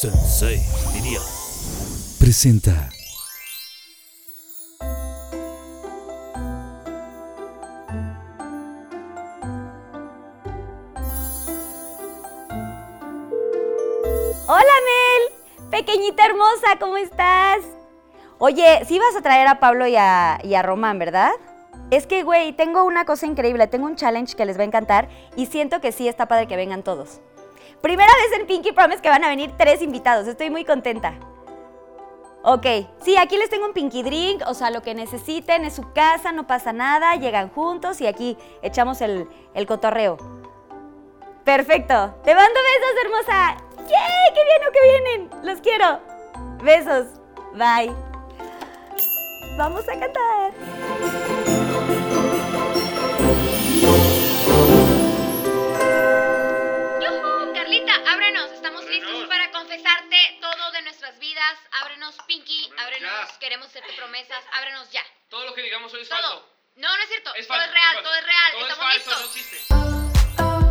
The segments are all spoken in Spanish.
Sensei, diría. presenta Hola Mel, pequeñita hermosa, ¿cómo estás? Oye, sí vas a traer a Pablo y a, y a Román, ¿verdad? Es que, güey, tengo una cosa increíble, tengo un challenge que les va a encantar y siento que sí está padre que vengan todos. Primera vez en Pinky Promise que van a venir tres invitados, estoy muy contenta. Ok, sí, aquí les tengo un Pinky Drink, o sea, lo que necesiten, es su casa, no pasa nada, llegan juntos y aquí echamos el, el cotorreo. Perfecto. Te mando besos, hermosa. ¡Yay! ¡Qué bien o qué vienen! Los quiero. Besos. Bye. Vamos a cantar. ¡Yujú! Carlita, ábrenos. Estamos listos para confesarte todo de nuestras vidas. Ábrenos, Pinky. Ábrenos. Ábrenos ya. Queremos hacerte promesas. Ábrenos ya. Todo lo que digamos hoy es Todo. falso. No, no es cierto. Es todo falso. es real, falso. todo es real. Todo Estamos es falso, no listos. existe.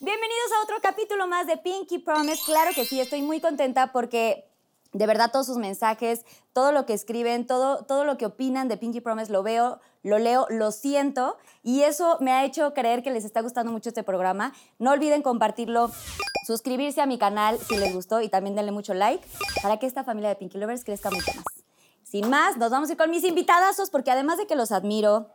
Bienvenidos a otro capítulo más de Pinky Promise. Claro que sí, estoy muy contenta porque de verdad todos sus mensajes, todo lo que escriben, todo, todo lo que opinan de Pinky Promise lo veo, lo leo, lo siento y eso me ha hecho creer que les está gustando mucho este programa. No olviden compartirlo, suscribirse a mi canal si les gustó y también denle mucho like para que esta familia de Pinky Lovers crezca mucho más. Sin más, nos vamos a ir con mis invitadazos porque además de que los admiro,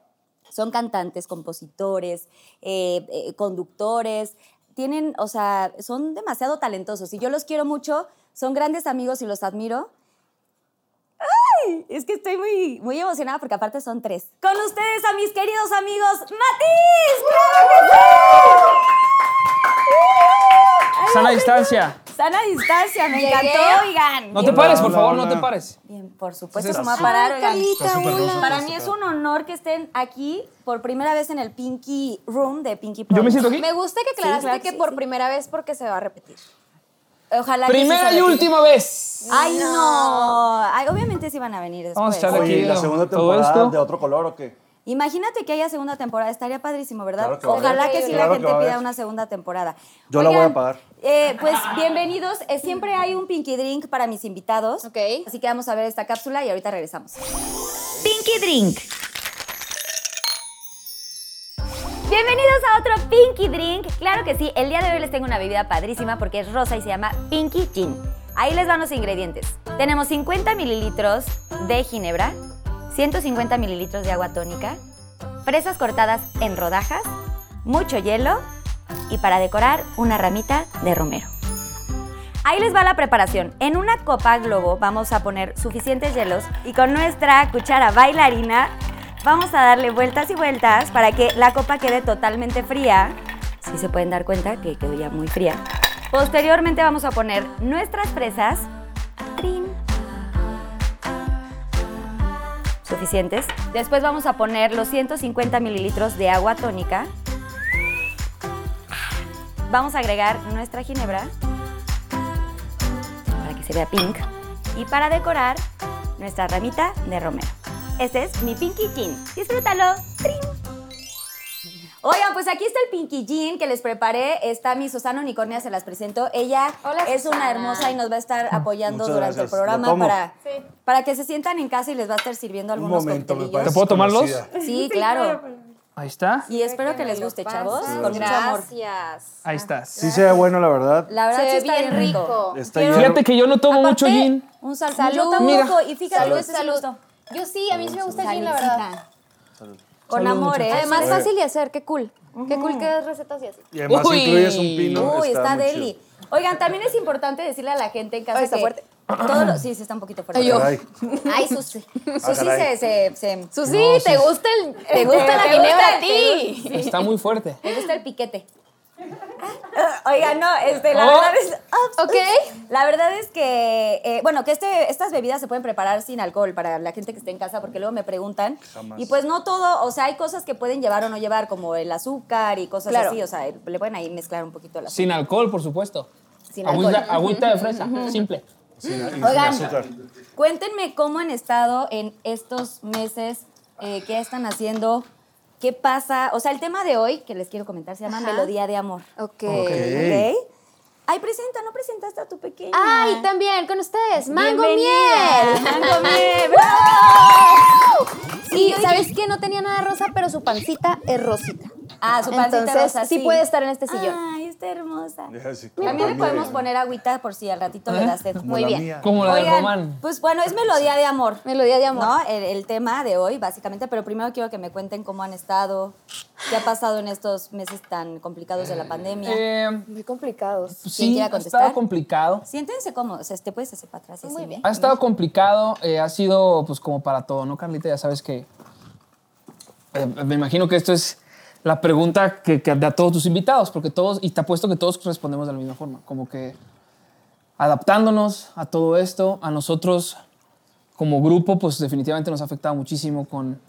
son cantantes, compositores, eh, eh, conductores, tienen, o sea, son demasiado talentosos y yo los quiero mucho, son grandes amigos y los admiro. ¡Ay! Es que estoy muy, muy emocionada porque aparte son tres. Con ustedes a mis queridos amigos Matiz. ¡Claro Sana distancia. que sí! ¡Uh! Sana distancia, me Llegué, encantó. oigan. No te pares, por favor, no te pares. Bien, por supuesto, Entonces, se me va a Ay, parar, oigan. hola. Para mí es un honor que estén aquí por primera vez en el Pinky Room de Pinky Promise. Yo me siento aquí. Me gusta que aclaraste claro, que sí, por sí. primera vez porque se va a repetir. Ojalá que sí Primera se y repita. última vez. Ay, no. Ay, obviamente sí van a venir Vamos a después. echarle- Oye, Aquí ¿y la lo- segunda todo temporada esto? de otro color o qué? Imagínate que haya segunda temporada, estaría padrísimo, ¿verdad? Claro que va a Ojalá haber. que sí la Claro que gente va a haber. pida una segunda temporada. Yo la voy a Oigan, pagar. eh, pues bienvenidos. Eh, siempre hay un pinky drink para mis invitados. Ok. Así que vamos a ver esta cápsula y ahorita regresamos. Pinky Drink. Bienvenidos a otro Pinky Drink. Claro que sí, el día de hoy les tengo una bebida padrísima porque es rosa y se llama Pinky Gin. Ahí les van los ingredientes. Tenemos 50 mililitros de ginebra, 150 mililitros de agua tónica, fresas cortadas en rodajas, mucho hielo y para decorar una ramita de romero. Ahí les va la preparación. En una copa globo vamos a poner suficientes hielos y con nuestra cuchara bailarina vamos a darle vueltas y vueltas para que la copa quede totalmente fría. Si se pueden dar cuenta que quedó ya muy fría. Posteriormente vamos a poner nuestras fresas. ¡Trin! Suficientes. Después vamos a poner los 150 mililitros de agua tónica. Vamos a agregar nuestra ginebra para que se vea pink. Y para decorar, nuestra ramita de romero. Este es mi Pinky Jean. ¡Disfrútalo! ¡Trin! Oigan, pues aquí está el Pinky Jean que les preparé. Está mi Susana Unicornia, se las presento. Ella Hola, es una Susana. hermosa y nos va a estar apoyando Muchas durante el gracias. programa Lo tomo. para, Sí. para que se sientan en casa y les va a estar sirviendo Un algunos momento, me coctelillos. parece ¿Te puedo tomarlos? conocida. Sí, claro. Ahí está. Y espero que me les lo guste, pasas. chavos. Con mucho amor. Gracias. Ahí está. Sí se ve bueno, la verdad. La verdad Se sí ve está bien rico. Está lleno. Fíjate que yo no tomo Aparte, mucho gin. Un sal Salud. Yo tampoco. Y fíjate, Salud, que este sí me salud. gustó. Yo sí, a mí sí me gusta el gin, la Saludcita. verdad. Con Salud, amor, ¿eh? muchachos. Además, Sí. fácil de hacer, qué cool. Qué Mm. cool que das recetas y así. Y además Uy. incluyes un pino. Uy, está, muy deli. chido. Oigan, también es importante decirle a la gente en casa Ay, está que fuerte. todo lo- sí, sí está un poquito fuerte. Caray. Ay, Susi. Susi se, Ah, caray. se, se- Susi, ¿te gusta el, te gusta la te ginebra gusta, a ti? Está muy fuerte. le gusta el piquete. Oiga, no, este, la Oh. verdad es. ups, Ok. ups. La verdad es que, eh, bueno, que este, estas bebidas se pueden preparar sin alcohol para la gente que esté en casa, porque luego me preguntan. Y pues no todo, o sea, hay cosas que pueden llevar o no llevar, como el azúcar y cosas Claro. así, o sea, le pueden ahí mezclar un poquito el azúcar. Sin alcohol, por supuesto. Sin agüita, alcohol. agüita de fresa, simple. Mm, Oigan, eh, cuéntenme cómo han estado en estos meses, eh, qué están haciendo, qué pasa. O sea, el tema de hoy que les quiero comentar se llama Ajá. Melodía de Amor. Ok. ¿Ok? Ay, presenta, no presentaste a tu pequeña. Ay, también con ustedes, Mango Bienvenida, Miel. Mango Miel. Sí, ¿sabes qué? No tenía nada rosa, pero su pancita es rosita. Ah, su pancita Entonces, rosa, sí sí. puede estar en este Ah. sillón. Ay, está hermosa. Ya, sí, como También la le podemos mía. poner agüita por si al ratito ¿Eh? le da sed. Como Muy la bien. mía. Como la de Oigan, Román. Pues bueno, es melodía de amor. Melodía de amor. ¿no? El, el tema de hoy, básicamente, pero primero quiero que me cuenten cómo han estado, qué ha pasado en estos meses tan complicados de la pandemia. Eh, pues Muy complicados. sí, quiera ha contestar? estado complicado. Siéntense cómodos, este, puedes hacer para atrás. Muy Ha estado complicado, eh, ha sido pues como para todo, ¿no, Carlita? Ya sabes que... eh, me imagino que esto es la pregunta que, que a todos tus invitados, porque todos, y te apuesto que todos respondemos de la misma forma, como que adaptándonos a todo esto, a nosotros como grupo, pues definitivamente nos ha afectado muchísimo con,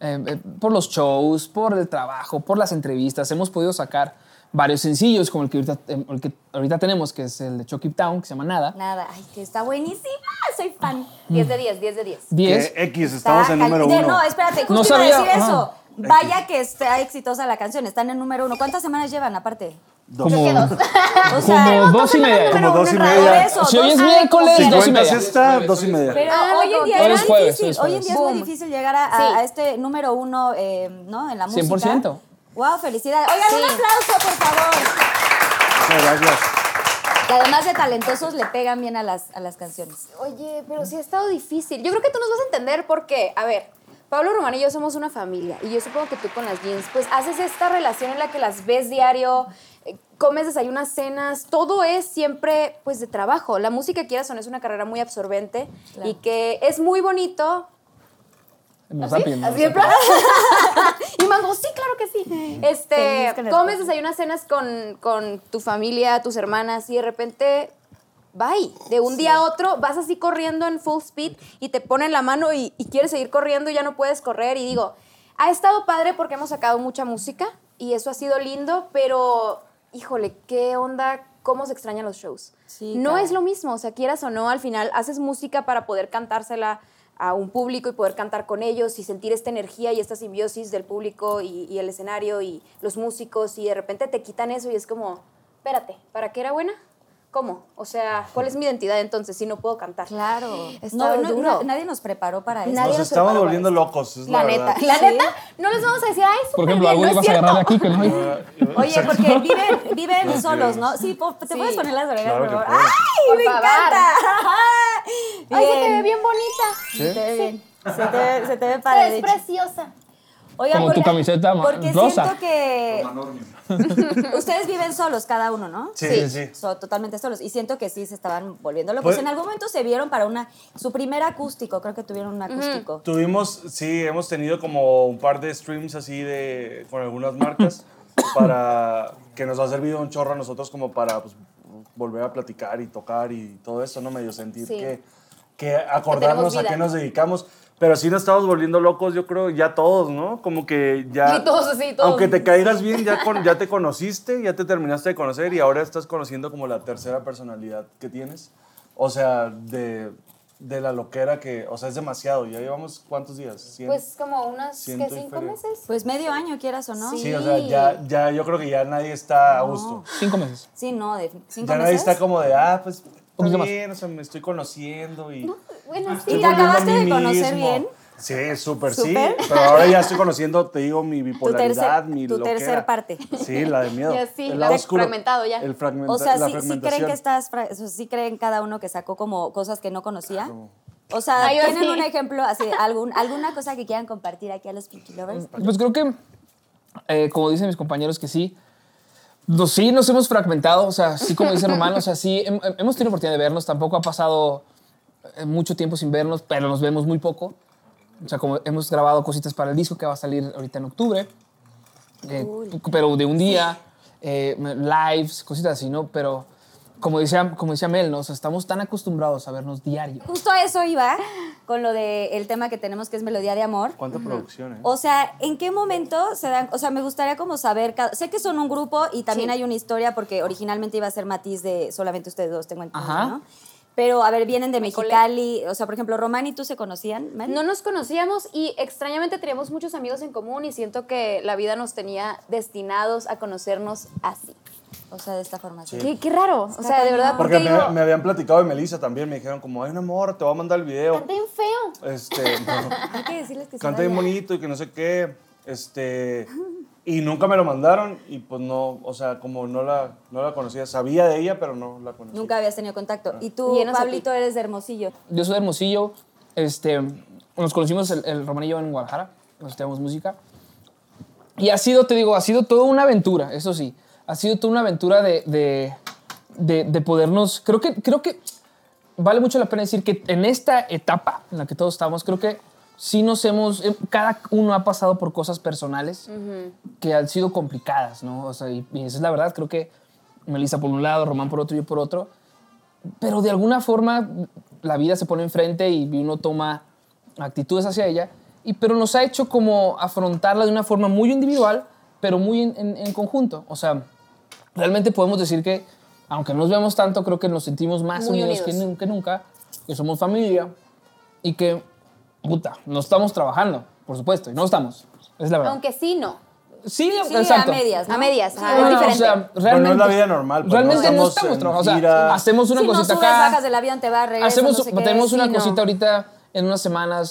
eh, eh, por los shows, por el trabajo, por las entrevistas. Hemos podido sacar varios sencillos, como el que ahorita, eh, el que ahorita tenemos, que es el de Chucky Town, que se llama Nada. Nada, ay, que está buenísima, soy fan. Mm. 10 de 10, 10 de 10. 10. Que X, estamos Está en número caliente. uno. No, espérate, justo No iba a sabía, decir ajá. eso. Vaya que está exitosa la canción, están en número uno. ¿Cuántas semanas llevan aparte? como O como dos y media. Como dos y Por media. eso, Si hoy dos- es ay, miércoles, como- dos y 50 media. es esta, dos y media. Pero Ah, hoy en día hoy es es muy jueves, difícil, hoy es hoy en día es muy jueves. difícil llegar a, a- Sí. a este número uno, eh, ¿no? En la música. 100%. Wow, felicidades. Oigan, un Sí. aplauso, por favor. Muchas gracias. Que además de talentosos le pegan bien a las, a las canciones. Oye, pero sí ha estado difícil. Yo creo que tú nos vas a entender porque, a ver, Pablo Román y yo somos una familia y yo supongo que tú con las jeans, pues haces esta relación en la que las ves diario, eh, comes, desayunas, cenas, todo es siempre pues de trabajo. La música, quieras o no, es una carrera muy absorbente Claro. y que es muy bonito. Me lo está pidiendo, me lo Así de está plano. y Mango, sí, claro que sí. Este, Feliz con el comes, postre. desayunas, cenas con, con tu familia, tus hermanas y de repente, bye. De un día a otro vas así corriendo en full speed y te ponen la mano y, y quieres seguir corriendo y ya no puedes correr. Y digo, ha estado padre porque hemos sacado mucha música y eso ha sido lindo, pero híjole, qué onda, cómo se extrañan los shows. Sí, no claro. es lo mismo, o sea, quieras o no, al final haces música para poder cantársela a un público y poder cantar con ellos y sentir esta energía y esta simbiosis del público y, y el escenario y los músicos y de repente te quitan eso y es como, espérate, ¿para qué era buena? ¿Cómo? O sea, ¿cuál es mi identidad entonces si no puedo cantar? Claro. estado duro. nadie nos preparó para eso. Nadie Nos nos estamos preparó volviendo para locos, es la, pues. La verdad. neta. La Sí. neta, no les vamos a decir, ay, súper Por ejemplo, bien, algo no es ibas a agarrar de cierto. aquí que no hay. Oye, porque viven, viven Los solos, viernes. ¿no? Sí, po- te Sí. puedes poner las orejas, Claro por que favor. puedo. ¡Ay, Por me favor. encanta! Ay, se te ve Bien. bien bonita. Se te ve bien. Se te ve, se te ve Se padre. ves de hecho. preciosa. Oigan, Como tu camiseta ma- porque rosa. siento que ustedes viven solos cada uno, ¿no? Sí, sí, sí. So- totalmente solos y siento que sí se estaban volviendo locos. Pues- en algún momento se vieron para una su primer acústico, creo que tuvieron un acústico. Tuvimos, sí, hemos tenido como un par de streams así de con algunas marcas para que nos ha servido un chorro a nosotros como para pues, volver a platicar y tocar y todo eso, ¿no? Medio sentir Sí. que, que acordarnos tenemos a vida. qué nos dedicamos. Pero sí nos estamos volviendo locos, yo creo, ya todos, ¿no? Como que ya... Sí, todos así, todos. Aunque te caigas bien, ya, con- ya te conociste, ya te terminaste de conocer y ahora estás conociendo como la tercera personalidad que tienes. O sea, de, de la loquera que, o sea, es demasiado. Ya llevamos cuántos días? ¿Cien? Pues como unas, ¿qué, Siento cinco inferior. meses? Pues medio año, quieras o no. sí, o sea, ya, ya yo creo que ya nadie está a gusto. Cinco meses. Sí, no, de cinco Ya nadie meses. está como de, ah, pues Un poquito está más. bien, o sea, me estoy conociendo y... Bueno, estoy ¿Y sí. te volviendo a acabaste mí de conocer mismo". bien? Sí, súper sí. ¿Súper? Pero ahora ya estoy conociendo, te digo, mi bipolaridad, tercer- mi tu loquera. tercer parte. Sí, la de miedo. Ya sí, el la lado de oscuro. fragmentado ya. El fragmenta- O sea, la sí, sí creen fragmentación. que estás, fra- o sea, sí creen cada uno que sacó como cosas que no conocía. O sea, Ay, yo tienen sí. un ejemplo, así, algún, alguna cosa que quieran compartir aquí a los Pinky Lovers. Pues creo que, eh, como dicen mis compañeros, que sí. Nos, sí, nos hemos fragmentado, o sea, sí, como dice Román, o sea, sí, hem- hem- hemos tenido oportunidad de vernos, tampoco ha pasado eh, mucho tiempo sin vernos, pero nos vemos muy poco. O sea, como hemos grabado cositas para el disco que va a salir ahorita en octubre, eh, pero de un día. eh, lives, cositas así, ¿no? Pero como decía, como decía Mel, ¿no? O sea, estamos tan acostumbrados a vernos diario. Justo a eso iba con lo del tema que tenemos que es Melodía de Amor. ¿Cuánta producción, eh? O sea, ¿en qué momento se dan? O sea, me gustaría como saber. cada- sé que son un grupo y también Sí. hay una historia porque originalmente iba a ser matiz de solamente ustedes dos, tengo entendido, Ajá. ¿no? Pero, a ver, vienen de Mexicali. O sea, por ejemplo, Román y tú se conocían, Mel? No nos conocíamos y extrañamente teníamos muchos amigos en común y siento que la vida nos tenía destinados a conocernos así. O sea, de esta forma. sí. Qué, qué raro. O sea, de verdad, Porque porque me, digo, me habían platicado de Melissa también, me dijeron como, ay, un amor, te voy a mandar el video. canta bien feo. Este, Hay que decirles que se canta bien vaya. bonito y que no sé qué, este, y nunca me lo mandaron y pues no, o sea, como no la, no la conocía, sabía de ella, pero no la conocía. Nunca habías tenido contacto. Y tú, Llenos a Pablito, eres de Hermosillo. Yo soy de Hermosillo, este, nos conocimos el, el Román y yo en Guadalajara, nos estudiamos música. Y ha sido, te digo, ha sido toda una aventura, eso sí. Ha sido toda una aventura de, de, de- de podernos. Creo que, creo que vale mucho la pena decir que en esta etapa en la que todos estamos, creo que sí nos hemos. eh, Cada uno ha pasado por cosas personales que han sido complicadas, ¿no? O sea, y, y esa es la verdad. Creo que Melissa por un lado, Román por otro, yo por otro. Pero de alguna forma la vida se pone enfrente y uno toma actitudes hacia ella. Y, pero nos ha hecho como afrontarla de una forma muy individual, pero muy en, en- en conjunto. O sea, realmente podemos decir que, aunque no nos veamos tanto, creo que nos sentimos más Muy unidos, que unidos. nun- que nunca, que somos familia y que, puta, no estamos trabajando, por supuesto, y no estamos. Es la verdad. Aunque sí, no. Sí, Sí, exacto. a medias. ¿no? A medias. Sí, Ah, No, es no, no, diferente. O sea, no es realmente, la vida normal, pues, realmente no no estamos estamos en trabajando. O sea, gira. hacemos una si cosita no subes, acá. bajas del avión, te vas, regresas, Hacemos, no sé qué, tenemos una sí, no. cosita ahorita en una semana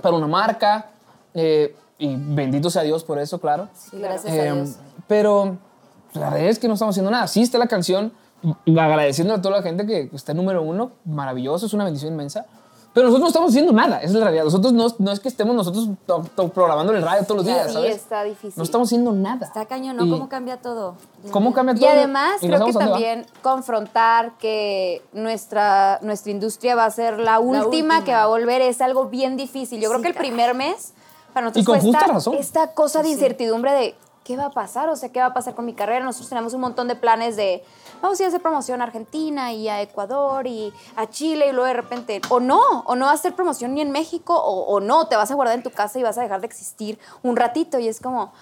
para una marca. eh, y bendito sea Dios por eso, claro. Sí, gracias Eh, a Dios. Pero la verdad es que no estamos haciendo nada. Sí está la canción, m- agradeciendo a toda la gente que está en número uno. Maravilloso, es una bendición inmensa. Pero nosotros no estamos haciendo nada, esa es la realidad. Nosotros no, no es que estemos nosotros to- to- programando en el radio todos los días, Sí, ¿sabes? está difícil. No estamos haciendo nada. Está cañón, ¿no? Y- ¿Cómo cambia todo? ¿Cómo cambia Y todo? además Y nos creo que vamos a dónde va. también confrontar que nuestra, nuestra industria va a ser la última, última. que va a volver es algo bien difícil. Yo creo que el primer mes para nosotros Y con fue justa esta, razón. esta cosa de incertidumbre de qué va a pasar, o sea, qué va a pasar con mi carrera. Nosotros tenemos un montón de planes de vamos a ir a hacer promoción a Argentina y a Ecuador y a Chile y luego de repente, o no, o no vas a hacer promoción ni en México, o, o no, te vas a guardar en tu casa y vas a dejar de existir un ratito y es como...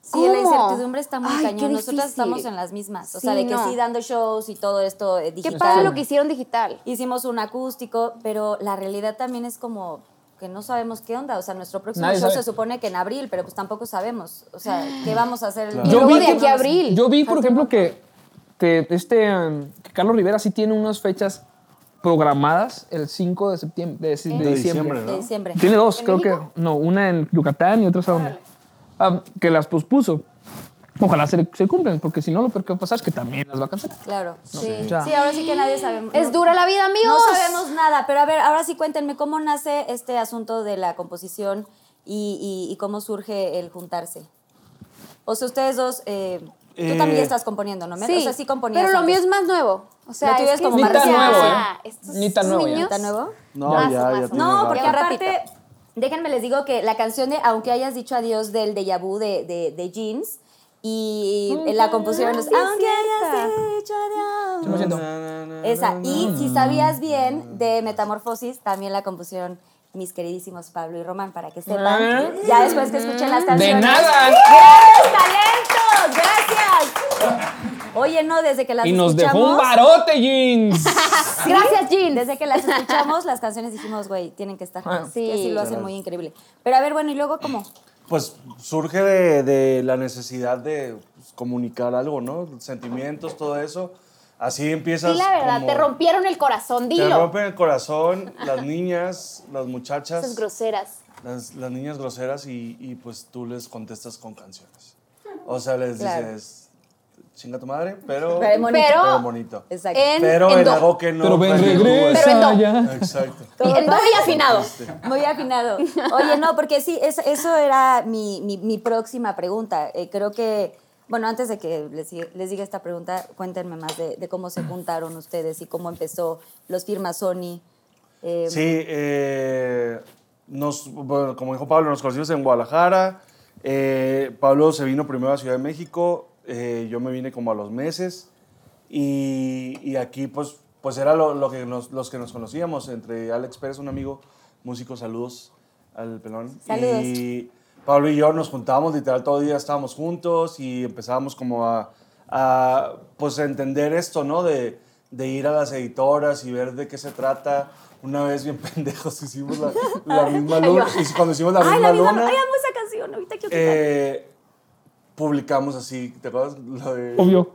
Sí, la ¿cómo? incertidumbre está muy Ay, qué cañón. Nosotras difícil. estamos en las mismas. O sea, Sí, de que no. sí dando shows y todo esto eh, Qué digital. padre lo que hicieron digital. Hicimos un acústico, pero la realidad también es como que no sabemos qué onda. O sea, nuestro próximo Nadie show sabe. se supone que en abril, pero pues tampoco sabemos. O sea, ¿qué vamos a hacer? el- Claro. Y Yo luego vi de que- aquí a abril. Yo vi, por ejemplo, que, que este, um, que Carlos Rivera sí tiene unas fechas programadas el 5 de septiembre, de, de diciembre. De diciembre, de ¿no? diciembre. Tiene dos, creo que. No, una en Yucatán y otra a dónde. Ah, que las pospuso. Ojalá se, le- se cumplan, porque si no, lo peor que va a pasar es que también las va a cancelar. Claro. Sí. O sea, ah, Sí, ahora sí que nadie sabe. Es dura la vida, amigos. No sabemos nada, pero a ver, ahora sí cuéntenme cómo nace este asunto de la composición y, y- y cómo surge el juntarse. O sea, ustedes dos, eh, tú Eh, también ya estás componiendo, ¿no? Sí, o sea, sí componías. pero lo mío antes. es más nuevo. O Lo sea, tuyo es es que como es Ni tan más- nuevo, ¿eh? Ah, estos Ni tan nuevo ya. niños- ¿Está nuevo? No, Más, ya, más, ya más. tiene No, rato. porque Ya un aparte, déjenme les digo que la canción de Aunque hayas dicho adiós del déjà vu de, de, de Jeans y la compusieron los sí es Aunque hayas cierta. dicho adiós. Yo lo siento. Esa. Y si sabías bien de Metamorfosis, también la compusieron mis queridísimos Pablo y Román, para que sepan. Ya después que escuchen las Ah. ¡De canciones. nada! ¡Yes! ¡Talentos! ¡Gracias! Oye, no, desde que las Y nos dejó escuchamos. un barote, jeans. Gracias, Jean. Desde que las escuchamos, las canciones dijimos, güey, tienen que estar. Ah. Sí, sí, lo hacen Claro. muy increíble. Pero a ver, bueno, y luego, ¿cómo? Pues surge de, de la necesidad de pues, comunicar algo, ¿no? Sentimientos, todo eso. Así empiezas. Sí, la verdad, como- te rompieron el corazón, Te dilo. rompen el corazón las niñas, las muchachas. Esas groseras. las, las niñas groseras y, y, pues tú les contestas con canciones. O sea, les Claro. dices, chinga tu madre, pero, Pero bonito. Pero- pero bonito. Exacto. En- Pero en do. algo que no. Pero ven, permite tu regresa Pero en ya. Exacto. Este, Y en do y afinado. Muy afinado. Oye, no, porque sí, es- eso era mi, mi- mi próxima pregunta. Eh, creo que, bueno, antes de que les, siga- les diga esta pregunta, cuéntenme más de, de cómo se juntaron ustedes y cómo empezó los firmas Sony. Eh, Sí, eh, nos, bueno, como dijo Pablo, nos conocimos en Guadalajara. Eh, Pablo se vino primero a Ciudad de México. eh, yo me vine como a los meses y, y aquí pues, pues era lo, lo que nos, los que nos conocíamos, entre Alex Pérez, un amigo músico, saludos al pelón. Saludos. Y Pablo y yo nos juntábamos literal todo el día, estábamos juntos y empezábamos como a, a, pues a entender esto, ¿no? De, de ir a las editoras y ver de qué se trata. Una vez bien pendejos hicimos la, la misma luna. Y cuando hicimos la Ay, misma la misma luna... luna. Ay, amo esa canción. Ahorita quiero cantar. Eh, publicamos así, ¿te acuerdas? Lo de- Obvio.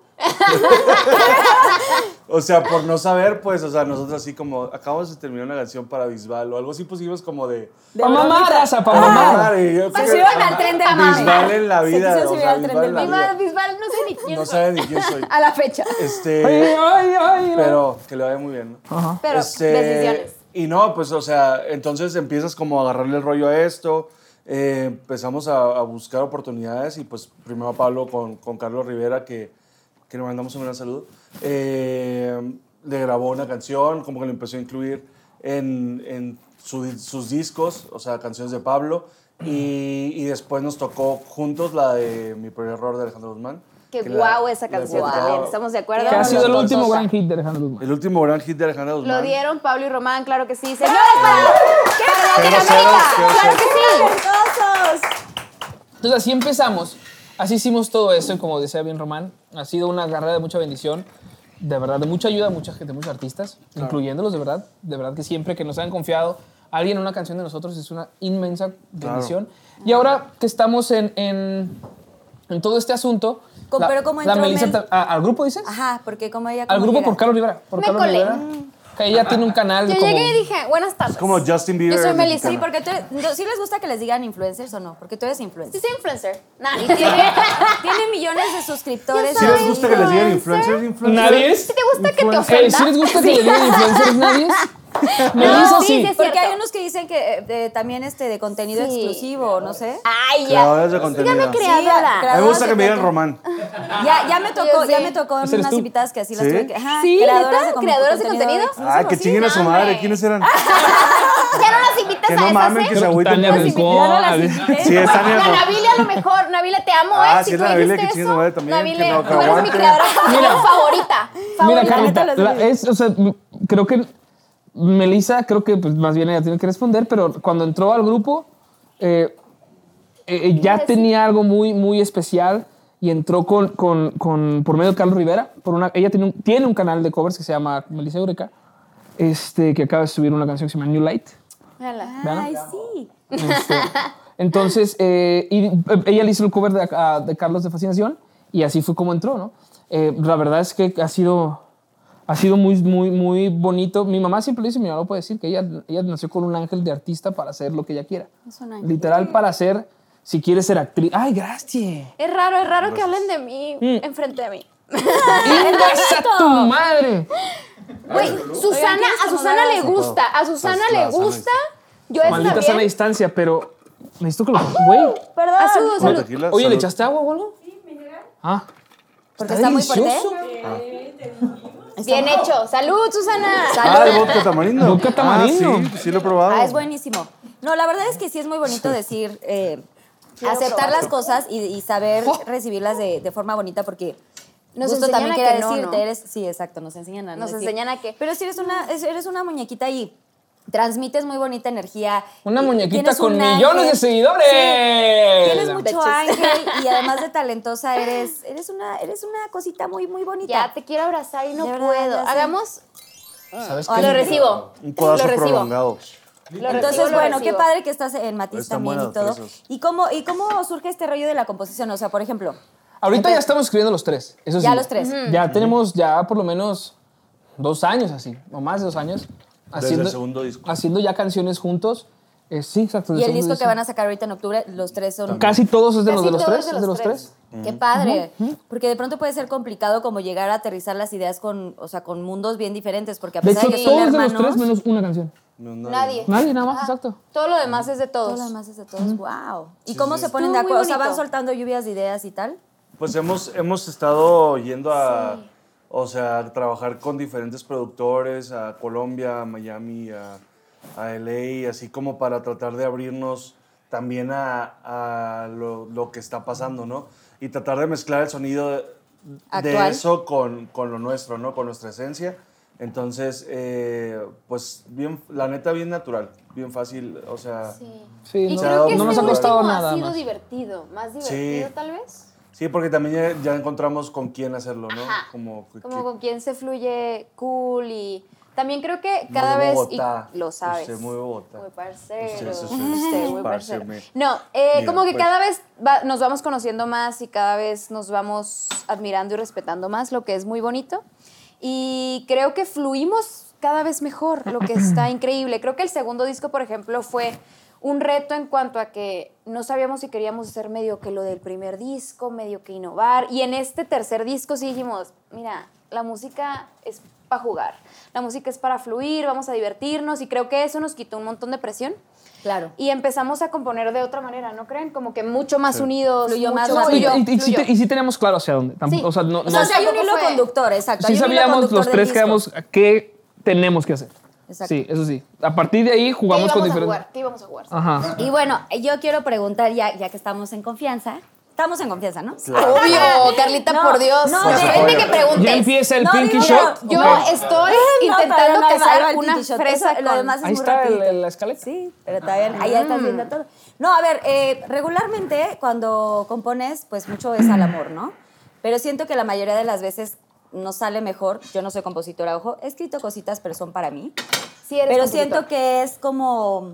O sea, por no saber, pues, o sea, nosotros así como acabamos de terminar una canción para Bisbal o algo así pusimos como de. Pa' mamar, raza, Ah, pa' mamar. y yo- Se suben Pues al tren del mame. Bisbal en la Se vida. quiso o subir sea, al tren Bisbal en del la Bisbal, vida. Bisbal, no sé ni quién No soy. sabe ni quién soy. A la fecha. Ay, Este, ay, ay. la- pero que le vaya muy bien, ¿no? Ajá. Pero Este, decisiones. Y no, pues, o sea, entonces empiezas como a agarrarle el rollo a esto. eh, empezamos a, a buscar oportunidades y pues primero Pablo con, con Carlos Rivera, que, que le mandamos un gran saludo, eh, le grabó una canción, como que lo empezó a incluir en, en su di- sus discos, o sea, canciones de Pablo. Y, y después nos tocó juntos la de Mi primer error de Alejandro Guzmán. Qué que la- guau esa le canción platicaba- también. Estamos de acuerdo. Que ha sido el Las último dos. gran hit de Alejandro Guzmán. El último gran hit de Alejandro Guzmán. Lo dieron Pablo y Román, claro que ¡Ah! sí. Señores, para, para Cero, Latinoamérica. cero, cero, claro que sí. ¡Talentosos! Entonces así empezamos, así hicimos todo eso y como decía bien Román, ha sido una carrera de mucha bendición, de verdad, de mucha ayuda a mucha gente, muchos artistas, incluyéndolos de verdad, de verdad que siempre que nos han confiado alguien en una canción de nosotros es una inmensa bendición. Y ahora que estamos en, en, en todo este asunto, Con- pero ¿cómo la entró Melissa Mel? ta- a- ¿al grupo dices? Ajá, porque como ella. Al como grupo llega. por Carlos Rivera, por Me Carlos colé. Rivera, que ella tiene un canal Yo como... llegué y dije, buenas tardes. Es como Justin Bieber. Pues, Yo soy Melissa. mexicano. Sí, porque tú eres- no, ¿sí les gusta que les digan influencers o no? Porque tú eres influencer. Sí, soy influencer. Nah, Y tiene, tiene millones de suscriptores. Yo Si soy- les gusta que les digan influencers, influencers. Pues, ¿Nadie? ¿Sí te gusta que te Influencer. Eh, ofenda? ¿Sí les gusta que le digan influencers nadie? Melissa No, sí, sí. sí, sí. Porque cierto. hay unos que dicen que eh, de- también este de contenido Sí. exclusivo, no sé. Ay, ya. Creadores de contenido. Dígame Sí, creadora. crea- A mí me gusta creadores que me de digan conten- Román. Ya, ya me tocó, Yo ya sé. me tocó ¿Ese unas eres tú? invitadas que así las ¿Sí? tuve que. Ajá, Sí, creadoras ¿neta? de, con- Creadoras de contenido contenido. exclusivo, Ah, que sí. chinguen a su hombre. madre. ¿Quiénes eran? Ya no las invitas Que a no esas, mamen, ¿eh? que se agüiten. Tania Sí, Rincón, ya no las a ver. invité. Sí, es Tania La Rincón. Navile a lo mejor. Navile, te amo, Ah, ¿eh? sí, si tú Navile, dijiste que chingue su eso, madre también, que Navile, no, que tú eres mi aguante. creadora favorita. Mira, favorita. neta, Carlita, la- las vi. es, o sea, m- creo que Melissa, creo que pues, más bien ella tiene que responder, pero cuando entró al grupo, eh, eh, eh, ya Pues tenía algo muy, muy especial y entró con, con- con- por medio de Carlos Rivera. Por una, ella tiene un, tiene un canal de covers que se llama Melissa Eureka, este, que acaba de subir una canción que se llama New Light. Ojalá. Vean. Ay, sí. Este, entonces, eh, y, eh, ella le hizo el cover de, a- de Carlos de Fascinación y así fue como entró, ¿no? Eh, la verdad es que ha sido, ha sido muy, muy, muy bonito. Mi mamá siempre dice, mi mamá lo puede decir, que ella, ella nació con un ángel de artista para hacer lo que ella quiera. Literal para hacer, si quiere ser actriz. ¡Ay, gracias! Es raro, es raro que hablen de mí enfrente de mí. ¡Ingas a tu madre! Pues, Ah, Güey, Susana, a Susana le gusta, a Susana sana le gusta. Yo Maldita esta sana bien. distancia, pero necesito que lo... Güey, Perdón. A su Como salud. tequila, oye, ¿le salud. echaste agua o algo? Sí, me Ah. Porque está muy fuerte. Bien hecho. Salud, Susana. Ah, el vodka tamarindo. Vodka tamarindo. Ah, sí, sí lo he probado. Ah, es buenísimo. No, la verdad es que sí es muy bonito decir, eh, aceptar las cosas y, y saber recibirlas de, de forma bonita porque Oh. Nos nos justo enseñan también a quería que no, decirte, ¿no? eres, sí, exacto, nos enseñan a no Nos decir. enseñan a que- Pero si eres una, es- eres una muñequita y transmites muy bonita energía. Una y- y muñequita tienes con un millones de ángel. seguidores. Sí. Tienes mucho Beches. ángel y además de talentosa eres, eres una, eres una cosita muy, muy bonita. Ya te quiero abrazar y no De verdad, puedo. ya sé. Hagamos. ¿Sabes Hola, qué? Lo recibo. Un lo codazo recibo. prolongado. Lo recibo, Entonces, lo bueno, qué recibo. padre que estás en Matiz Están también y buenas todo. fresas. ¿Y cómo, ¿Y cómo surge este rollo de la composición? O sea, por ejemplo, Ahorita ya estamos escribiendo los tres. Eso Ya sí. los tres. Ya tenemos ya por lo menos dos años así, o más de dos años. Desde el segundo disco. Haciendo ya canciones juntos. Eh, sí, exacto. y el disco que van a sacar ahorita en octubre, los tres son... Casi todos es de los, Casi de los todos tres. es de los tres. Qué padre, porque de pronto puede ser complicado como llegar a aterrizar las ideas con, o sea, con mundos bien diferentes, porque a De pesar hecho, de que son todos de los hermanos, tres menos una canción. No, Nadie. Nadie, nada más, exacto. Todo lo demás es de todo todos. lo demás es de todos, wow. ¿Y cómo se ponen de Estuvo acuerdo? muy O sea, bonito. van soltando lluvias de ideas y tal. Pues hemos, hemos estado yendo a, o sea, a trabajar con diferentes productores, a Colombia, a Miami, a, a LA, así como para tratar de abrirnos también a, a lo, lo que está pasando, ¿no? y tratar de mezclar el sonido de, de Actual. eso con, con lo nuestro, ¿no? Con nuestra esencia. Entonces, eh, pues bien, la neta, bien natural, bien fácil, o sea... Sí. Sí, Y no, creo que no este nos ha costado último nada Ha sido más. divertido, más divertido Sí. tal vez. Sí, porque también ya, ya encontramos con quién hacerlo, ¿no? Ajá. Como, que- Como con quien se fluye cool y también creo que muy cada de vez y Bogotá. lo sabes. Usted muy de Bogotá. Muy parcero. Usted, sí, sí, Usted sí, muy parce, parcero. me- No, eh, Mira, como que pues. cada vez va- nos vamos conociendo más y cada vez nos vamos admirando y respetando más, lo que es muy bonito. Y creo que fluimos cada vez mejor, lo que está increíble. Creo que el segundo disco, por ejemplo, fue un reto en cuanto a que no sabíamos si queríamos hacer medio que lo del primer disco, medio que innovar. Y en este tercer disco sí dijimos, mira, la música es para jugar, la música es para fluir, vamos a divertirnos y creo que eso nos quitó un montón de presión. Claro. Y empezamos a componer de otra manera, ¿no creen? Como que mucho más Sí. unidos, Fluyó mucho más, más más Y, fluyó, y- y sí fluyó. te- y sí teníamos claro hacia dónde. tampoco- Sí. O sea, no, O no- sea, sí hay un tampoco hilo fue- conductor, exacto. hay sí un hilo sabíamos conductor los del tres que disco. éramos- qué tenemos que hacer. Exacto. Sí, eso sí. A partir de ahí jugamos ¿Qué con íbamos a diferentes. jugar? pues. ¿Qué íbamos a jugar? Ajá. Y bueno, yo quiero preguntar, ya, ya que estamos en confianza. Estamos en confianza, ¿no? Claro. Obvio, Carlita, No, por Dios. no, Por depende supuesto. que preguntes. Ya empieza el No, pinky digo, shot. pero Yo Ok. estoy Pues, No, intentando todavía no, ahí va, cazar ahí va el una pinky shot. fresa Eso, Ah. Lo con- demás es Ahí muy está el- rapidito. la escaleta. Sí, pero todavía ahí ya estás viendo todo. No, a ver, eh, regularmente cuando compones, pues mucho es al amor, ¿no? Pero siento que la mayoría de las veces no sale mejor. Yo no soy compositora, ojo. He escrito cositas, pero son para mí. Sí, eres Pero compositor. siento que es como...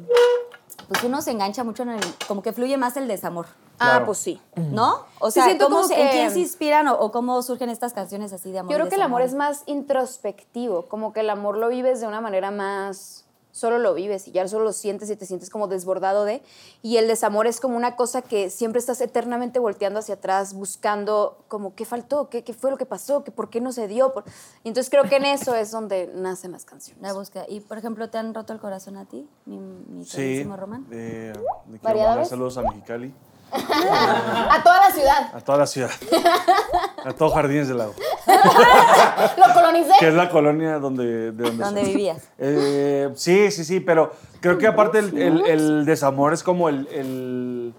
Pues uno se engancha mucho en el... Como que fluye más el desamor. Ah, Claro. pues sí. Mm. ¿No? O Sí, sea, siento ¿cómo como se- ¿en que- quién se inspiran o, o cómo surgen estas canciones así de amor? Yo creo y que el amor es desamor? más introspectivo, como que el amor lo vives de una manera más solo lo vives y ya solo lo sientes y te sientes como desbordado de y el desamor es como una cosa que siempre estás eternamente volteando hacia atrás buscando como qué faltó, qué, qué fue lo que pasó, ¿Qué, por qué no se dio. Por- Y entonces creo que en eso es donde nacen las La canciones. búsqueda. Y, por ejemplo, ¿te han roto el corazón a ti, mi, mi Sí. queridísimo Román? eh, le quiero ¿Variedades? mandar saludos a Mexicali, A toda la ciudad, a toda la ciudad, a todos Jardines del Lago, lo colonicé. que es la colonia donde, de donde, Donde soy. vivías. Eh, sí, sí, sí, pero creo que aparte el, el- el desamor es como el, el-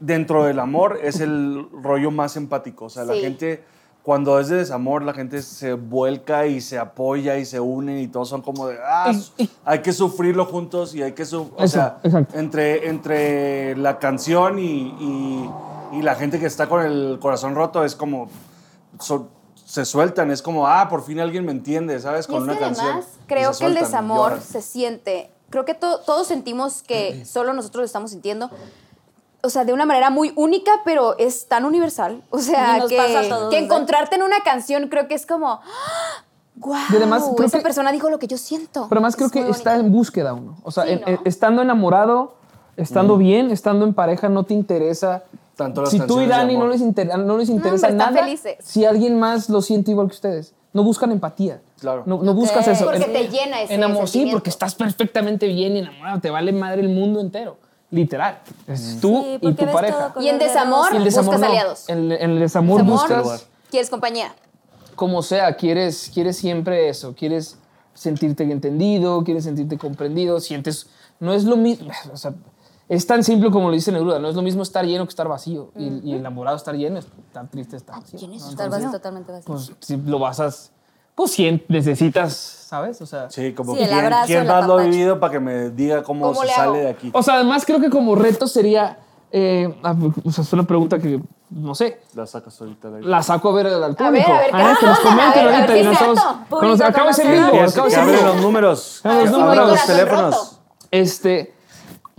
Dentro del amor es el rollo más empático. O sea, la Sí. gente, cuando es de desamor, la gente se vuelca y se apoya y se une y todos son como de. "Ah, Y- y- hay que sufrirlo juntos y hay que. su- o Eso, sea, exacto. Entre, entre la canción y, y- y la gente que está con el corazón roto es como. so- se sueltan, es como, ah, por fin alguien me entiende, ¿sabes? Y Con es una que canción. además Y creo se que el sueltan y desamor lloran. se siente. Creo que to- todos sentimos que solo nosotros lo estamos sintiendo. O sea, de una manera muy única, pero es tan universal. O sea, Y nos que, pasa a todos, que ¿no? encontrarte en una canción creo que es como, wow, Y además, creo esa que- persona dijo lo que yo siento. Pero más creo Es que muy está bonito. en búsqueda uno. O sea, Sí, en- ¿no? en- estando enamorado, estando bien, estando en pareja, no te interesa. Mm. Tanto las si tú y canciones de Dani no amor. les, inter- no les interesa hombre, están nada, felices. si alguien más lo siente igual que ustedes. No buscan empatía. Claro. No, no Ok. buscas eso. Porque te llena ese en amor, sí, sentimiento. porque estás perfectamente bien y enamorado. Te vale madre el mundo entero. Literal. Mm. Es tú Sí, Uh, y porque tu ves pareja. todo con Y en los dedos. desamor, Y el buscas desamor no. aliados. En, en el desamor, Desamor, buscas quieres compañía. como sea, quieres, quieres siempre eso, quieres sentirte entendido, quieres sentirte comprendido, sientes, no es lo mismo, o sea, es tan simple como lo dice Neruda, no es lo mismo estar lleno que estar vacío, y, y enamorado estar lleno, es tan triste estar vacío. Ah, ¿quién es ¿no? Estar Entonces, vacío, totalmente vacío. Pues si lo vas a, pues si necesitas, ¿sabes? O sea, Sí, como Sí, el ¿quién, abrazo, quién el más lo ha apapacho. vivido para que me diga cómo, ¿Cómo se le hago? sale de aquí. o sea, además creo que como reto sería, eh, ah, o sea, es una pregunta que, no sé, La sacas ahorita. de ahí. la saco a ver al público. A ver, a ver, ¿qué Ah, que nos pasa? comenten A ver, a ahorita ver, ¿qué y es nosotros- esto? con los- Público acaba ese conocido. vivo, Que- acaba que ese abre vivo. los números. Abre los Que números. abre los Corazón teléfonos. Este,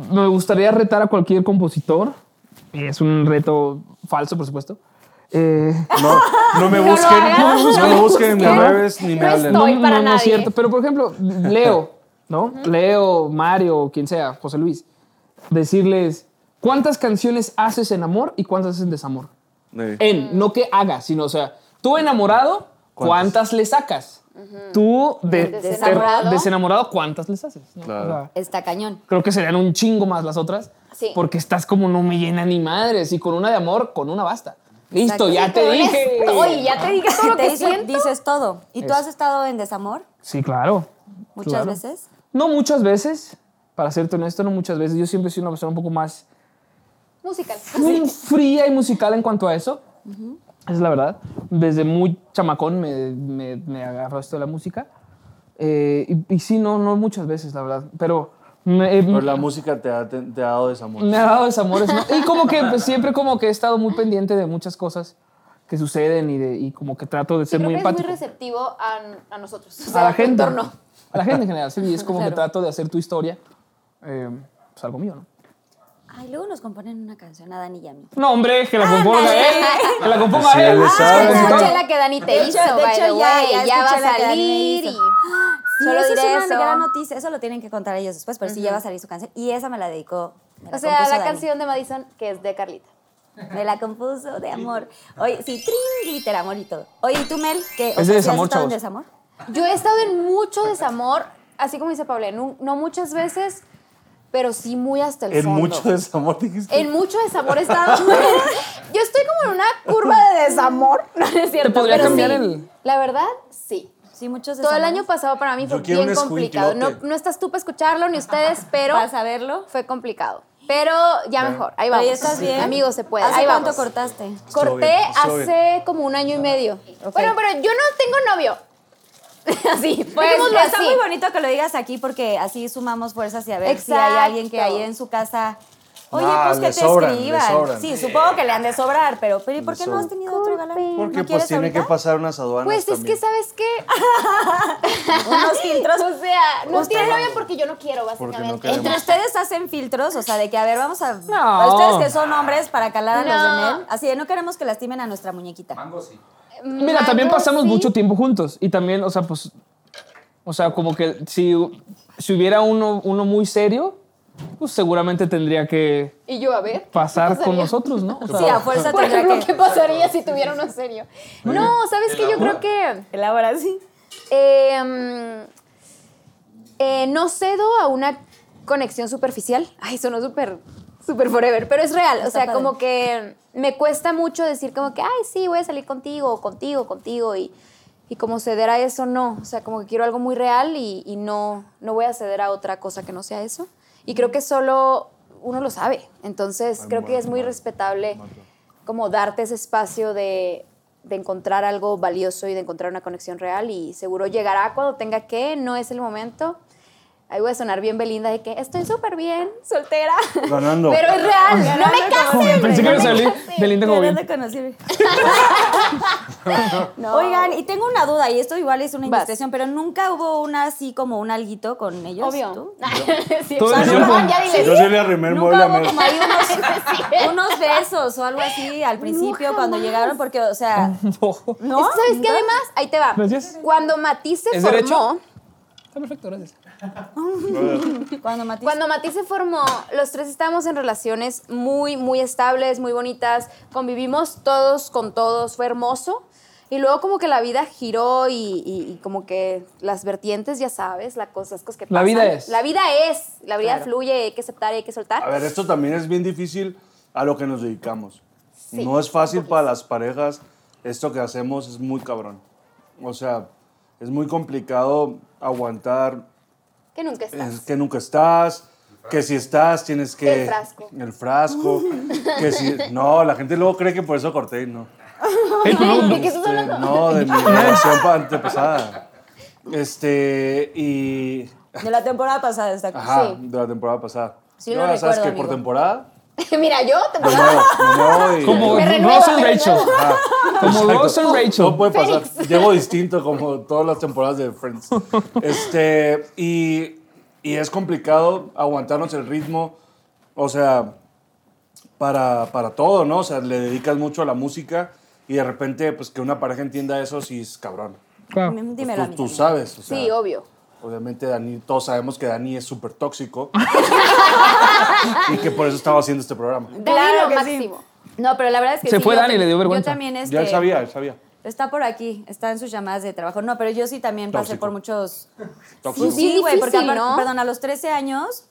me gustaría retar a cualquier compositor. Es un reto falso, por supuesto. Eh, No, no me busquen. hagas. No me busquen, ni No. me reves, ni me No hablen. estoy. no, Hoy para no, no nadie. es cierto. Pero, por ejemplo, Leo, ¿no? Leo, Mario, quien sea, José Luis. Decirles, ¿cuántas canciones haces en amor y cuántas haces en desamor? Sí. Mm. En, no que hagas, sino, o sea, tú enamorado, ¿cuántas, ¿Cuántas? le sacas? Tú de- Del de- desenamorado. desenamorado, ¿cuántas les haces? ¿no? Claro. O sea, Está cañón. creo que serían un chingo más las otras. Sí. Porque estás como no me llena ni madres. Y con una de amor, con una basta. Listo, Exacto. ya Sí, te Con dije. esto, Oye, ya Ah. te dije todo lo Te que dice- siento. dices todo. ¿Y tú Eso. has estado en desamor Sí, claro. muchas claro. veces? No muchas veces. Para serte honesto, no muchas veces. Yo siempre he sido una persona un poco más musical. muy fría y musical en cuanto a eso. Es la verdad. Desde muy chamacón me, me, me agarró esto de la música. Eh, y, y sí, no, no muchas veces, la verdad. Pero me, eh, Pero la música te ha, te, te ha dado desamor. me ha dado desamores. ¿no? Y como que pues, siempre como que he estado muy pendiente de muchas cosas que suceden y, de, y como que trato de ser Creo muy que es muy empático. receptivo a, a nosotros. O a sea, la a tu gente. entorno. A la gente en general, sí. y Es como que trato de hacer tu historia. eh, pues algo mío, ¿no? Ay, luego nos componen una canción a Dani y a mí. No, hombre, Ah, que la componga Ándale. él. Que la componga Sí, él. Ah, pues, él sabe. Esa Claro. chela que Dani te De hecho- hizo, de by hecho, the ya- way, ya ya, va escuché a la que Dani salir hizo. y Sí, solo eso diré es una eso. gran noticia. Eso lo tienen que contar ellos después, pero sí ya va a salir su canción. Y esa me la dedicó. me O sea, compuso la Dani. canción de Madison que es de Carlita. Me la compuso de amor. Oye, sí, trin, glitter, amor y todo. Oye, ¿y tú, Mel? ¿Qué, Es de desamor, en chavos. desamor? Yo he estado en mucho desamor, así como dice Pablo, no, no muchas veces, pero sí muy hasta el En fondo. mucho desamor dijiste. En mucho desamor he estado. Yo estoy como en una curva de desamor. No es cierto. podría pero cambiar sí. el- La verdad, sí. Sí, muchos Todo el desamores. año pasado para mí fue Yo quiero bien un complicado. No, escuinquilote. no estás tú para escucharlo ni ustedes, pero ¿Vas a verlo? fue complicado. Pero ya mejor, ahí Pero vamos. ya estás bien. Amigos, se puede. ¿Hace ahí cuánto vamos. cortaste? Estuvo Corté bien, estuvo hace bien. como un año y medio. Bueno, pero yo no tengo novio. así, Pues, pues está así. muy bonito que lo digas aquí porque así sumamos fuerzas y a ver si hay Exacto. alguien que ahí en su casa. Oye, Nah, pues que le te sobran, le escriban. sobran. Sí, supongo que le han de sobrar, pero, pero ¿y por Le qué no has sobran. tenido otro galán? Porque ¿No pues quieres tiene que ahorita? pasar unas aduanas Pues es también. que, ¿sabes qué? Unos filtros. O sea, no Justo. tiene novio porque yo no quiero, Porque no básicamente. queremos. Entre ustedes hacen filtros, o sea, de que a ver, vamos a. No. Ustedes que son hombres para calar a los de No. Mel. Así de no queremos que lastimen a nuestra muñequita. Mira, también Mango, pasamos sí. mucho tiempo juntos y también, o sea, pues, o sea, como que si, si hubiera uno, uno muy serio, pues seguramente tendría que Y yo, a ver. pasar con pasaría? nosotros, ¿no? O sea, Sí, a fuerza Por tendrá ejemplo, que. ¿qué pasaría si tuviera uno serio? No, ¿sabes qué? Yo creo que. Elabora así. Eh, mm, eh, no cedo a una conexión superficial. Ay, sonó súper super forever, pero es real. Está o sea, padre. como que me cuesta mucho decir como que, ay, sí, voy a salir contigo, o contigo, contigo, y, y como ceder a eso, no. O sea, como que quiero algo muy real y, y no, no voy a ceder a otra cosa que no sea eso. Y creo que solo uno lo sabe. Entonces, creo que es muy respetable como darte ese espacio de, de encontrar algo valioso y de encontrar una conexión real y seguro llegará cuando tenga que, no es el momento. Ahí voy a sonar bien Belinda de que estoy súper bien, soltera. Ganando. Pero es real, no me casen. pensé que no iba me a salir casen. Belinda como Deberías bien. de conocer. Oigan, y tengo una duda, y esto igual es una Vas. indiscreción, pero nunca hubo una así como un alguito con ellos. Obvio. ¿Tú? Sí, Todo el exacto. tiempo. Ah, ya dile. Yo sí le arrimé el mueble Nunca a hubo Mel. como ahí unos, unos besos o algo así al principio cuando llegaron, porque, o sea, No. ¿no? Es que, ¿Sabes qué? Además, ahí te va. Gracias. Cuando Matiz se ¿Es formó, derecho? Está perfecto, gracias. Cuando Matiz. Cuando Mati se formó, los tres estábamos en relaciones muy, muy estables, muy bonitas. Convivimos todos con todos, fue hermoso. Y luego como que la vida giró y, y- y como que las vertientes, ya sabes, la cosa, las cosas que pasan. La vida es. La vida es. La vida fluye, hay que aceptar, hay que soltar. A ver, esto también es bien difícil a lo que nos dedicamos. no es fácil para las parejas. Esto que hacemos es muy cabrón. O sea, es muy complicado aguantar que nunca estás. es que nunca estás, que si estás tienes que... El frasco. El frasco. que si, no, la gente luego cree que por eso corté, y no. Ey, pero no- ¿De qué estás Este, hablando? no, de mi relación pa- antepasada. Este, y... De la temporada pasada, está Ajá, Sí. de la temporada pasada. Sí, Yo lo ya sabes recuerdo, que por amigo. temporada, Mira, yo te de nuevo, de nuevo y- como Me renuevo, Ross and me Rachel. renuevo. Ajá. Como Exacto. Ross and Rachel. No puede pasar. Llego distinto como todas las temporadas de Friends. Este, y, y es complicado aguantarnos el ritmo. O sea, para, para todo, ¿no? O sea, le dedicas mucho a la música y de repente, pues que una pareja entienda eso, sí es cabrón. Claro. Pues, Dímelo a tú, mí. tú sabes. O sea, Sí, obvio. Obviamente, Dani, todos sabemos que Dani es súper tóxico. y que por eso estaba haciendo este programa. Claro, que sí. máximo. No, pero la verdad es que Se sí, fue yo Dani, tam- le dio Yo vergüenza. también este, Ya él sabía, él sabía. Está por aquí, está en sus llamadas de trabajo. No, pero yo sí también pasé Tóxico. por muchos Tóxico. Sí, sí, güey, porque difícil, aparte- ¿no? perdón, a los 13 años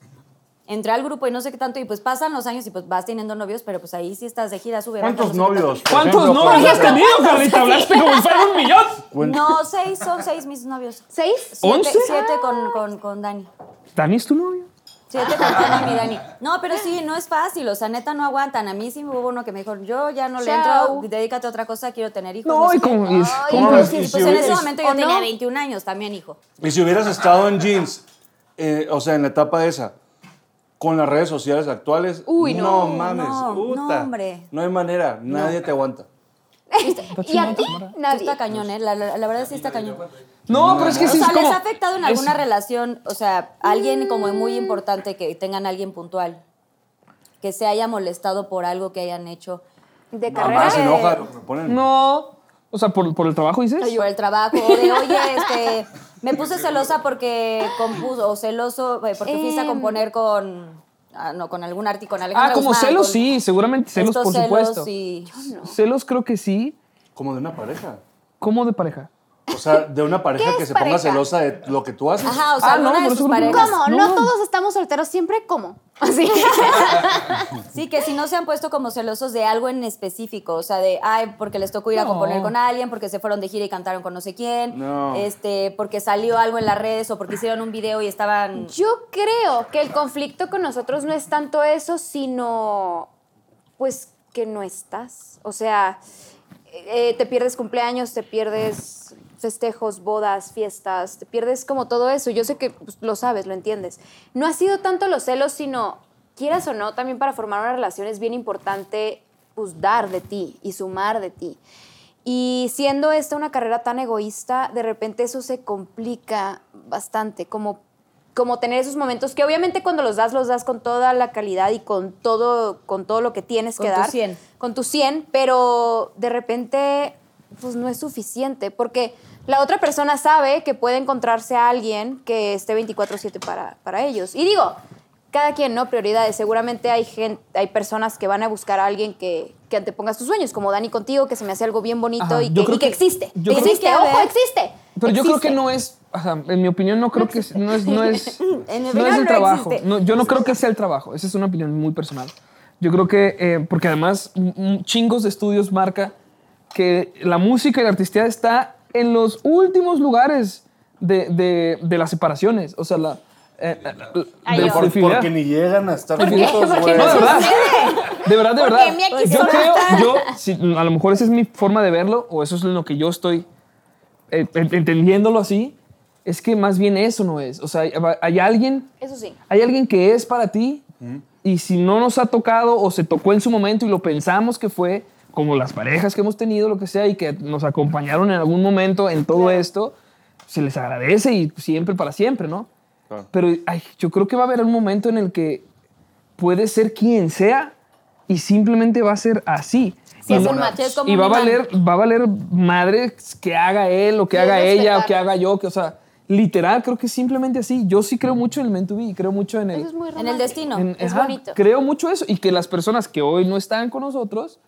entré al grupo y no sé qué tanto, y pues pasan los años y pues vas teniendo novios, pero pues ahí sí estás de gira, sube. baja, ¿Cuántos no sé qué novios? por ¿Cuántos ejemplo, novios has por- tenido, Carlita? Hablaste como si fuera un millón. tanto. Cuen- No, seis, son seis mis novios. ¿Seis? Siete, ¿Once? siete con, con, con Dani. ¿Dani es tu novio? Sí, Siete Tatiana mi Dani. No, pero sí, no es fácil. O sea, neta, no aguantan. A mí sí hubo uno que me dijo, yo ya no le Chao. entro, dedícate a otra cosa, quiero tener hijos. No, y sé qué. como. y es- Ay, ¿cómo no, ves? sí, Pues sí, en hubiera- ese momento yo ¿O tenía no? 21 años también, hijo. Y si hubieras estado en jeans, eh, o sea, en la etapa esa, con las redes sociales actuales, Uy, no, no, mames, no, puta. no, hombre. No hay manera, nadie te aguanta. ¿Y a ti? Sí Nadie. está cañón, ¿eh? La, la- la verdad sí está cañón. No, pero es que o sí es sea, como. ¿les ha afectado en es- alguna relación? O sea, alguien como muy importante que tengan a alguien puntual, que se haya molestado por algo que hayan hecho. ¿De Mamá carrera? se que- enoja, ponen. No. O sea, por, por el trabajo dices. Por el trabajo, de oye, este, me puse celosa porque compuso, o celoso, eh, porque fuiste a Em. componer con, ah, no, con algún arti, con Alejandra Ah, como Guzmán, celos, con sí, seguramente celos, estos por celos supuesto. y- Celos creo que sí. Como de una pareja. ¿Cómo de pareja? O sea, de una pareja ¿Qué que es se ponga pareja? celosa de lo que tú haces. Ajá, o sea, Ah, no, alguna por de eso sus creo que- parejas. ¿Cómo? No. No todos estamos solteros siempre, ¿cómo? Así. Sí, que si no se han puesto como celosos de algo en específico, o sea, de, ay, porque les tocó ir a No. componer con alguien, porque se fueron de gira y cantaron con no sé quién, No. este, porque salió algo en las redes o porque hicieron un video y estaban... Yo creo que el conflicto con nosotros no es tanto eso, sino pues que no estás. O sea, eh, te pierdes cumpleaños, te pierdes festejos, bodas, fiestas, te pierdes como todo eso. Yo sé que pues, lo sabes, lo entiendes. No ha sido tanto los celos, sino, quieras o no, también para formar una relación es bien importante pues dar de ti y sumar de ti. Y siendo esta una carrera tan egoísta, de repente eso se complica bastante, como, como tener esos momentos que obviamente cuando los das, los das con toda la calidad y con todo, con todo lo que tienes Con que tu dar. 100. Con tu 100, pero de repente pues no es suficiente, porque la otra persona sabe que puede encontrarse a alguien que esté 24/7 para, para ellos. Y digo, cada quien, ¿no? Prioridades. Seguramente hay, gente, hay personas que van a buscar a alguien que, que anteponga sus sueños, como Dani contigo, que se me hace algo bien bonito Ajá, y, yo que, creo y que que- existe. yo creo- existe, A ver. ojo, existe. Pero yo creo que Existe. no es, o sea, en mi opinión no creo que es- no es no es En mi no opinión, es el no trabajo. existe. No, yo no creo que sea el trabajo. Esa es una opinión muy personal. Yo creo que eh, porque además m- m- chingos de estudios marca que la música y la artistía está en los últimos lugares de, de- de las separaciones. O sea, la eh, eh, Ay, de ¿eh? yo. Por- infidelidad. porque ni llegan a estar juntos, ¿Por qué güey. No, de verdad. De verdad, de verdad. mi ex Yo solo creo, yo, si- a lo mejor esa es mi forma de verlo, o eso es en lo que yo estoy eh, en- entendiéndolo así, es que más bien eso no es. O sea, hay, hay alguien, Eso sí. hay alguien que es para ti, y si no nos ha tocado o se tocó en su momento y lo pensamos que fue, como las parejas que hemos tenido, lo que sea, y que nos acompañaron en algún momento en todo esto, se les agradece y siempre para siempre, ¿no? Claro. Pero ay, yo creo que va a haber un momento en el que puede ser quien sea y simplemente va a ser así. Sí, y es va- un match, es como y un va a imán. valer, va a valer madre que haga él o que Sí, haga es ella o respetar. que haga yo, que o sea, literal creo que es simplemente así. Yo sí creo mucho en el meant to be y creo mucho en el Eso es muy En el romántico. destino. en- es ajá, bonito. Creo mucho eso y que las personas que hoy no están con nosotros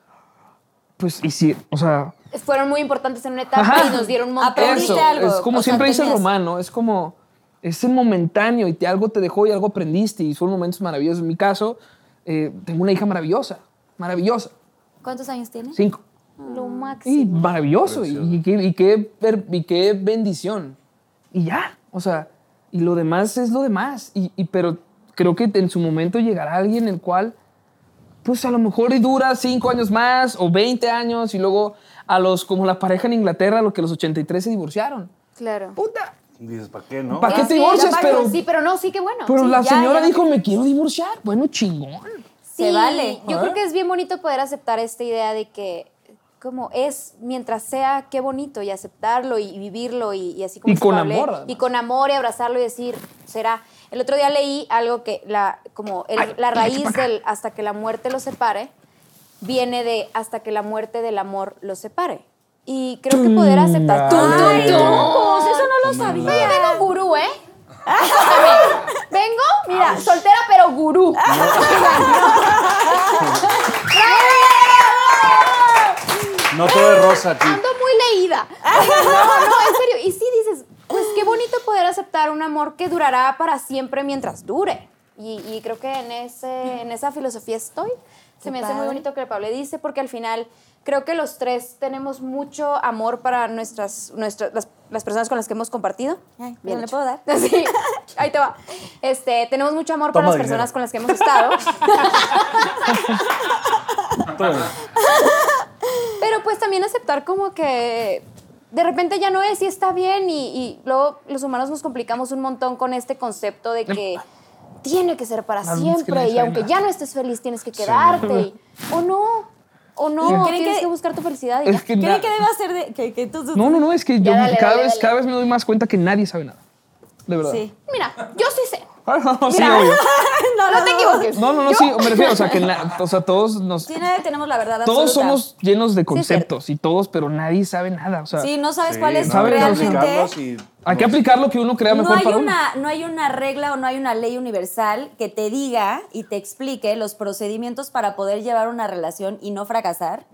pues y sí, o sea, Fueron muy importantes en una etapa Ajá. y Pues nos dieron un montón. Aprendiste eso, algo, Es como o sea, siempre dice tenías- Romano, es como es el momentáneo y te, algo te dejó y algo aprendiste y son momentos maravillosos. En mi caso, eh, tengo una hija maravillosa, maravillosa, ¿Cuántos años tienes? cinco. Lo Y máximo. maravilloso, y, y qué, y qué per- y qué bendición. Y ya, o sea, y lo demás es lo demás. Y, y- pero creo que en su momento llegará alguien el cual, pues a lo mejor y dura cinco años más o 20 años y luego a los, como la pareja en Inglaterra, los que a los 83 se divorciaron. Claro. Puta, Dices, ¿para qué, no? ¿Para qué Es te que- divorcias? ya Pero, varios, Sí, pero no, sí, qué bueno. pero Sí, la ya, señora ya. dijo, me quiero divorciar. Bueno, chingón. Se vale. Yo A creo ver. que es bien bonito poder aceptar esta idea de que como es mientras sea qué bonito y aceptarlo y vivirlo y, y así como Y se con hablé, amor, además. y con amor y abrazarlo y decir será el otro día leí algo que la como el- la raíz del hasta que la muerte los separe viene de hasta que la muerte del amor los separe y creo que poder aceptar Ay, ¡Ay, troncos! eso no lo sabía. Oye, vengo gurú eh vengo Ah. mira soltera pero gurú No todo es rosa aquí. Ando muy leída. No, no, en serio. Y sí dices, pues qué bonito poder aceptar un amor que durará para siempre mientras dure. Y, y creo que en, ese, en esa filosofía estoy. Se me hace muy padre. bonito que Pablo dice, porque al final creo que los tres tenemos mucho amor para nuestras, nuestras las, las personas con las que hemos compartido. Ay, Bien no le hecho. puedo dar. Sí, ahí te va. Este, tenemos mucho amor para Toma las dinero. personas con las que hemos estado. Pero pues también aceptar como que de repente ya no es y está bien y, y luego los humanos nos complicamos un montón con este concepto de que tiene que ser para Ah, es que no siempre hay y aunque forma. ya no estés feliz tienes que quedarte y- o no o no ¿Creen tienes que- que buscar tu felicidad y Es ya. que ¿Creen na- que debe hacer de.? Que, que tú, tú- No, no, no, es que yo dale, cada, dale, vez, dale. cada vez me doy más cuenta que nadie sabe nada. De verdad. Ah, Sí. mira yo sí sé Sí, obvio. no, no te equivoques No, no, no, sí, me refiero, o sea, que na- o sea, todos nos... Sí, nadie tenemos la verdad absoluta. Todos somos llenos de conceptos y todos, pero nadie sabe nada. O sea, Sí, no sabes cuál es no, no, realmente. hay que aplicar lo que uno crea No mejor hay, para uno. una, no hay una regla o no hay una ley universal que te diga y te explique los procedimientos para poder llevar una relación y no fracasar.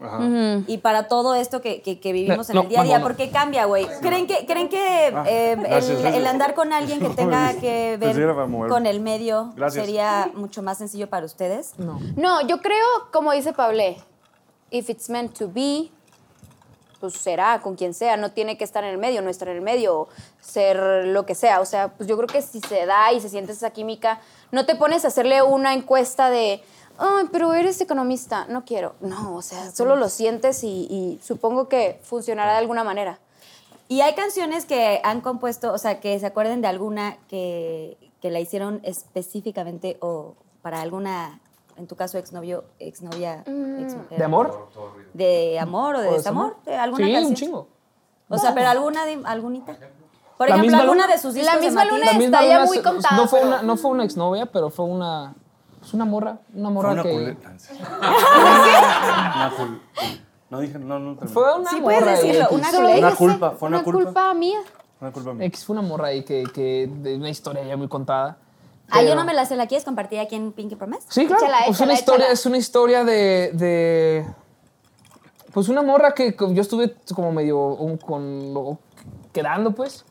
Y para todo esto que, que- que vivimos No, en el no, día a día, Manolo. porque cambia, güey. ¿Creen que, ¿creen que eh, el- Ah, gracias, el, gracias. andar con alguien que No, tenga me- que pensé que ver era para moverme. con el medio Gracias. sería mucho más sencillo para ustedes? no yo creo como dice Pablé if it's meant to be pues será con quien sea no tiene que estar en el medio no estar en el medio ser lo que sea o sea pues yo creo que si se da y se siente esa química no te pones a hacerle una encuesta de ay pero eres economista no quiero no o sea solo lo sientes y, y supongo que funcionará de alguna manera Y hay canciones que han compuesto, o sea, que se acuerden de alguna que, que la hicieron específicamente o para alguna, en tu caso, exnovio, exnovia, Mm. exmujer. ¿De amor? ¿De amor o de ¿O desamor? ¿De alguna Sí, canción? un chingo. O sea, pero alguna, de, algunita. Por La ejemplo, misma alguna luna- de sus la discos de misma Matilda. luna Una está ya luna muy se- contada, pues, No fue, pero- una, no fue una exnovia, pero fue una. Es una morra. Una morra una que. culeta. Una cul- No dije, no, no terminé. Fue una Sí, puedes morra. decirlo, X. una Solo culpa. dije, Una culpa, fue una culpa. mía. Una culpa mía. X fue una morra ahí que, que de una historia ya muy contada. Ah, yo pero- no me la sé. ¿La quieres compartir aquí en Pinky Promise? Sí, claro. Échala, es, una échala, historia, échala. es una historia de, de- Pues una morra que co- yo estuve como medio un- con, lo- quedando, pues.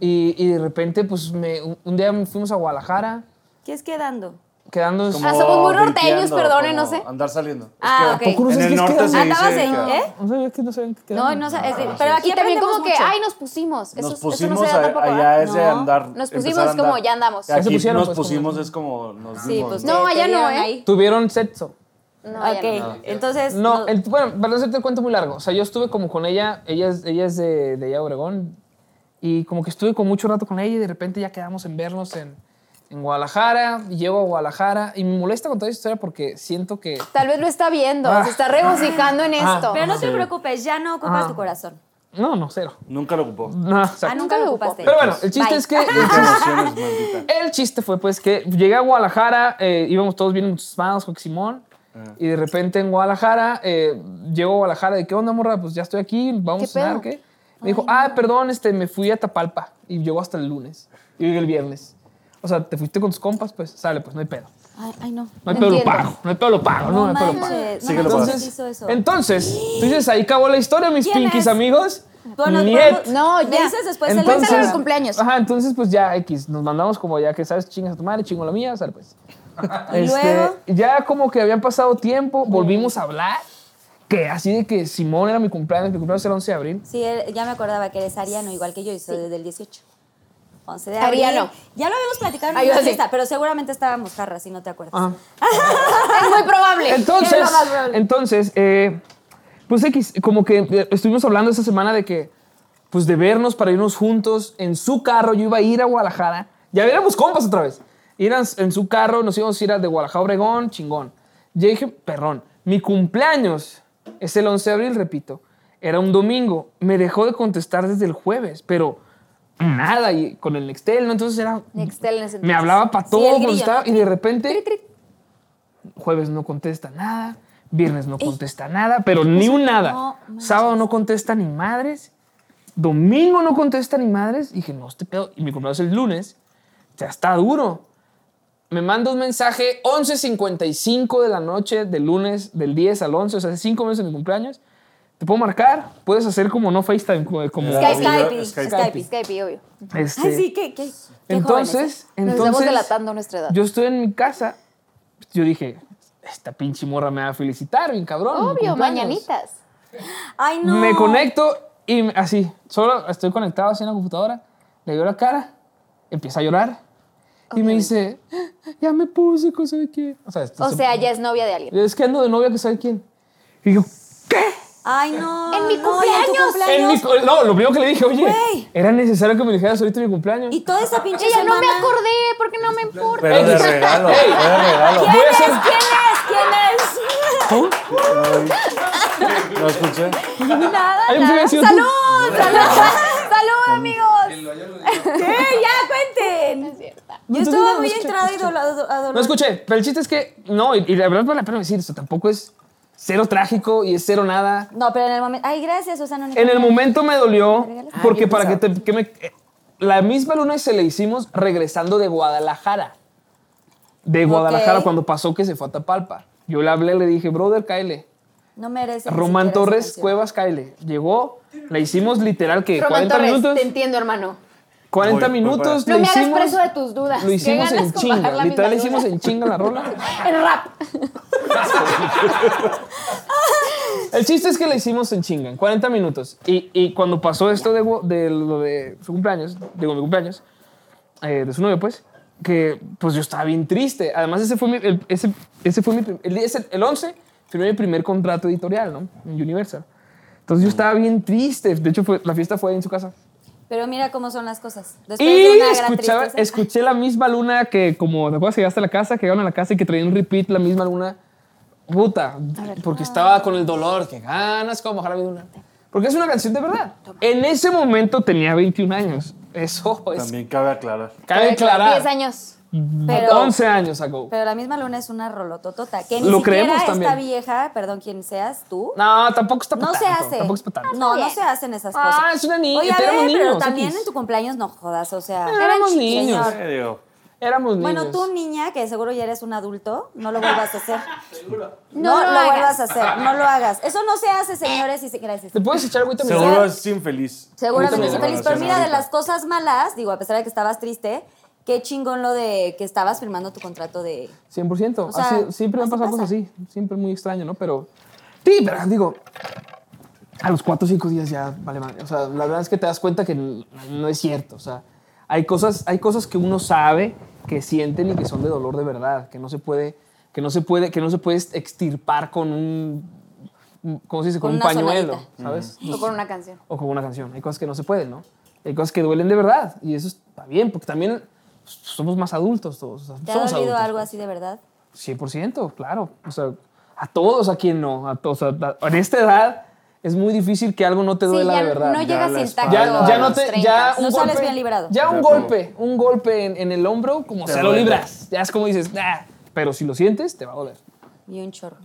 Y, y de repente, pues me- un, un día fuimos a Guadalajara, ¿Qué es quedando? quedando. Ah, somos muy norteños, griteando, perdonen, como no sé. Andar saliendo. Es Ah, que ok. ¿Cómo En sabes el qué es norte quedando? se Andabas dice en- que- ¿eh? No sabía que no sabían qué No, quedando. no sé. es de- Pero aquí Y también como aprendemos que, mucho. ay, nos pusimos. Eso, Nos eso no pusimos se da a- tampoco, allá ¿verdad? es de No. andar. Nos empezar pusimos a andar. como ya andamos. Aquí Se pusieron, nos pues, como- pusimos es como nos Sí, vimos, pues ¿no? No, te- allá te no, dieron ¿eh? ahí. Tuvieron sexo. No, ya no. Ok, entonces... No, no- el, bueno, para no hacerte el cuento muy largo. O sea, yo estuve como con ella, ella es, ella es de, de allá de Obregón, y como que estuve con mucho rato con ella y de repente ya quedamos en vernos en, en Guadalajara, y llego a Guadalajara y me molesta con toda esta historia porque siento que... Tal vez lo está viendo, Ah. se está regocijando en Ah. esto. Pero no te preocupes, ya no ocupas Ah. tu corazón. No, no, cero. Nunca lo ocupó. No, Ah, cero. nunca lo lo ocupaste. Pero bueno, el chiste Bye. es que... el Qué chiste- emociones, maldita. El chiste fue pues que llegué a Guadalajara, eh, íbamos todos bien entusiasmados con Simón. Y de repente en Guadalajara, eh, llego a Guadalajara, de qué onda, morra, pues ya estoy aquí, vamos ¿Qué a cenar, pedo? ¿qué? Me dijo, ah, perdón, este, me fui a Tapalpa y llegó hasta el lunes. Y llegué el viernes. O sea, te fuiste con tus compas, pues sale, pues no hay pedo. Ay, ay, no. No hay pedo, lo Entiendo. pago, no hay pedo, lo pago, no, No hay pedo, lo pago. manches. Síguelo, no, manches, Paz. hizo eso. Entonces, tú dices, ahí acabó la historia, mis ¿Quién pinkies es? amigos. Bueno, Niet. bueno, No, me ya. dices después el Entonces- Instagram. los cumpleaños. Ajá, entonces pues ya X, nos mandamos como ya que sabes, chingas a tu madre, chingo la mía, sale pues. Este, luego? ya como que habían pasado tiempo, volvimos a hablar, que así de que Simón era mi cumpleaños, mi cumpleaños era el 11 de abril. Sí, él- ya me acordaba que eres ariano, igual que yo, y soy del 18. 11 de abril. Ariano. Ya lo habíamos platicado en Ay, una yo sí. fiesta, pero seguramente estábamos jarras, si no te acuerdas. Ajá. Es muy probable. Entonces, Es lo más probable. entonces, eh, pues X, como que eh, estuvimos hablando esta semana de que, pues de vernos para irnos juntos en su carro, yo iba a ir a Guadalajara, ya éramos compas otra vez, Irán en su carro, nos íbamos a ir a de Guadalajara a Obregón, chingón. Yo dije, perrón, mi cumpleaños es el 11 de abril, repito, era un domingo, me dejó de contestar desde el jueves, pero nada, y con el Nextel, ¿no? Entonces era... Nextel en ese Me entonces. hablaba para Sí, todo, el grillo, contestaba, ¿no? y de repente jueves no contesta nada, viernes no contesta nada, pero ni un nada. No manches. Sábado no contesta ni madres, domingo no contesta ni madres. Y dije, no, este pedo. Y mi cumpleaños es el lunes, ya está duro. Me manda un mensaje 11.55 de la noche del lunes, del 10 al 11, o sea, hace 5 meses de mi cumpleaños. Te puedo marcar, puedes hacer como no FaceTime, como. como- Skype. Skype, Skype. Skype. Skype, obvio. este, Ay, sí, qué, qué, qué jóvenes, ¿eh? entonces, Nos entonces. estamos delatando nuestra edad. Yo estoy en mi casa. Yo dije, esta pinche morra me va a felicitar, bien cabrón. mi obvio, cumpleaños". mañanitas. ¿eh? Ay, no. Me conecto y me- así, solo estoy conectado así en la computadora, le veo la cara, empieza a llorar y me dice, ya me puse, cosa de qué. O sea, esto O se- sea, ya es novia de alguien. es que ando de novia que sabe quién. Y yo, ¿qué? Ay, no. En mi no, y en tu cumpleaños. En mi cumpleaños. cu- no, lo primero que le dije, oye, Güey. era necesario que me dijeras ahorita mi cumpleaños. Y toda esa pinche Ella no me semana- acordé porque no me importa. Pero de Ey. regalo, Ey. fue de regalo. Ah, Voy a hacer- ¿Quién es? ¿Quién ¿Cómo? No escuché. es? Nada. Ay, yo pensé que había sido tú. ¡Salud! ¡Salud! ¡Salud, amigos! ¿Qué? ¡Ya cuenten! Yo Entonces, estaba no, muy escuché, entrada y escuché. adolorida. No escuché, pero el chiste es que no, y, y la verdad vale la pena decir esto, tampoco es cero trágico y es cero nada. No, pero en el momento. Ay, gracias, Susana. no En el importa. momento me dolió Ah, porque bien para que te que me eh, la misma luna se le hicimos regresando de Guadalajara. De Guadalajara cuando pasó que se fue a Tapalpa. Yo le hablé, le dije, "Brother, cáele." No merece. ni Román siquiera esa Torres canción. Cuevas cáele. Llegó, le hicimos literal que Román 40 Torres, minutos, te entiendo, hermano. 40 Voy, voy minutos No le me hagas hicimos preso de tus dudas. lo Qué hicimos ganas en con bajar chinga, la literal le misma hicimos duda. en chinga la rola. El rap. El chiste es que la hicimos en chinga, en 40 minutos. Y, y cuando pasó esto de, Wo- de lo de su cumpleaños, digo, mi cumpleaños, eh, de su novio, pues, que pues yo estaba bien triste. Además, ese fue mi, el, ese, ese fue mi, prim- el, día- ese- el 11 firmé mi primer contrato editorial, ¿no? En Universal. Entonces yo estaba bien triste. De hecho, fue- la fiesta fue en su casa. Pero mira cómo son las cosas. Después Y de una gran escuchaba- tristeza. escuché la misma luna que, como, ¿te acuerdas que llegaste a la casa? Que llegaron a la casa y que traían un repeat la misma luna. Puta, porque estaba con el dolor, que ganas como bajar la luna. Porque es una canción de verdad. En ese momento tenía 21 años. Eso es. También cabe aclarar. Cabe aclarar. 10 años. Pero- 11 años ago. Pero la misma luna es una rolototota. Que ni Lo siquiera creemos esta también. vieja, perdón, quien seas tú. No, tampoco está No pa' se tanto, hace. Tampoco es pa' tanto. No, no bien. se hacen esas Ah, cosas. es una niña, Oye, a ver, éramos pero niños, también X. en tu cumpleaños no jodas, o sea. Éramos niños. Señor. Eh, digo, Éramos niños. Bueno, tú niña, que seguro ya eres un adulto, no lo vuelvas a hacer. No No, lo lo hagas. vuelvas a hacer, no lo hagas. Eso no se hace, señores, y se- gracias. ¿Te puedes echar agüita Seguro mineral? es infeliz. Seguramente Justo sí, lo que feliz. Bueno, Pero sí, mira, de ahorita. las cosas malas, digo, a pesar de que estabas triste, qué chingón lo de que estabas firmando tu contrato de. 100%. O sea, Así- siempre me han así pasado pasa. cosas así. Siempre muy extraño, ¿no? Pero. Sí, pero digo. A los 4 o 5 días ya vale madre. O sea, la verdad es que te das cuenta que n- no es cierto. O sea, hay cosas, hay cosas que uno sabe que sienten y que son de dolor de verdad, que no se puede, que no se puede, que no se puede extirpar con un. ¿Cómo se dice? Con, Con un una pañuelo, sonadita. ¿sabes? O con una canción. o con una canción. Hay cosas que no se pueden, ¿no? Hay cosas que duelen de verdad. Y eso está bien, porque también pues, somos más adultos todos. o sea, ¿Te ha somos dolido adultos, algo pues. así de verdad? 100%, claro. O sea, a todos, a quien no. A todos, a- a- en esta edad es muy difícil que algo no te duela ya de verdad. no llegas la intacto. ya, a ya los no te. Ya un No golpe, sales bien librado. Ya un Ya golpe, un golpe en, en el hombro, como Te se lo duele. libras. Ya es como dices, "Ah", pero si lo sientes, te va a doler. Y un chorro.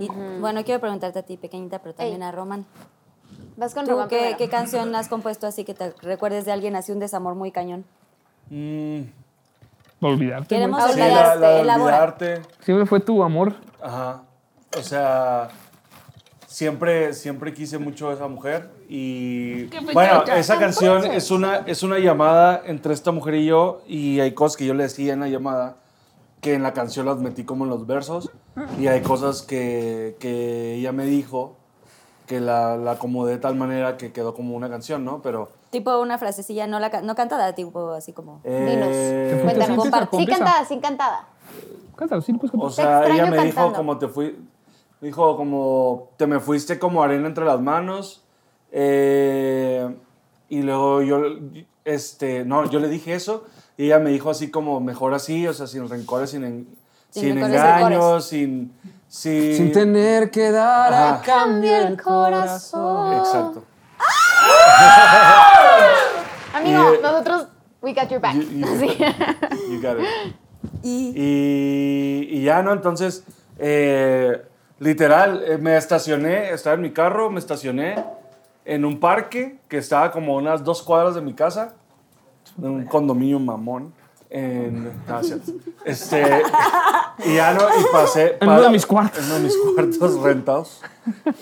Y bueno, quiero preguntarte a ti, pequeñita, pero también Ey. a Roman. Vas con ¿Tú Román qué, primero. qué canción has compuesto así que te recuerdes de alguien así un desamor muy cañón? Mm, Olvidarte. Queremos Sí, sí, la, olvidarte, la de este, elabora. olvidarte. Siempre fue tu amor. Ajá. O sea, siempre, siempre quise mucho a esa mujer. Y bueno, esa canción es una, es una llamada entre esta mujer y yo. Y hay cosas que yo le decía en la llamada que en la canción las metí como en los versos. Y hay cosas que, que ella me dijo que la, la acomodé de tal manera que quedó como una canción, ¿no? Pero. Tipo una frasecilla no, la, ca- no cantada, tipo así como... eh, Dinos. Cuéntanos. Empieza, Comparte. Sí, empieza. cantada, sí, cantada. Cántalo, sí, lo puedes O cantar. sea, extraño ella me dijo cantando. como te fui, dijo como te me fuiste como arena entre las manos. eh, y luego yo, este, no, yo le dije eso y ella me dijo así como mejor así, o sea, sin rencores, sin, en- Sin sin rencores, engaños, sin, sin, Sin tener que dar a Ajá. cambio el corazón. Exacto. Amigo, Y, eh, nosotros, we got your back. You- you- Sí. you got it. Y Y, y ya, ¿no? Entonces, eh, literal, eh, me estacioné, estaba en mi carro, me estacioné en un parque que estaba como a unas dos cuadras de mi casa, en un condominio mamón. En, no, es cierto. Este, y ya no, y pasé. En uno de pa- mis cuartos. En uno de mis cuartos rentados.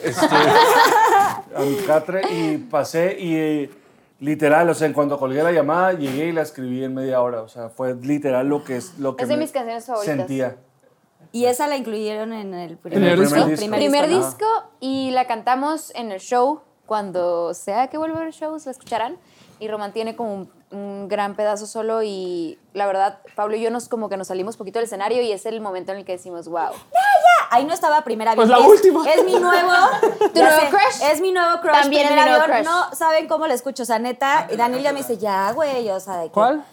Este, a mi catre y pasé y eh, literal, o sea, en cuanto colgué la llamada, llegué y la escribí en media hora. O sea, fue literal lo que es lo que Es de me mis canciones favoritas. Sentía. Y esa la incluyeron en el primer, el disco. primer disco. Primer ¿no? disco y la cantamos en el show. Cuando sea que vuelva a haber shows, la escucharán. Y Román tiene como un, un gran pedazo solo y la verdad, Pablo y yo nos como que nos salimos poquito del escenario y es el momento en el que decimos, wow. Ahí no estaba primera Pues Vez. la Es- última. Es mi nuevo. ¿Tu ya nuevo crush? Es mi nuevo crush. También es mi Primera nuevo Vez. crush. No saben cómo la escucho. O sea, neta, Daniel ya me dice, ya, güey. O sea, de que- ¿Cuál?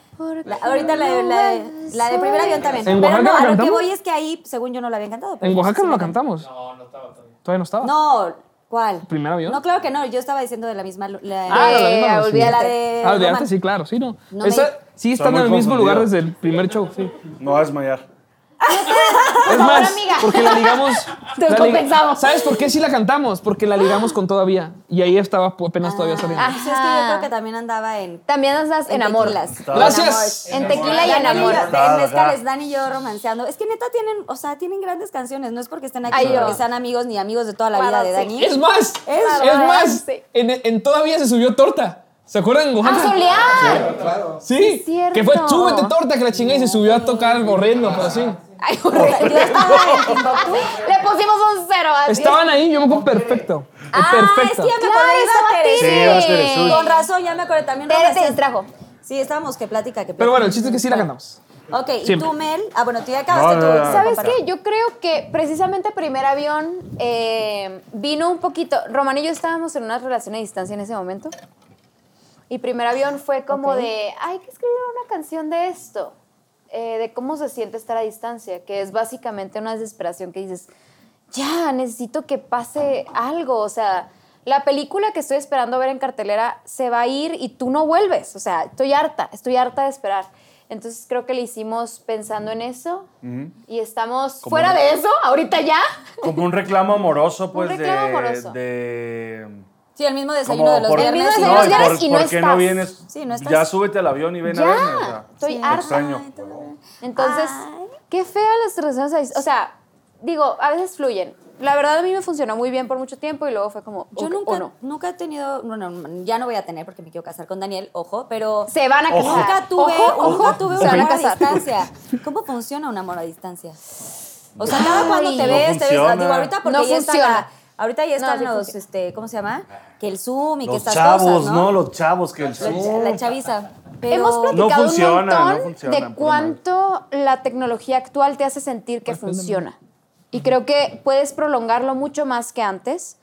La- ahorita la, de- la de- la de primer avión también. ¿En pero Oaxaca no, la a lo que cantamos? voy es que ahí, según yo, no la habían cantado. pero En yo sí Oaxaca no la lo canté. cantamos. No, no estaba todavía. Todavía no estaba. No, ¿cuál? ¿Primer avión? No, claro que no. Yo estaba diciendo de la misma. La, Ah, la Eh, de Alma, sí. olvídate. La de Ah, de Roman. antes, sí, claro, sí, no. No eh, me Esa, digas. sí, Estaba están en muy el mismo confundido. lugar desde el primer show, sí. No va a desmayar. Es más, porque la ligamos. la lig- compensamos. ¿Sabes por qué sí la cantamos? Porque la ligamos con todavía. Y ahí estaba pu- apenas Ah. todavía saliendo. Pues es que yo creo que también andaba en. También nos das en amor. tequilas. Gracias. En tequila y en Dani y yo- amor. Claro, en mezcales, claro. Dan y yo romanceando. Es que neta tienen, o sea, tienen grandes canciones. No es porque estén aquí, Ay, porque yo. sean amigos ni amigos de toda la vida Claro, de sí. Dani. Es más, es, verdad, más, sí. en, en todavía se subió torta. ¿Se acuerdan en ¡A Oaxaca? solear! Sí, cierto. que fue súbete torta que la chingada y se subió a tocar corriendo, pero sí. Ay, horrible. Yo estaba en Timbuktu. Le pusimos un cero. así. Estaban ahí, yo me acuerdo perfecto. Ah, perfecto. es que ya me Claro, acordé, estaba iba Tere. Sí, iba Tere, sí. Con razón, ya me acordé también. Tere te romanceando. distrajo. Sí, estábamos que plática, que plática. Pero bueno, el chiste es que Ah, sí la cantamos. Ok, ¿y Siempre. tú, Mel? Ah, bueno, tú ya acabaste No, tu- no, no, tu no. ¿Sabes comparación. qué? Yo creo que precisamente primer avión eh, vino un poquito. Román y yo estábamos en una relación a distancia en ese momento. Y primer avión fue como de, hay que escribir una canción de esto, eh, de cómo se siente estar a distancia, que es básicamente una desesperación que dices, ya, necesito que pase algo, o sea, la película que estoy esperando ver en cartelera se va a ir y tú no vuelves, o sea, estoy harta, estoy harta de esperar. Entonces creo que le hicimos pensando en eso y estamos Como fuera una- de eso, ahorita ya. Como un reclamo amoroso, pues, reclamo de, amoroso. de- Sí, el mismo desayuno como de los por- viernes. El mismo sí. desayuno de los No, viernes y no ¿Por qué no estás. vienes? Sí, no estás. Ya súbete al avión y ven a Ya, verme. o sea, estoy te harta. extraño. Entonces, Ay. qué fea las relaciones. a dis- O sea, digo, a veces fluyen. La verdad a mí me funcionó muy bien por mucho tiempo y luego fue como, Yo ok, nunca, o no. nunca he tenido, no, no, ya no voy a tener porque me quiero casar con Daniel, ojo, pero Se van a casar. nunca tuve, Ojo, nunca ojo, tuve un se van a amor a, casar. distancia. ¿Cómo funciona un amor a distancia? O sea, cada cuando te No ves, te ves, ah, digo, funciona. ahorita porque No ya está funciona. la- ahorita ya están sí los, funciona. este, ¿cómo se llama? Que el Zoom y que Los estas chavos, cosas, ¿no? ¿no? Los chavos que el Zoom. La, la chaviza. Pero Hemos platicado funciona, un no montón funciona, pura de cuánto la tecnología actual te hace sentir que funciona. Y creo que puedes prolongarlo mucho más que antes,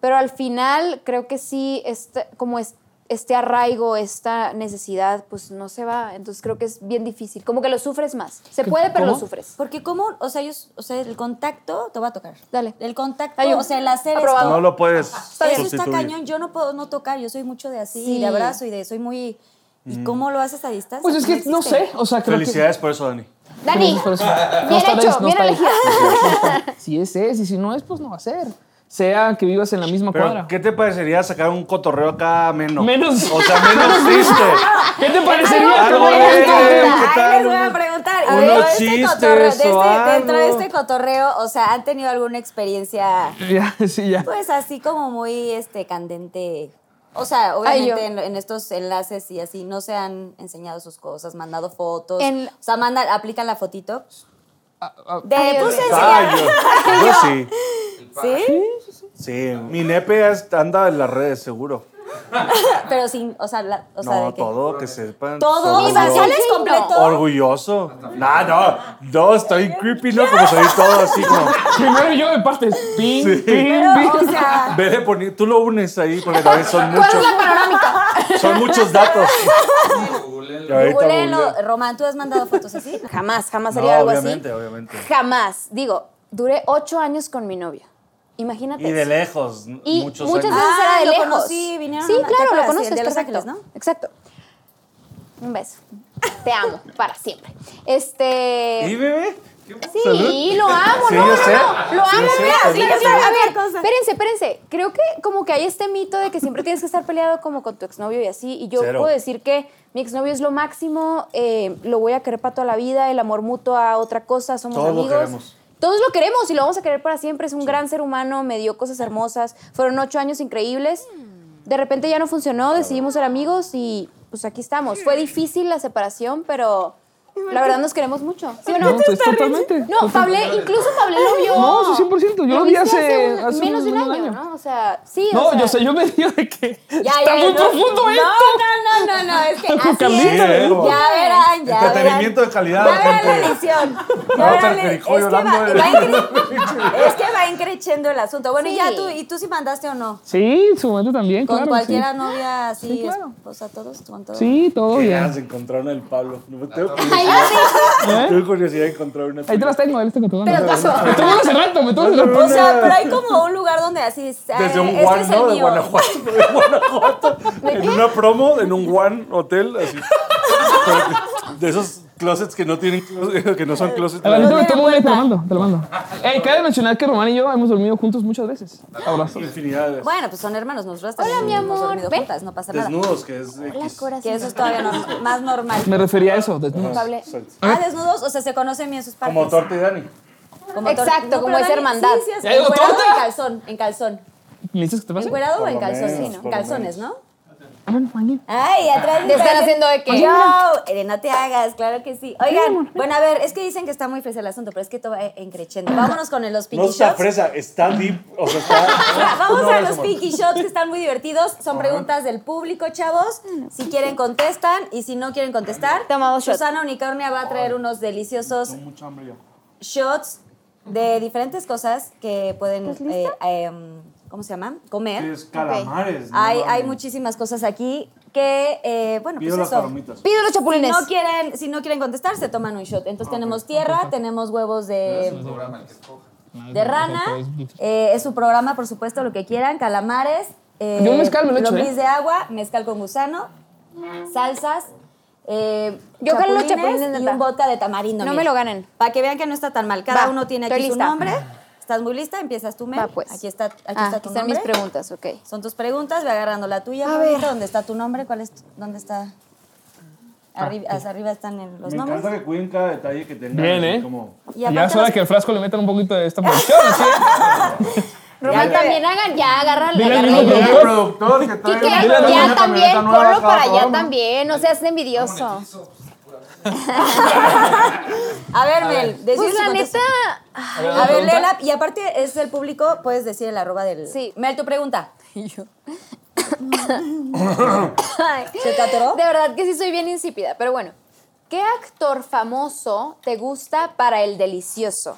pero al final creo que sí, este, como es, este arraigo, esta necesidad, pues no se va. Entonces creo que es bien difícil. Como que lo sufres más. Se puede, pero lo ¿Cómo? sufres. Porque cómo, o sea, ellos, o sea, el contacto te va a tocar. Dale. El contacto, Ay, yo- o sea, el hacer aprobado. esto. No lo puedes Eso está sustituir. cañón, yo no puedo no tocar, yo soy mucho de así, Sí. de abrazo y de soy muy Mm. ¿Y cómo lo haces a distancia? Pues es que no existe. sé, o sea, creo que... Felicidades por eso, Dani. Dani, Por eso. No bien está hecho, ahí, no bien está ahí. elegido. Si es, es, y si no es, pues no va a ser. Sea que vivas en la misma Pero, cuadra. ¿qué te parecería sacar un cotorreo acá menos? Menos- O sea, menos triste. ¿Qué te parecería? Algo Algo de- de- Ah, ¿qué Ahí tal? les voy a preguntar. A Unos ver, este chistes cotorreo- de este- o algo. dentro de este cotorreo, o sea, ¿han tenido alguna experiencia, Ya, sí, ya. pues así como muy este candente? O sea, yo. obviamente en, en estos enlaces y así no se han enseñado sus cosas, mandado fotos. En- o sea, manda, aplican la fotito. De, Ay, pues, Dios mío. Ah, yo, yo sí. ¿sí? Sí, mi nepe es- anda en las redes, seguro. Pero sin, o sea, la- o sea, no, de que- todo, que sepan. Todo, soy o sea, yo. sales Sí, completo. Orgulloso. No, no, no, estoy creepy, ¿no? Como soy todo así, como... Primero yo me partes. Ping, Sí. ping, ping. Pero, o sea, Ve de poner, tú lo unes ahí porque también son ¿Cuál es muchos, la panorámica? son muchos datos. Y ahorita googleenlo. googleo. Román, ¿tú has mandado fotos así? Jamás, jamás No, haría algo obviamente, así. obviamente. Jamás. Digo, duré ocho años con mi novio. Imagínate. Y de eso. lejos, Y muchos, muchas años. veces Ah, era de lo lejos. conocí, vinieron sí, a- ¿te claro, lo acuerdas? conoces, El de Los perfecto. Ángeles, ¿no? Exacto. Un beso. Te amo para siempre. Este ¿Y bebé? Sí, Salud. lo amo, Sí, no, yo no, sé. no, lo Sí, amo, yo sé, mira, mira, salud. Sí, mira, sí. a ver, Otra cosa. espérense, espérense, creo que como que hay este mito de que siempre tienes que estar peleado como con tu exnovio y así, y yo Cero. puedo decir que mi exnovio es lo máximo, eh, lo voy a querer para toda la vida, el amor mutuo a otra cosa, somos Todos lo amigos. queremos. Todos lo queremos y lo vamos a querer para siempre, es un gran ser humano, me dio cosas hermosas, fueron ocho años increíbles, de repente ya no funcionó, decidimos ser amigos y pues aquí estamos. Fue difícil la separación, pero... La verdad nos queremos mucho. ¿Sí o no? No, pues, totalmente. No, Pablé, incluso Pablé lo vio. No, sí, 100%, yo lo vi viste hace- un- hace menos de un un año, año. ¿no? O sea, sí. o No, sea- yo sé, yo me digo de que Ya, ya, está muy no. profundo no, esto. No, no, no, no, es que así es. Carlita, ¿eh? Ya verán, ya Entretenimiento verán. de calidad, Ya verán la gente. lección. No, Ya verán la- Perjerico, es, que va, Yolanda, va eh. encre- es que va encrechendo el asunto. Bueno, y Sí. ya tú, ¿y tú si mandaste o no? Sí, en su momento también, Con claro. cualquiera novia, así, Sí, claro. esposa, todos, con todos. Sí, Sí, todo Qué bien. ganas de encontrar una del Pablo. No, tengo, curiosidad, tengo curiosidad de encontrar una. ¿Eh? Ahí te las tengo, ahí las tengo todas. Me Pero tomo pasó. una hace rato, me tomo una hace rato. O sea, pero hay como un lugar donde así dices, ah, Desde un este One, es el ¿no? De mío. Guanajuato. De Guanajuato. en una promo, en un One Hotel, así. Pero de esos closets que no tienen closet- que no son closets. A ver, No te tiene tomo una y te lo puerta. mando, te lo mando. Ey, cabe mencionar que Román y yo hemos dormido juntos muchas veces. Abrazos. Infinidad de Bueno, pues son hermanos, nosotros Hola, mi amor, ven. juntas, no pasa nada. desnudos, que es X. Que eso es todavía norm- más normal. Me refería a eso. de- Pable. Exacto. Ah, desnudos, o sea, se conocen bien sus partes. Como Torta y Dani. Como tor- Exacto, pero como es Dani- hermandad. Sí, sí, así, Ya digo, encuerado torta. o en calzón, en calzón. ¿Me dices que te pasa? ¿Encuerado o Por en lo calzón? menos, sí, ¿no? por lo Calzones, ¿no? Ay, atrás Le están haciendo de que- No, Ere, no te hagas, claro que sí. Oigan, bueno, a ver, es que dicen que está muy fresa el asunto, pero es que todo va encrechendo. Vámonos con el- los No pinky está shots. fresa, está deep. O sea, está. Vamos No, a no, los no. Pinky Shots que están muy divertidos. Son preguntas del público, chavos. Si quieren contestan y si no quieren contestar, Tomamos shot. Susana Unicornia va a traer unos deliciosos Tengo mucha hambre ya. ¿Eh? shots de diferentes cosas que pueden, eh, em, ¿cómo se llama? Comer. Que es calamares. no Hay, mames. hay muchísimas cosas aquí que, eh, bueno, Pido pues las eso. palomitas. Pido los Si chapulines. no, quieren, si no quieren contestar, se toman un shot. Ah, Entonces tenemos tierra, tenemos huevos de, Ah, de rana, eh, es su programa, por supuesto, lo que quieran, calamares, eh, Yo un mezcal me lo echo, lombriz ¿eh? de agua, mezcal con gusano, salsas, eh, Yo con los chapulines, y neta. un vodka de tamarindo. No me lo ganen. Para que vean que no está tan mal. Cada Va, uno tiene estoy aquí su lista. nombre. ¿Estás muy lista? Empiezas tú, Mel. Va, pues. Aquí está, aquí Ah, está tu aquí están mis nombre. preguntas, ok. Son tus preguntas, ve agarrando la tuya. Margarita. ¿Dónde está tu nombre? ¿Cuál es tu- ¿Dónde está? Ah, Arriba, hacia arriba están el- los Me nombres. encanta que cuiden cada detalle que tengan. Bien, así ¿eh? Como, Y Ya aparte es hora los- que al frasco le metan un poquito de esta producción. ¿sí? Román, también hagan, ya agarra Dile al agarra mismo la idea. Mira, productor. productor que Y trae que una- Dile al una mismo ya camioneta también, nueva ponlo cada para allá programa. también, no seas envidioso. A ver, Mel, decir Pues si la contestas. neta, A ver, Lela, y aparte es el público, puedes decir el arroba del. Sí. Mel, tu pregunta. ¿Se te atoró? de verdad que sí soy bien insípida, pero bueno. ¿Qué actor famoso te gusta para el delicioso?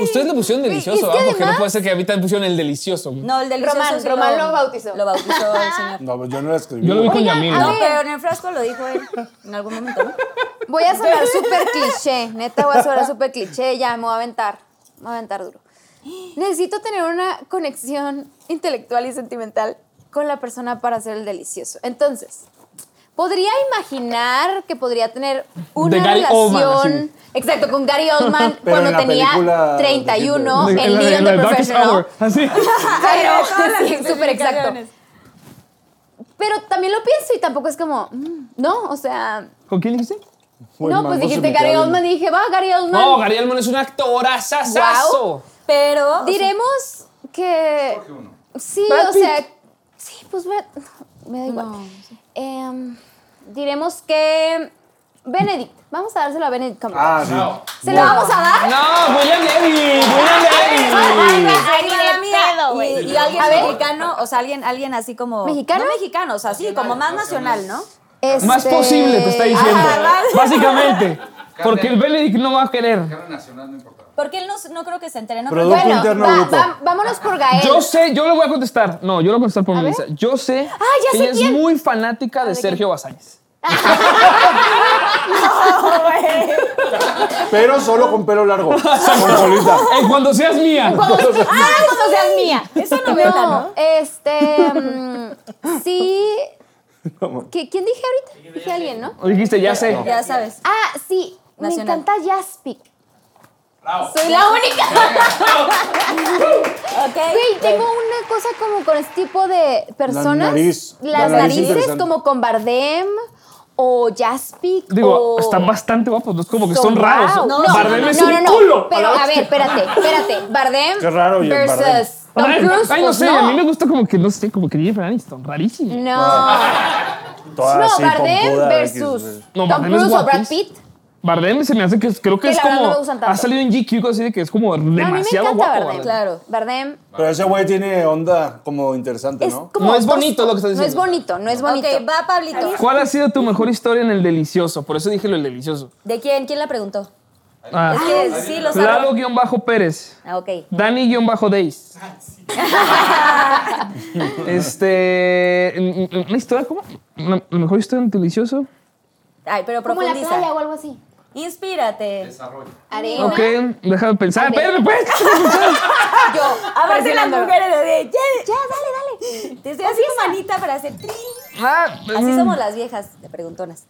Ustedes le pusieron es que delicioso, ¿verdad? Porque no además- puede ser que a mí te pusieron el delicioso. güey. No, el del Román, Román lo bautizó. Lo bautizó el señor. No, pues yo no la escribí. Yo lo vi con Yamil. No, ¿no? pero en el frasco lo dijo él en algún momento, ¿no? Voy a sonar súper cliché, neta voy a sonar súper cliché, ya me voy a aventar, me voy a aventar duro. Necesito tener una conexión intelectual y sentimental con la persona para hacer el delicioso. Entonces, podría imaginar que podría tener una De Gary relación, Oldman, así. exacto, con Gary Oldman Pero en cuando la tenía película 31 De- en la de- Leon la the de Darkest Professional. Hour, Así. Pero, Todas las sí, súper exacto. explicaciones. Pero también lo pienso y tampoco es como, mm, no, o sea, ¿Con quién dijiste? Uy, no, mango, pues se me dijiste queda Gary viendo. Oldman y dije, va, Gary Oldman. No, Gary Almon es un actorazazazo. Guau. Pero. Diremos que. Sí, Brad o Pitt. sea. Sí, pues Brad- me da igual. Em, diremos que. Benedict. Vamos a dárselo a Benedict Cumberbatch. Ah, sí. ¿Se lo vamos a dar? No, William Levy, William Levy. Ahí va la mía. pedo, y, güey. y alguien A ver. mexicano, o sea, alguien, alguien así como. ¿Mexicano? No mexicano, o sea, sí, como más nacional, ¿no? Este- Más posible, te está diciendo. Básicamente. Porque el Benedict no va a querer. Porque él no, no creo que se entrenó. Producto Bueno, interno va- grupo. va- vámonos por Gael. Yo sé, yo le voy a contestar. No, yo lo voy a contestar por Melissa. Yo sé Ah, ya que sé ella quién. es muy fanática de Sergio Basáñez. Pero solo con pelo largo. con colita. En cuando seas mía. ¡Ah, como seas mía! Esa novela, ¿no? Este. mm, sí. ¿Qui- ¿Quién dije ahorita? Dije alguien, ¿no? Dijiste, ya sé. Ya sabes. Ah, sí. Nacional. Me encanta Jaspic. Soy la única. Ok. Güey, tengo una cosa como con este tipo de personas. nariz. La Las nariz narices interesante. como con Bardem o Jaspic. Digo, o... están bastante guapos, no es como que son raros. wow. Oh. No, Bardem no, es no, un no, no. culo. Pero a ver, espérate, espérate. Bardem Qué raro, y el versus Bardem. Tom Ay, Cruise. ay, no pues Mm. sé, a mí me gusta como que, no sé, como que Jennifer Aniston, rarísimo. No. toda no, así, Bardem pompuda, de que- versus No, Tom Bardem es Cruise o Brad guapísimo. Pitt. Bardem se me hace que es- creo que Que es la verdad como. no me gustan tanto. ha salido en GQ así de que es como No, a mí me demasiado encanta guapo. Bardem. Bardem. Claro. Bardem Pero ese güey tiene onda como interesante, es ¿no? como No es tosco. bonito lo que estás No es diciendo. bonito, no es bonito. Ok, va Pablito. ¿Cuál ha sido tu mejor historia en el delicioso? Por eso dije lo del delicioso. ¿De quién? ¿Quién la preguntó? Ah, Es que sí, lo sabe. Lalo-Pérez. Ah, ok. Dani-Days. Ah, este. ¿Una historia cómo? ¿La la mejor historia en el delicioso? Ay, pero Como la profundiza. playa o algo así. Inspírate. Arena. Ok, déjame pensar. Espérame, pues. Yo. Aparte las presionándolo. mujeres de, de, ya, ya, dale, dale. Te estoy haciendo manita para hacer trin. Ah, Así mm, somos las viejas de preguntonas.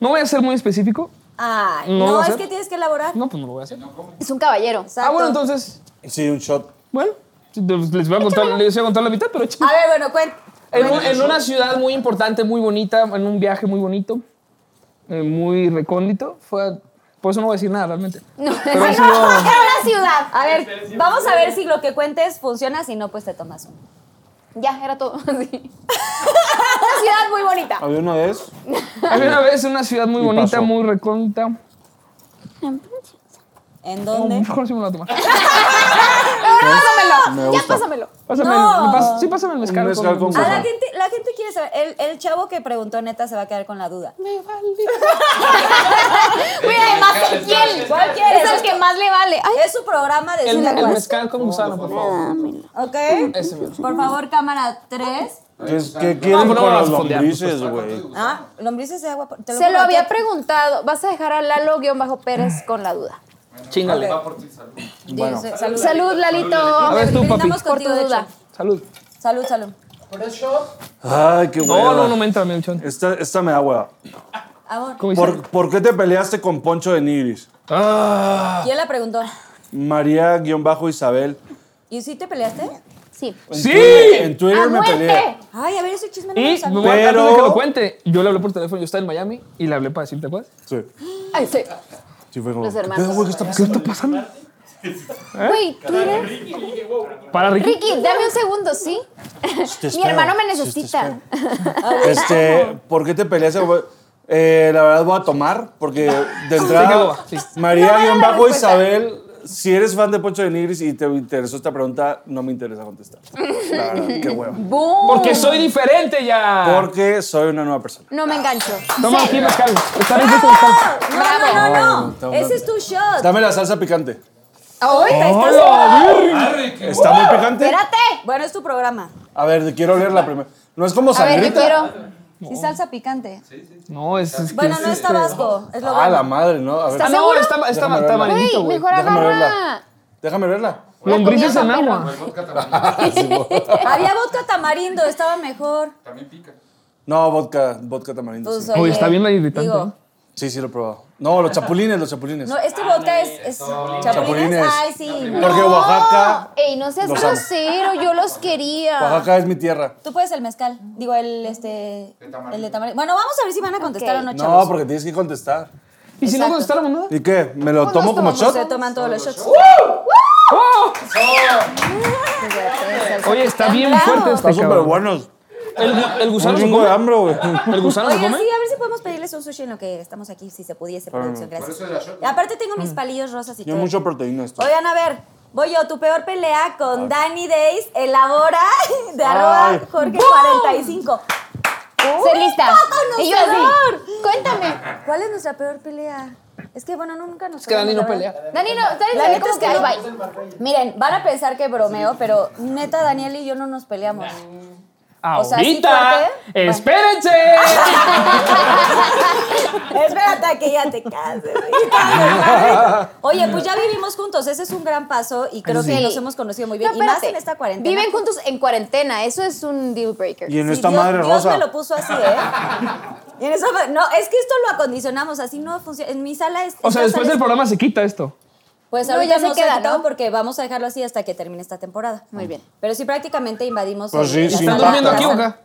No voy a ser muy específico. Ay, No no, lo va a es hacer. que tienes que elaborar. No, pues no lo voy a hacer. Es un caballero. Ah, Exacto. bueno, entonces. Sí, un shot. Bueno, pues, les voy a contar, les voy a contar la mitad, pero échale. A ver, Ah, bueno, cuenta. En, un- en una ciudad muy importante, muy bonita, en un viaje muy bonito, eh, muy recóndito, fue... Por eso no voy a decir nada realmente. No, Pero ha sí, sido- no, era una ciudad. A Este, ver, vamos a ver si lo que cuentes funciona, si no, pues te tomas uno. Ya, era todo. Sí. una ciudad muy bonita. Había una vez. Había una vez en una ciudad muy Y bonita, pasó. muy recóndita. ¿En No, dónde? mejor sí me lo voy a tomar. Me Pásamelo. Ya gusta. pásamelo. Pásame el- No. me pas- sí, pásame el mezcal. Un mezcal con A Ajá. Ah, la gente, la gente quiere saber. El, el chavo que preguntó neta se va a quedar con la duda. Eh, Mira, además, ¿el quién? ¿Cuál quieres? Es el que más le vale. Ay, Es su programa de El, cine. el mezcal con gusano, por favor. ¿Ok? Ese mismo. Por favor, cámara 3. ¿Qué, qué quieren pero no con vas los a fondear, pues, lombrices, güey? Ah, lombrices de agua. eh, te se lo juro había que- preguntado. Vas a dejar a Ah. Lalo-Pérez con la duda. Chingale. Bueno, Dice, Salud. Salud, Lalito. A ver tú, papi. Brindamos Por tu contigo, de duda. hecho. Salud. Salud, salud. ay, qué hueva. No, no, no me entra, mi lechón. Esta, esta me da hueva. Amor. ¿Cómo dice? ¿Por, por qué te peleaste con Poncho de Nigris? Ah. ¿Quién la preguntó? María-Isabel. ¿Y si te peleaste? Sí. Pues ¡Sí! En Twitter ¡A me peleé. muerte! Ay, a ver, ese chisme no lo Y sabía. bueno, antes de Pero- que lo cuente, yo le hablé por teléfono, yo estaba en Miami y le hablé para decirte pues, cosas. Sí. Ah, Ay, este, sí. Sí, fue como. Los ¿qué hermanos. pedo, güey? ¿Qué está ¿Qué pasando? está pasando? Güey, ¿eh? Twitter. Para Ricky. Ricky, dame un segundo, ¿sí? Sí, te Mi espero. hermano me Sí, te necesita. Este, ¿por qué te peleaste? güey? Eh, la verdad voy a tomar, porque de entrada, boba, sí. María guión bajo Isabel, si eres fan de Poncho de Nigris y te interesó esta pregunta, no me interesa contestar. La verdad, qué hueva. Porque soy diferente ya. Porque soy una nueva persona. No me engancho. Ah. Toma Sí. aquí mezcal. Está rico con mezcal. No, no, no, Bravo. no. Ese es tu shot. Dame la salsa picante. Ay, te estás- ¡Hola, virgen! ¿Está muy picante? Espérate. Bueno, es tu programa. A ver, quiero leer la primera. No es como A ver, yo sangrita. quiero. Sí, salsa picante. No, es, es que Bueno, es no es este- tabasco. Es lo Ah, la bueno. madre, ¿no? A ver, Ah, no, está, está, Déjame está verla. Güey, malito, güey. mejor Déjame agarra. verla. déjame verla. Lombrices en comida con agua. Había vodka tamarindo, estaba mejor. No, vodka, vodka tamarindo. Pues, Sí. Uy, está bien la irritante, Digo, sí, sí, lo he probado. No, los chapulines, los chapulines. no, este vodka es, es chapulines. Chapulines. Ay, sí. no. Porque Oaxaca, Ey, no seas Los amo. grosero, yo los quería. Oaxaca es mi tierra. Tú puedes el mezcal. Digo, el este. El de tamarindo. Bueno, vamos a ver si van a contestar Ok. o no, No, chavos. porque tienes que contestar. ¿Y si no contestaron nada? ¿Y qué? ¿Me Pues lo tomo como shot? Se toman todos los shots. ¡Oh! Oye, está bien fuerte este Están súper cabrón. buenos. El, gu- el Un gusano se chingo de come. hambre, güey. El gusano se Oigan, come. sí, a ver si podemos pedirles un sushi en lo que estamos aquí, si se pudiese, producción. Gracias. Aparte, tengo Mm. mis palillos rosas y Tiene todo. mucha proteína esto. Oigan, a ver, voy yo, tu peor pelea Ah. con Danny Days, elabora de Ay. arroba Jorge45. Ser lista. Y yo ¡Conocedor! así. Cuéntame. ¿Cuál es nuestra peor pelea? Es que, bueno, nunca nos Es que Dani no peleamos, la pelea. verdad. Dani, no, Dani La se ve neta como es que que ahí no. va. Miren, van a pensar que bromeo, pero neta, Daniel y yo no nos peleamos. O sea, sí Ahorita. fuerte. Bueno. Espérense. Espérate a que ya te cases. hija de madre. Oye, pues ya vivimos juntos, ese es un gran paso y creo que Sí. nos hemos conocido muy bien. No, y más espérate. en esta cuarentena. Viven juntos en cuarentena, eso es un deal breaker. Y en Sí, esta Dios, madre Dios rosa. me lo puso así, ¿eh? Y en eso fue- no, es que esto lo acondicionamos, así no funciona. En mi sala es. O esta sea, después sala del es- programa se quita esto. Pues No, ahorita ya se no queda, sé, ¿no? ¿no? Porque vamos a dejarlo así hasta que termine esta temporada. Muy bien. Pero sí, prácticamente invadimos. Pues sí, la sí, sala. ¿Están durmiendo Impacta. aquí o acá?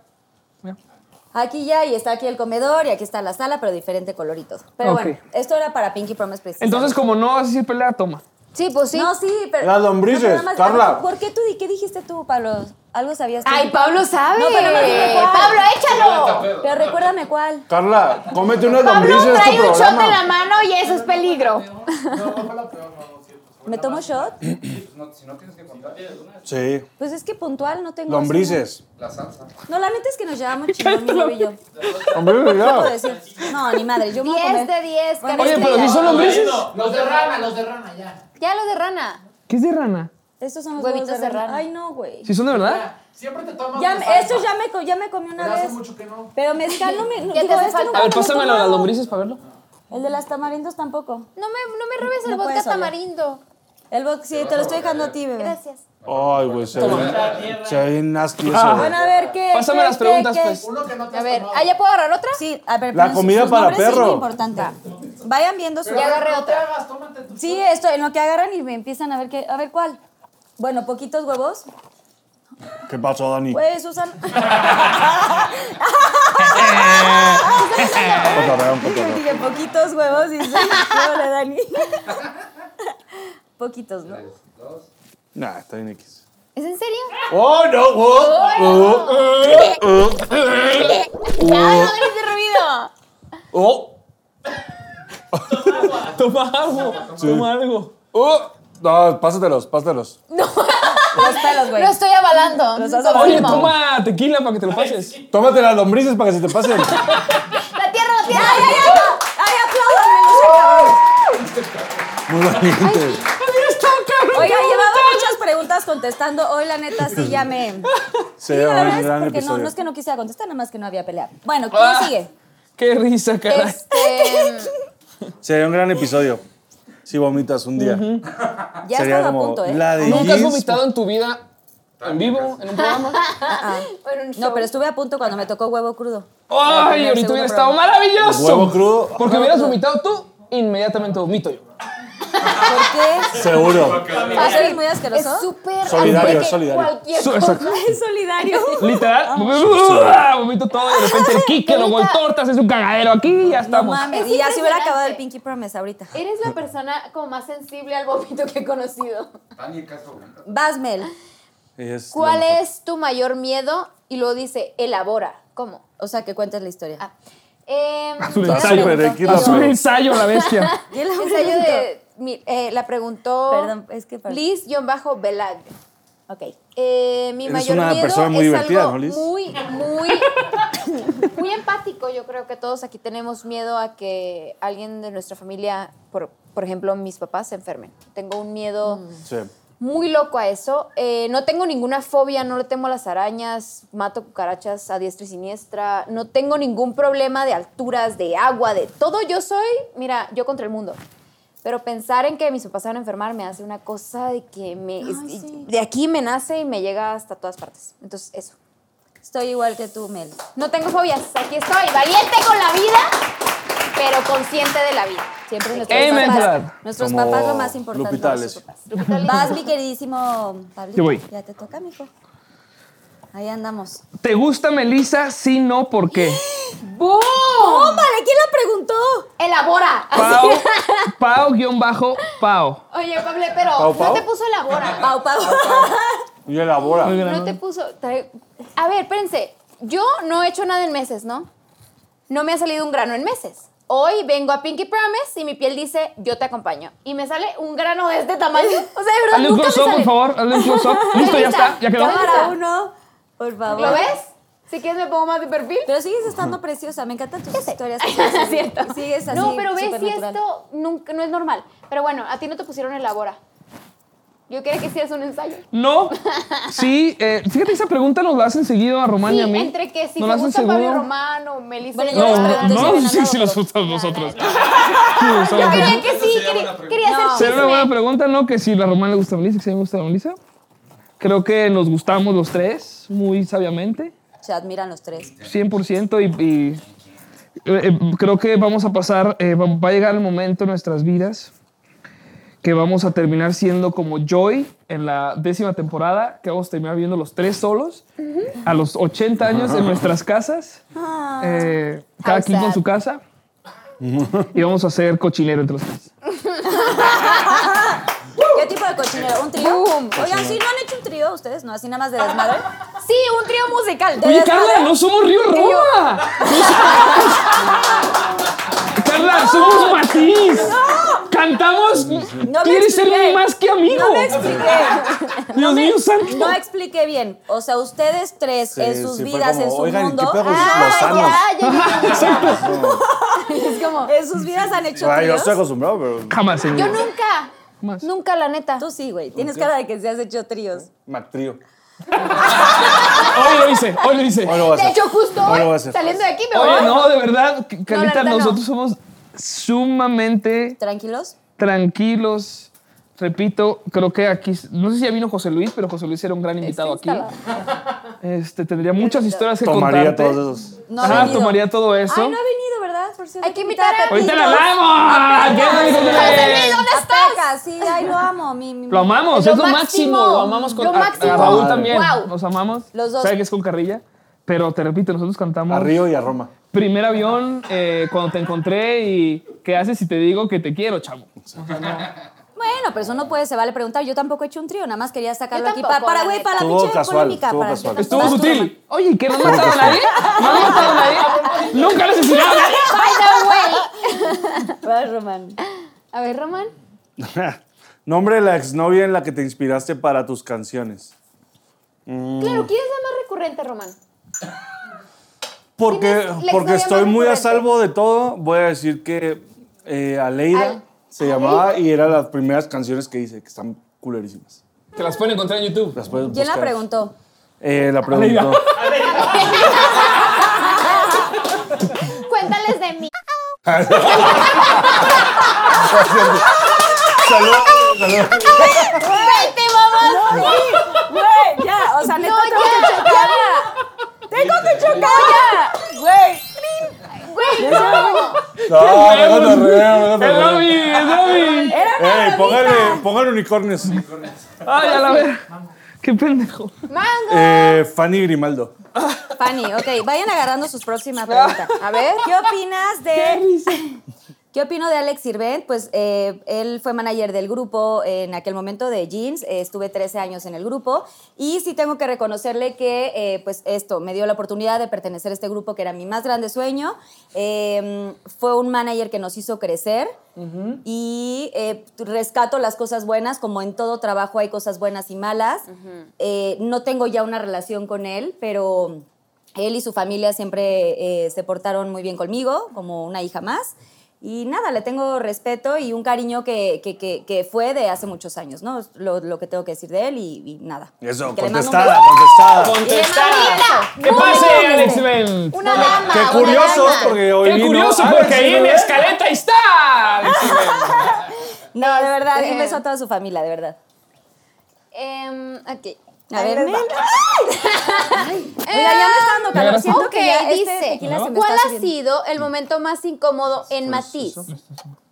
Aquí ya, y está aquí el comedor, y aquí está la sala, pero diferente color y todo. Pero Ok. bueno, esto era para Pinky Promise Precisamente. Entonces, como no así pelea, toma. Sí, pues sí. No, sí, pero. Las lombrices, no, pero nada más- Carla. ¿Por qué tú di- qué dijiste tú, Pablo? Algo sabías tú. Ay, Pablo sabe. Eh, No, pero no dime cuál. Pablo, échalo. Pero recuérdame cuál. Carla, cómete unas Pablo lombrices de trae tu un shot en la programa. mano y eso es peligro. ¿Me tomo shot? Sí, Pues es que puntual no tengo. lombrices. No, la neta es que nos llevamos chingón, mi novio y yo. Lombrices, ¿Qué puedo ya. decir? No, ni madre, yo me voy a 10 comer. de 10, Bueno, Karen Oye, pero Estrella. si son lombrices. Ya lo de rana. ¿Qué es de rana? Estos son los Huevitos huevos de rana. rana. Ay, no, güey. ¿Si son de verdad? Ya me- estos ya me, co- ya me comí una vez. Pero mezcal no me. No, ¿Qué te digo, hace este falta? nunca me A ver, lo he pásamelo a las tomado. lombrices para verlo. El de las tamarindos tampoco. No me, no me robes el No vodka puedes oler. tamarindo. El box, sí, te lo estoy dejando a ti, bebé. Gracias. Ay, güey, se ve, se ve nasty eso, güey. Ah, Bueno, a ver, ¿qué? Pásame qué- las qué- preguntas, qué? pues. A ver, ¿ah, ya puedo agarrar otra? Sí, a ver, La pero sus- comida sus para nombres sí es perro. muy importante. Vayan viendo su. Ya agarré otra. Sí, esto, en lo que agarran y me empiezan a ver qué. A ver cuál. Bueno, poquitos huevos. Pues, ¿Qué pasó, Dani? Güey, Susan. Cotorreo, cotorreo. Dije, poquitos huevos y dice, hola, Dani. poquitos, ¿no? Nah, está bien X. ¿Es en serio? ¡Oh, no! ¡Oh! ¡Oh! ¡Oh! ¡Oh! ¡Ya, Pues. no grites de ruido! ¡Oh! Toma algo. Toma algo. ¡Oh! No, pásatelos, pásatelos. Los pelos, güey. Lo estoy avalando. Los has Confirmo. Oye, toma tequila para que te lo pases. Tómate las lombrices para que se te pasen. ¡La tierra, la tierra! ¡Ay, apláudanme! No se acabó. Muy valiente. Oiga, llevaba muchas preguntas contestando. Hoy, la neta, sí ya me. Se Sí, ve la un verdad es gran porque no, episodio. no es que no quisiera contestar, nada más que no había pelea. Bueno, ¿quién Ah. sigue? Qué risa, cara. Este, Se ve un gran episodio. Si vomitas un día. Ya Sería estaba a como punto, ¿eh? la de ¿Nunca has Gis- vomitado en tu vida en vivo, en un programa? No, pero estuve a punto cuando me tocó huevo crudo. ¡Ay! primer, Ahorita segundo hubiera estado programa. maravilloso. Huevo crudo. Porque hubieras vomitado tú, inmediatamente vomito yo. ¿Por qué? Seguro. ¿Eso es muy es asqueroso? súper Solidario, así de que solidario. Cualquier Su- cosa. exacto. Es solidario. Literal, ¡uah! ¡ah! vomito todo y de repente el Kike lo Ah. Ahorita- tortas, es un cagadero aquí y ya No estamos. mames, Es y ya se hubiera impresionante. acabado el Pinky Promise ahorita. Eres la persona como más sensible al vómito que he conocido. Vas, Mel. Es lo ¿Cuál mejor. es tu mayor miedo? Y luego dice, elabora. ¿Cómo? O sea, que cuentes la historia. Ah, em, Ah, un ya la ensayo, preguntó. Berequita. Es un ensayo la bestia. Y el Ensayo de... mi- eh, la preguntó... Perdón, es que perdón. Liz-Velag. Ok. Eh, mi Eres mayor una miedo persona muy es divertida, algo ¿no, Liz? muy, muy, muy empático. Yo creo que todos aquí tenemos miedo a que alguien de nuestra familia, por, por ejemplo, mis papás, se enfermen. Tengo un miedo Mm. Sí. muy loco a eso. Eh, no tengo ninguna fobia, no le temo a las arañas, mato cucarachas a diestra y siniestra. No tengo ningún problema de alturas, de agua, de todo. Yo soy, mira, yo contra el mundo. Pero pensar en que mis papás se van a enfermar me hace una cosa de que me. es- De aquí me nace y me llega hasta todas partes. Entonces, eso. Estoy igual que tú, Mel. No tengo fobias, aquí estoy, valiente con la vida, pero consciente de la vida. Siempre nuestros Amen to papás. that. Nuestros Como papás lo más importante. Lupita son sus Alessio. papás. Vas, mi queridísimo Pablito. Yo voy. Ya te toca, mijo. Ahí andamos. ¿Te gusta Melissa? Sí, no, ¿por qué? ¡Boom! ¡Tómale! ¿Quién la preguntó? ¡Elabora! Pau, Pau, guión bajo, Pau. Oye, Pablo, pero Pau, no Pau. te puso elabora. Pau, Pau. Y elabora. No te puso. trae- A ver, espérense. Yo no he hecho nada en meses, ¿no? No me ha salido un grano en meses. Hoy vengo a Pinky Promise y mi piel dice, yo te acompaño. Y me sale un grano de este tamaño. O sea, de verdad, Hazle un nunca me close-up, por sale. favor. Hazle un close-up. Listo, ya está, ya quedó. Cámara uno, por favor. ¿Lo ves? Si quieres me pongo más de perfil. Pero sigues estando preciosa. Me encantan tus historias. Es cierto. Sigues así. no, pero ves si supernatural. esto nunca, no es normal. Pero bueno, a ti no te pusieron elabora. Yo quería que hicieras un ensayo. No. Sí, eh, fíjate, esa pregunta nos la hacen seguido a Román Sí, y a mí. entre que si Nos la te hacen gusta Pablo seguido. Romano, Melissa. Bueno, yo No, las preguntas no, no, se no me sé han si dado las por- gustan vosotros. Yo quería que sí, quería, quería hacer No. Será chisme. una buena pregunta, ¿no? Que si la Román le gusta a Melissa, que si a mí me gusta a Melissa. Creo que nos gustamos los tres, muy sabiamente, Se admiran los tres. 100%. Y, y, eh, eh, creo que vamos a pasar, eh, va va a llegar el momento en nuestras vidas que vamos a terminar siendo como Joy en la décima temporada, que vamos a terminar viendo los tres solos a los 80 años en nuestras casas, eh, cada Ah. How quien con sad. su casa, y vamos a hacer cochinero entre los tres. de cochinero. ¿Un trío? Boom. Oigan, ¿sí no han hecho un trío ustedes? ¿No? ¿Así nada más de desmadre? Sí, un trío musical. De Oye, desmadre. Carla, no somos Río Roma. Carla, somos Matiz. Cantamos. No me ¿Quieres ser expliqué. más que amigo? No me expliqué. Dios mío santo. No expliqué bien. O sea, ustedes tres Sí, en sus sí, fue vidas, como, en su "Oigan, ¿y qué mundo. pedo con Ah, los sanos?" En sus vidas han hecho Ay, Ah, yo tríos. estoy acostumbrado, pero. Jamás, señor. Yo nunca. Nunca, la neta. Tú sí, güey. Tienes cara de que se has hecho tríos. Mactrío. Hoy lo hice, hoy lo hice. Hoy lo voy a De hacer. hecho, justo Hoy lo voy a hoy, hacer. saliendo de aquí, me voy. Oye, no, de verdad, la Carlita, neta, no. nosotros somos sumamente ¿Tranquilos? tranquilos. Repito, creo que aquí, no sé si ya vino José Luis, pero José Luis era un gran invitado aquí. instalado. Este, tendría muchas historias que Tomaría contarte. todos esos. No Ajá, ha venido. tomaría todo eso. Ay, no ha venido, ¿verdad? Por cierto, Hay que invitar a Ahorita la Todos. Ah, hablamos. ¿Qué tal, José Luis? Azteca, sí, ay, lo amo. Mi, mi- Lo amamos, Lo es lo máximo. máximo. Lo amamos con Lo a- a máximo. Raúl también. Wow. Nos amamos. Los dos. ¿Sabes que es con carrilla? Pero te repito, nosotros cantamos. A Río y a Roma. Primer avión, eh, cuando te encontré y ¿qué haces si te digo que te quiero, chavo? Bueno, pero eso no puede, se vale preguntar. Yo tampoco he hecho un trío, nada más quería sacarlo Yo aquí tampoco, para, para, la güey, neta. para la Estuvo pinche casual, polémica. estuvo para- casual. para- Estuvo para- sutil. Oye, ¿que no han matado a nadie? ¿No han matado a nadie? ¿eh? Nunca les enseñaron a nadie. Vas, Román. A ver, Román. Nombre de la exnovia en la que te inspiraste para tus canciones. Mm. Claro, ¿quién es la más recurrente, Román? ¿Quién Porque, es la exnovia porque más estoy muy a recurrente? salvo de todo, voy a decir que eh, Aleida Al- se llamaba y era las primeras canciones que hice, que están culerísimas. Que las pueden encontrar en YouTube. Las puedes ¿Quién la buscar. preguntó? Eh, la preguntó. Cuéntales de mí. Saludos, saludos. ¡Vete, mamá! Güey, ya, o sea, No, ya, ya. ¡Tengo que chocar! ¡Güey! Güey, no. No, me hagas torreo, me ¡Es hagas torreo. Robbie! ¡Es Robbie! Ey, póngale, póngale unicornios. ¡Ay, a la ver! ¡Qué pendejo! Mango. Eh, Fanny Grimaldo. Fanny, ok, vayan agarrando sus próximas preguntas. A ver. ¿Qué opinas de. ¿Qué opino de Alex Sirvent? Pues eh, él fue manager del grupo en aquel momento de Jeans, eh, estuve 13 años en el grupo y sí tengo que reconocerle que eh, pues esto me dio la oportunidad de pertenecer a este grupo que era mi más grande sueño. Eh, fue un manager que nos hizo crecer y eh, rescato las cosas buenas, como en todo trabajo hay cosas buenas y malas. Eh, no tengo ya una relación con él, pero él y su familia siempre eh, se portaron muy bien conmigo, como una hija más. Y nada, le tengo respeto y un cariño que, que- que- que fue de hace muchos años, ¿no? Es Lo, lo que tengo que decir de él y, y nada. Eso, Que le mando un contestada, beso. contestada. ¿Qué pase, Alex Bent? Una dama. Qué una curioso, dama. porque hoy ¡Qué vino curioso! Alex Porque ahí en Sirvent. escaleta está. Alex Bent. No, de verdad, y un Este- beso a toda su familia, de verdad. Em, ok. A Ahí ver, les Nel. va. Oiga, ya me está dando calor. Siento Ok, que ya este dice, tequila se me ¿cuál está ha subiendo. sido el momento más incómodo Pues, en Matiz?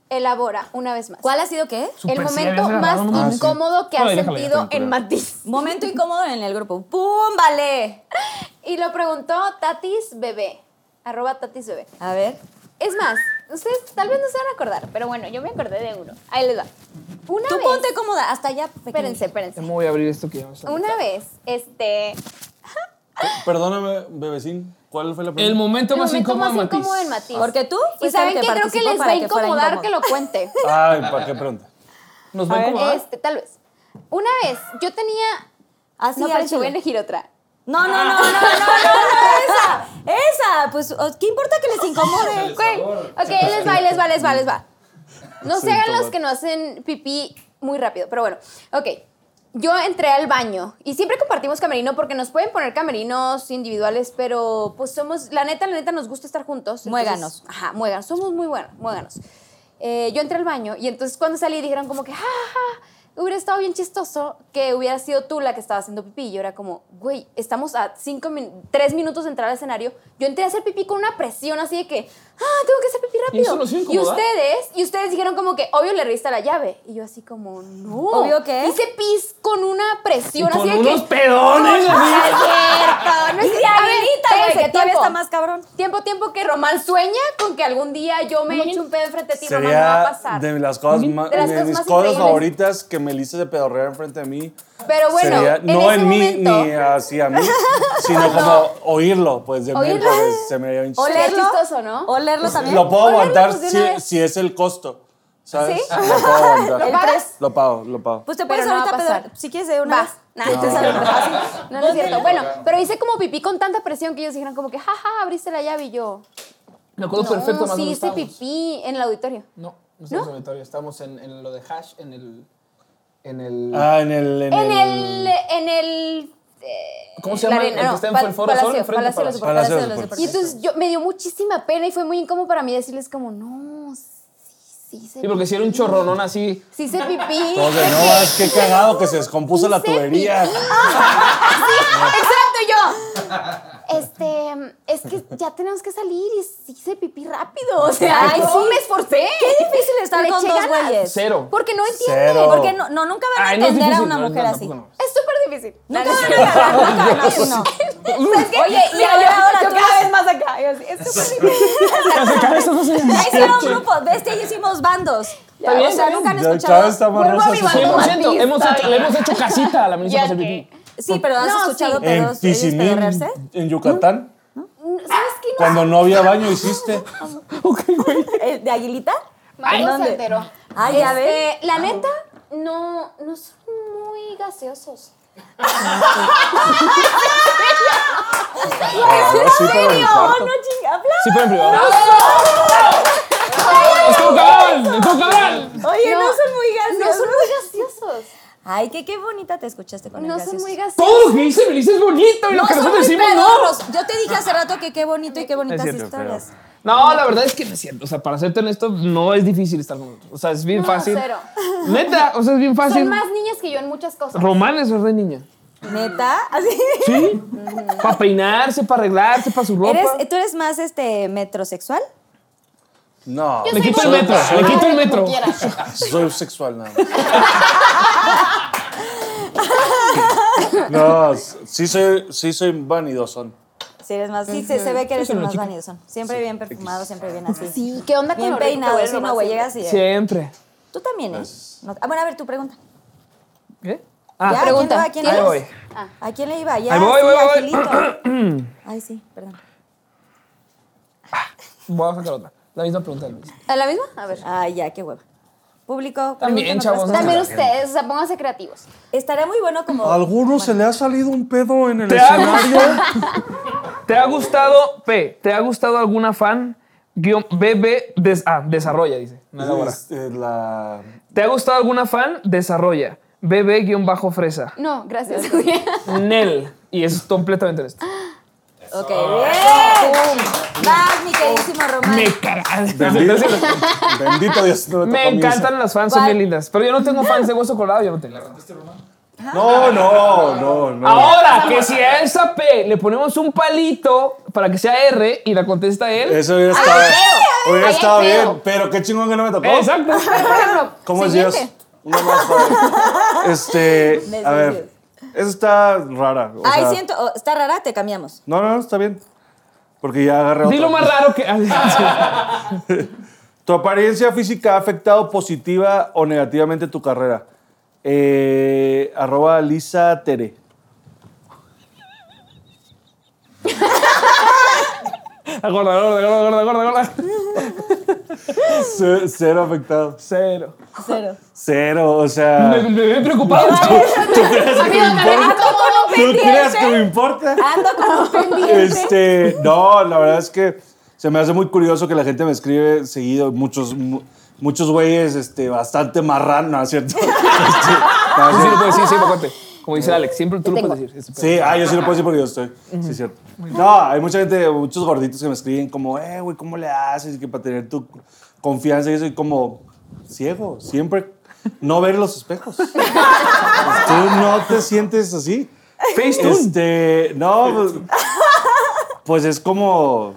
Elabora una vez más. ¿Cuál ha sido qué? El Super, sí, habías momento más grabado, no mames. incómodo que has Ay, déjalo, ya sentido está en vinculado. Matiz. Momento incómodo en el grupo. ¡Pum! Vale. Y lo preguntó Tatis Bebé, arroba Tatis Bebé. A ver. Es más, ustedes tal vez no se van a acordar, pero bueno, yo me acordé de uno. Ahí les va. Una Tú vez, ponte cómoda. Hasta allá. pequeña. espérense, espérense. ¿Cómo voy a abrir esto que ya me está- Una vez, este, Perdóname, bebecín. ¿Cuál fue la El pregunta? momento el más momento incómodo más de Matiz. incómodo en Matiz. Porque tú. y fuiste saben el que creo que participó les va para a fuera incomodar incómodo. que lo cuente. Ay, ¿para qué pregunta? Nos ven como. Este, tal vez. Una vez, yo tenía... Así no, al pero yo voy a chile. elegir otra. No, no, no, no, no, no, no, esa, esa, pues, o- ¿qué importa que les incomode? Güey, ok, ahí les va, ahí les va, les va, les va. No se hagan los que no hacen pipí muy rápido, pero bueno. Ok, yo entré al baño y siempre compartimos camerino porque nos pueden poner camerinos individuales, pero pues somos, la neta, la neta nos gusta estar juntos. entonces- Muéganos. Ajá, muéganos, somos muy buenos, muéganos. Eh, yo entré al baño y entonces cuando salí dijeron como que, ja, ja, ja, hubiera estado bien chistoso que hubiera sido tú la que estaba haciendo pipí. Y yo era como, güey, estamos a cinco min- tres minutos de entrar al escenario. Yo entré a hacer pipí con una presión así de que, ah, tengo que hacer pipí rápido. eso nos iba a y incomodar? ustedes, y ustedes dijeron como que, obvio, le revista la llave. Y yo así como, no. ¿Obvio qué? Hice pis con una presión con así de unos que... pedones. No, así. es cierto, no es que- a ver, espérense, que todavía tiempo. está más cabrón. Tiempo, tiempo que Román sueña con que algún día yo me eche un pedo enfrente de ti, Román, no va a Sería pasar. de las cosas ma- De las de cosas mis más cosas increíbles. favoritas que Melissa se pedorrea enfrente de mí. Pero bueno, Sería- en no ese en mí momento- ni hacia mí, sino como oírlo, pues de mí, Oírlo. pues, se me haría bien chistoso. Qué chistoso, ¿no? Olerlo Pues, también. Lo puedo Oírlo, aguantar pues, de si, una vez. si es el costo, ¿sabes? Lo puedo aguantar. ¿Lo pagas? Lo pago, lo pago. Pues te Pero puedes no va a ahorita pasar. pedo- Si quieres de una Va. vez. Nah, entonces, así. No, no es cierto. Bueno, pero hice como pipí con tanta presión que ellos dijeron como que, jaja, abriste la llave y yo. Me acuerdo perfecto no, más sí dónde hice estábamos. pipí en el auditorio. No, no estamos en auditorio, estamos en, en lo de hash, en el. En el Ah, en el... En, En el, en el... eh, ¿Cómo se la llama? arena, el no, que está en pal- el Foro Sol, Palacio, enfrente Palacio de de los Palacio. Palacio de los Palacio de los Y entonces yo, me dio muchísima pena y fue muy incómodo para mí decirles como, no, sí, sí, se Sí, porque si era un chorronón así. Sí hice pipí. Todos de, no, es que cagado que se descompuso la Hice tubería. Exacto, yo. Este, es que ya tenemos que salir y sí hice pipí rápido. O sea, Ay, ¿cómo me esforcé? Qué difícil estar Le con eché dos ganas. güeyes. Cero. Porque no entienden. Cero. Porque no, no, nunca van a Ay, no es entender a difícil, una no, no, mujer así. tampoco no. Es súper difícil. Nunca van a agarrar, nunca van a así no. Oye, y ahora, ahora tú cada vez más acá. Yo así, es súper difícil. Ya hicieron grupos, ves que ya hicimos bandos. Está bien, o sea, está nunca han Ya escuchado. cada vez está más Vuelvo a mi rosa su- Sí, bando. hemos hecho, Automatista, hemos hecho, le hemos hecho casita a la ministra Ya José que- Pipí. Sí, pero has No, escuchado sí. En pedos ellos Tizimin, pedorrearse. en Yucatán, ¿Mm? ¿Sabes qué? No cuando no había baño hiciste. Eh, ¿De Aguilita? Marco ¿Dónde? se enteró. Este, Ah, ya ves. la neta, no, no son muy gaseosos. Ah, sí, pero en el Oh, cuarto. no chinga, aplausos. Sí, pero en privado. ¡Estuvo cabrón! ¡Estuvo cabrón! Oye, no, No, son muy No gaseosos. son muy gaseosos. Ay, qué, qué bonita te escuchaste con el No son gaseoso. muy gaseosos. Todo lo que dice Melissa es bonito y lo No, que son nosotros muy decimos no. pedorros. Yo te dije hace rato que qué bonito y qué bonitas cierto, historias. No, la verdad es que no es cierto. O sea, para serte honesto, no es difícil estar con nosotros. O sea, es bien No, fácil. cero. Neta, o sea, es bien fácil. Son más niñas que yo en muchas cosas. Román es re niña. ¿Neta? Así. ¿Sí? para peinarse, para arreglarse, para su ropa. ¿Eres, ¿Tú eres más este metrosexual? No, Le soy quito el muy metro, buena le madre, quito el como metro. quieras. soy sexual nada más. No, sí soy, sí soy vanidosón. Sí, eres más. Sí, se, se ve que eres soy el una más chica. vanidoso. Siempre bien perfumado, siempre bien así. Sí, ¿qué onda con Bien lo rico que peinado, huele sí, nomás no, güey, siempre? llegas y... Siempre. Tú también, ¿eh? No- ah, bueno, a ver, tu pregunta. ¿Qué? Ah, Ya, pregunta. ¿A quién, ahí le- voy. ¿A quién le iba? Ya, Ahí voy, sí, voy, voy. agilito. Ay, sí, perdón. Voy a sacar otra. La misma pregunta de Luis. ¿A la misma? A ver. Ay, ya, qué hueva. Público, pregúntenme También, otras chavos, no cosas. También ustedes, o sea, pónganse creativos. Estaría muy bueno como... ¿A alguno se le ha salido un pedo en el Te ha escenario? ¿Te ha gustado, P, te ha gustado alguna fan? Guión BB, des- ah, desarrolla, dice. No elabora. Este, la... ¿Te ha gustado alguna fan? Desarrolla. BB, guión bajo fresa. No, gracias. Julia. Nel. Y eso es completamente honesto. Ah. Ok, bien. Vas, mi queridísimo Román. Ah, Oh, Me cagas. Bendito, bendito Dios. Me no tocó a mí eso. encantan las fans, son bien lindas. Pero yo no tengo fans de hueso colorado, yo no tengo. No, no, no, no. Ahora, que si a esa P le ponemos un palito para que sea R y la contesta él. Eso hubiera estado, Ah, pedo. hubiera Ahí hay estado pedo. bien, pero qué chingón que no me tocó. Exacto. ¿Cómo es Dios? Siguiente. Una más para- Este, Me a ver, eso está rara. o Ay, sea, siento... oh, está rara, te cambiamos. No, no, está bien. Porque ya agarré Dilo otra. más raro que. ¿Tu apariencia física ha afectado positiva o negativamente tu carrera? Eh, arroba Lisa Tere. Gorda, gorda, gorda, gorda, gorda, gorda. C- Cero afectado. Cero. Cero. Cero, o sea. Me, me he preocupado. ¿Tú crees que me importa? ¿Tú crees que me importa? Ando como un pendiente. Este, no, la verdad es que se me hace muy curioso que la gente me escribe seguido, muchos, mu- muchos güeyes, este, bastante marrano, ¿cierto? Este, no, Sí, sí, lo sí, puedes decir, sí, lo cuente. Como dice Alex, siempre tú lo puedes decir. es súper. sí, ah, yo sí lo puedo decir porque yo estoy, sí, es cierto. No, hay mucha gente, muchos gorditos que me escriben como, eh, güey, ¿cómo le haces? Que para tener tu confianza y eso, y como, ciego, siempre no ver los espejos. Pues Tú no te sientes así. Facetune. Este, no, pues, pues es como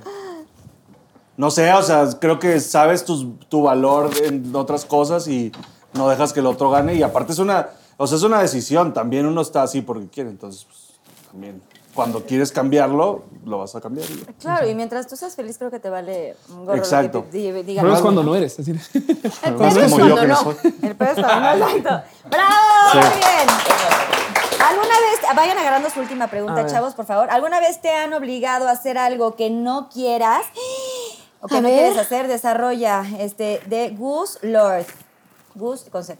No sé, o sea, creo que sabes tus- tu valor en otras cosas y no dejas que el otro gane. Y aparte es una, o sea, es una decisión. También uno está así porque quiere. Entonces, pues, también, cuando quieres cambiarlo, lo vas a cambiar. y ya. Claro, y mientras tú seas feliz, creo que te vale un gorro. lo que Exacto. te di- digan. Pero es cuando no eres. así. El Pero pedo es es como yo cuando que no no. soy. El pedo es cuando no, exacto. ¡Bravo! Sí. Muy bien. ¿Alguna vez, ah, vayan agarrando su última A pregunta, ver. chavos, por favor. ¿Alguna vez te han obligado a hacer algo que no quieras o que A no ver. quieres hacer? Desarrolla este, de Goose Lord. Goose con Z.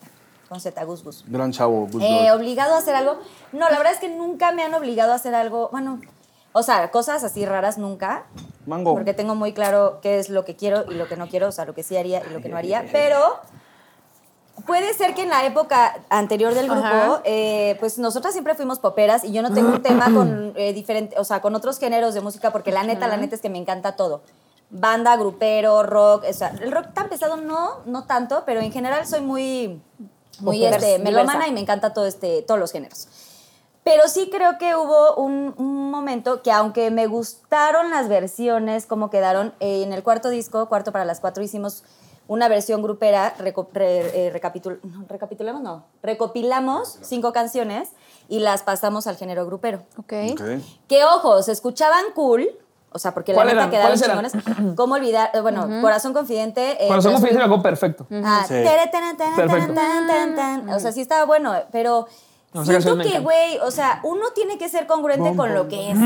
Con Z, Goose Goose. Gran chavo. good Eh, lord. obligado a hacer algo. No, la verdad es que nunca me han obligado a hacer algo. Bueno, o sea, cosas así raras nunca. Mango. Porque tengo muy claro qué es lo que quiero y lo que no quiero, o sea, lo que sí haría y lo que no haría. Pero puede ser que en la época anterior del grupo, Ajá. eh, pues nosotras siempre fuimos poperas y yo no tengo un tema con eh, diferente, o sea, con otros géneros de música, porque la neta, la neta es que me encanta todo. Banda, grupero, rock, o sea, el rock tan pesado no, no tanto, pero en general soy muy, muy Popera. este, melómana Diversa. y me encanta todo este, todos los géneros. Pero sí creo que hubo un, un momento que aunque me gustaron las versiones como quedaron, eh, en el cuarto disco, Cuarto para las Cuatro, hicimos una versión grupera, reco- re- eh, recapitul- no, recapitulamos, no, recopilamos cinco canciones y las pasamos al género grupero. Ok. Ok. Que ojo, se escuchaban cool, o sea, porque la ¿Cuál neta eran? quedaron ¿Cuáles eran? chingones. ¿Cómo olvidar? Eh, Bueno, Corazón Confidente. eh, Cuando Corazón- somos felices, algo perfecto. Ah, Sí. tere, tana, tana, Perfecto. tana, tan, tan, tan. O sea, sí estaba bueno, eh, pero No, esa siento canción me que, encanta. güey, o sea, uno tiene que ser congruente Bom, con lo bom, que es.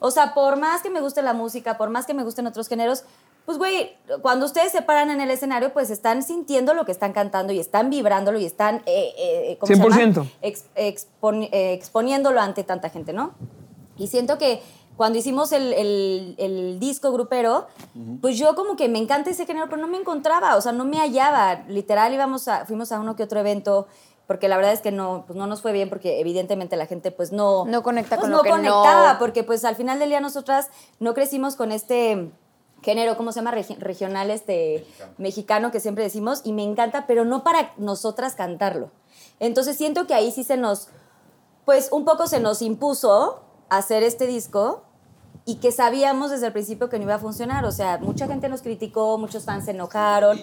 O sea, por más que me guste la música, por más que me gusten otros géneros, pues, güey, cuando ustedes se paran en el escenario, pues están sintiendo lo que están cantando y están vibrándolo y están, eh, eh, ¿cómo se llama? 100%. Ex- exponi- eh, exponiéndolo ante tanta gente, ¿no? Y siento que cuando hicimos el, el- el disco grupero, pues yo como que me encanta ese género, pero no me encontraba, o sea, no me hallaba. Literal, íbamos a, fuimos a uno que otro evento, porque la verdad es que no, pues no nos fue bien, porque evidentemente la gente pues no... No conecta pues con no lo que no- conectaba, porque pues al final del día nosotras no crecimos con este género, ¿cómo se llama? Regi- regional, este mexicano. que siempre decimos, y me encanta, pero no para nosotras cantarlo. Entonces siento que ahí sí se nos, pues un poco se nos impuso hacer este disco y que sabíamos desde el principio que no iba a funcionar. O sea, mucha gente nos criticó, muchos fans se enojaron.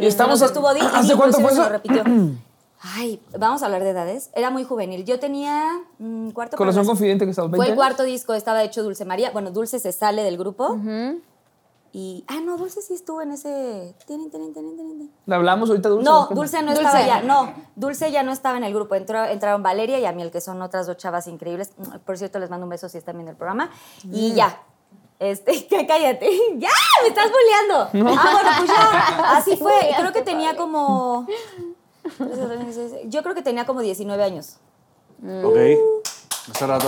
Y estamos Nos estuvo a- difícil, ¿Hace cuánto inclusive fue se eso? lo repitió. Ay, vamos a hablar de edades. Era muy juvenil. Yo tenía mm, cuarto para Corazón las- confidente que estamos 20 fue el años. cuarto disco, estaba hecho Dulce María. Bueno, Dulce se sale del grupo. Y. Ah, no, Dulce sí estuvo en ese. Tirin, tirin, tirin, tirin, tirin. ¿Le hablamos ahorita dulce? No, Dulce no estaba Dulce. ya. No, Dulce ya no estaba en el grupo. Entró, entraron Valeria y a Amiel, que son otras dos chavas increíbles. Mm, Por cierto, les mando un beso si están viendo el programa. Y Mm. ya. Este, que cállate. ¡Ya! ¡Me estás boleando! Ah, bueno, pues ya. Así fue. Y Creo que tenía como. Yo creo que tenía como 19 años. Ok. Hace rato.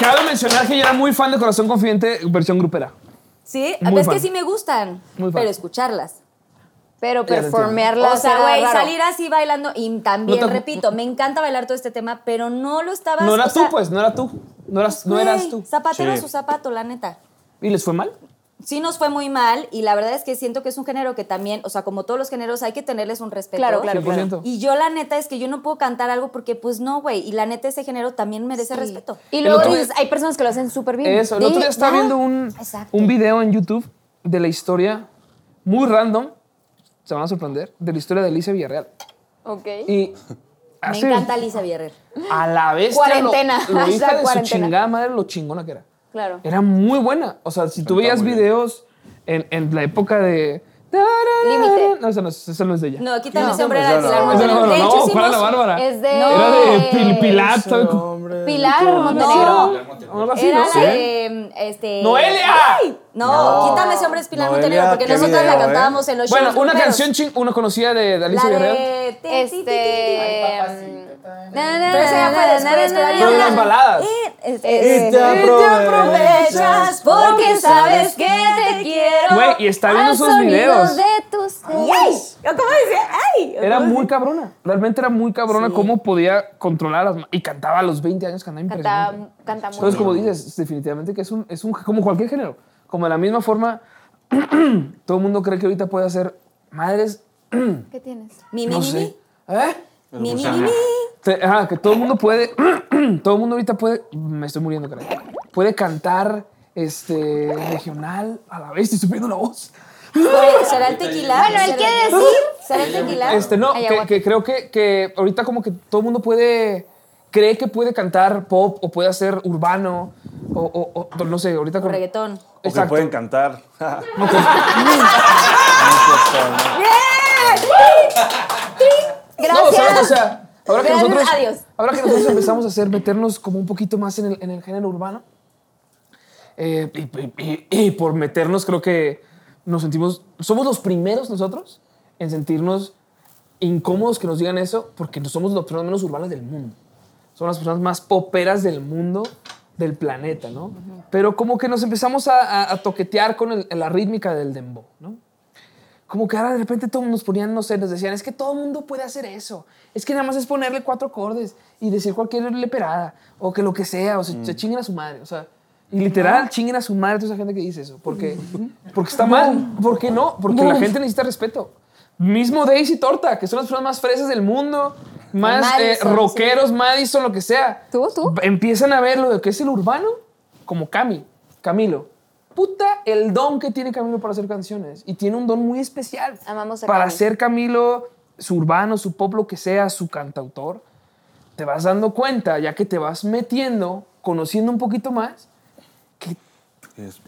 Cabe mencionar que yo era muy fan de Corazón Confidente, versión grupera. Sí, Muy es que fan. sí me gustan, Muy fan. pero escucharlas. Pero Ya lo entiendo. performearla o sea, era güey, raro. salir así bailando y también, No te- repito, me encanta bailar todo este tema, pero no lo estabas... No o eras tú, sea, pues, no era tú. No eras, no güey, eras tú. Zapatero Sí. a su zapato, la neta. ¿Y les fue mal? Sí nos fue muy mal y la verdad es que siento que es un género que también, o sea, como todos los géneros, hay que tenerles un respeto. Claro, claro, 100%. Y yo la neta es que yo no puedo cantar algo porque pues no, güey, y la neta ese género también merece respeto. Y El luego otro- dices, hay personas que lo hacen súper bien. Eso, el otro día estaba ¿no? viendo un, Exacto. un video en YouTube de la historia, muy random, se van a sorprender, de la historia de Alicia Villarreal. Ok. Y Ah, me hace- encanta Lisa Villarreal. A la vez. Cuarentena, Lo, lo hija hashtag de su cuarentena. chingada madre, lo chingona que era. Claro. Era muy buena. O sea, si tú Cantaba veías muy bien. videos en, en la época de. Límite. No, eso no, es- eso no es de ella. No, quítame ese No, hombre no, de la no, Esa Montenegro. no, De no, hecho, no, ¿cuál era la hicimos- Bárbara? Es de- Era de Pil, Pilar. Ese todo- hombre. Pilar Montenegro. No, algo así, Era ¿no? la de, este... ¡Noelia! ¡Ay! No, quítame ese hombre es Pilar Noelia, Montenegro, porque qué nosotras la video, ¿eh? cantábamos en los Bueno, shows una gruperos. canción ching, una conocida de, de Alicia La Villarreal. de... Este. na, na, Pero esa ya fue na, después, na, pero na, había Pero na, una- eran baladas. Eh, es- Y es- te aprovechas porque sabes que te quiero. Ah, Güey, y está viendo al esos sonido videos. de tus Y ¡Ay! ¿Cómo dice? ¡Ay! Era ¿Cómo muy dice? cabrona. Realmente era muy cabrona cómo podía controlar las ma- Y cantaba a los 20 años, cantaba impresionante. Canta, canta muy Entonces, bien. como dices, definitivamente que es un, es un, como cualquier género. Como de la misma forma, todo el mundo cree que ahorita puede hacer madres, ¿Qué tienes? Mi, mi, no mi, sé. ¿Eh? mi, mi, pues, mi, mi, mi. Te- ajá, que todo el mundo puede, todo el mundo ahorita puede, me estoy muriendo, caray. Puede cantar este, regional, a la vez estoy subiendo la voz. ¿Será el tequila? Bueno, él ¿Será- quiere decir. ¿Será el tequila? Este, no, que, Ayahuasca. que creo que, que ahorita como que todo el mundo puede, cree que puede cantar pop o puede hacer urbano o, o- o- no sé, ahorita como... Reggaetón. O que Exacto. pueden cantar. No, pues, no, o sea, Gracias. o sea, ahora que Gracias, nosotros, adiós. ahora que nosotros empezamos a hacer, meternos como un poquito más en el, en el género urbano, eh, y, y- y- y por meternos creo que nos sentimos, somos los primeros nosotros en sentirnos incómodos que nos digan eso, porque no somos las personas menos urbanas del mundo. Somos las personas más poperas del mundo, del planeta, ¿no? Pero como que nos empezamos a, a- a toquetear con el- la rítmica del dembow, ¿no? como que ahora de repente todos nos ponían, no sé, nos decían, es que todo el mundo puede hacer eso. Es que nada más es ponerle cuatro acordes y decir cualquier leperada o que lo que sea, o se, Mm. se chinguen a su madre, o sea. Y literal, chinguen a su madre toda esa gente que dice eso. Porque, porque está mal. ¿Por qué no? Porque la gente necesita respeto. Mismo Daisy Torta, que son las personas más fresas del mundo, más eh, Madison, rockeros, Madison, lo que sea. Tú, tú. Empiezan a ver lo que es el urbano como Cami, Camilo. Puta el don que tiene Camilo para hacer canciones. Y tiene un don muy especial. Amamos a Para Cami. ser Camilo, su urbano, su pop, lo que sea, su cantautor. Te vas dando cuenta, ya que te vas metiendo, conociendo un poquito más,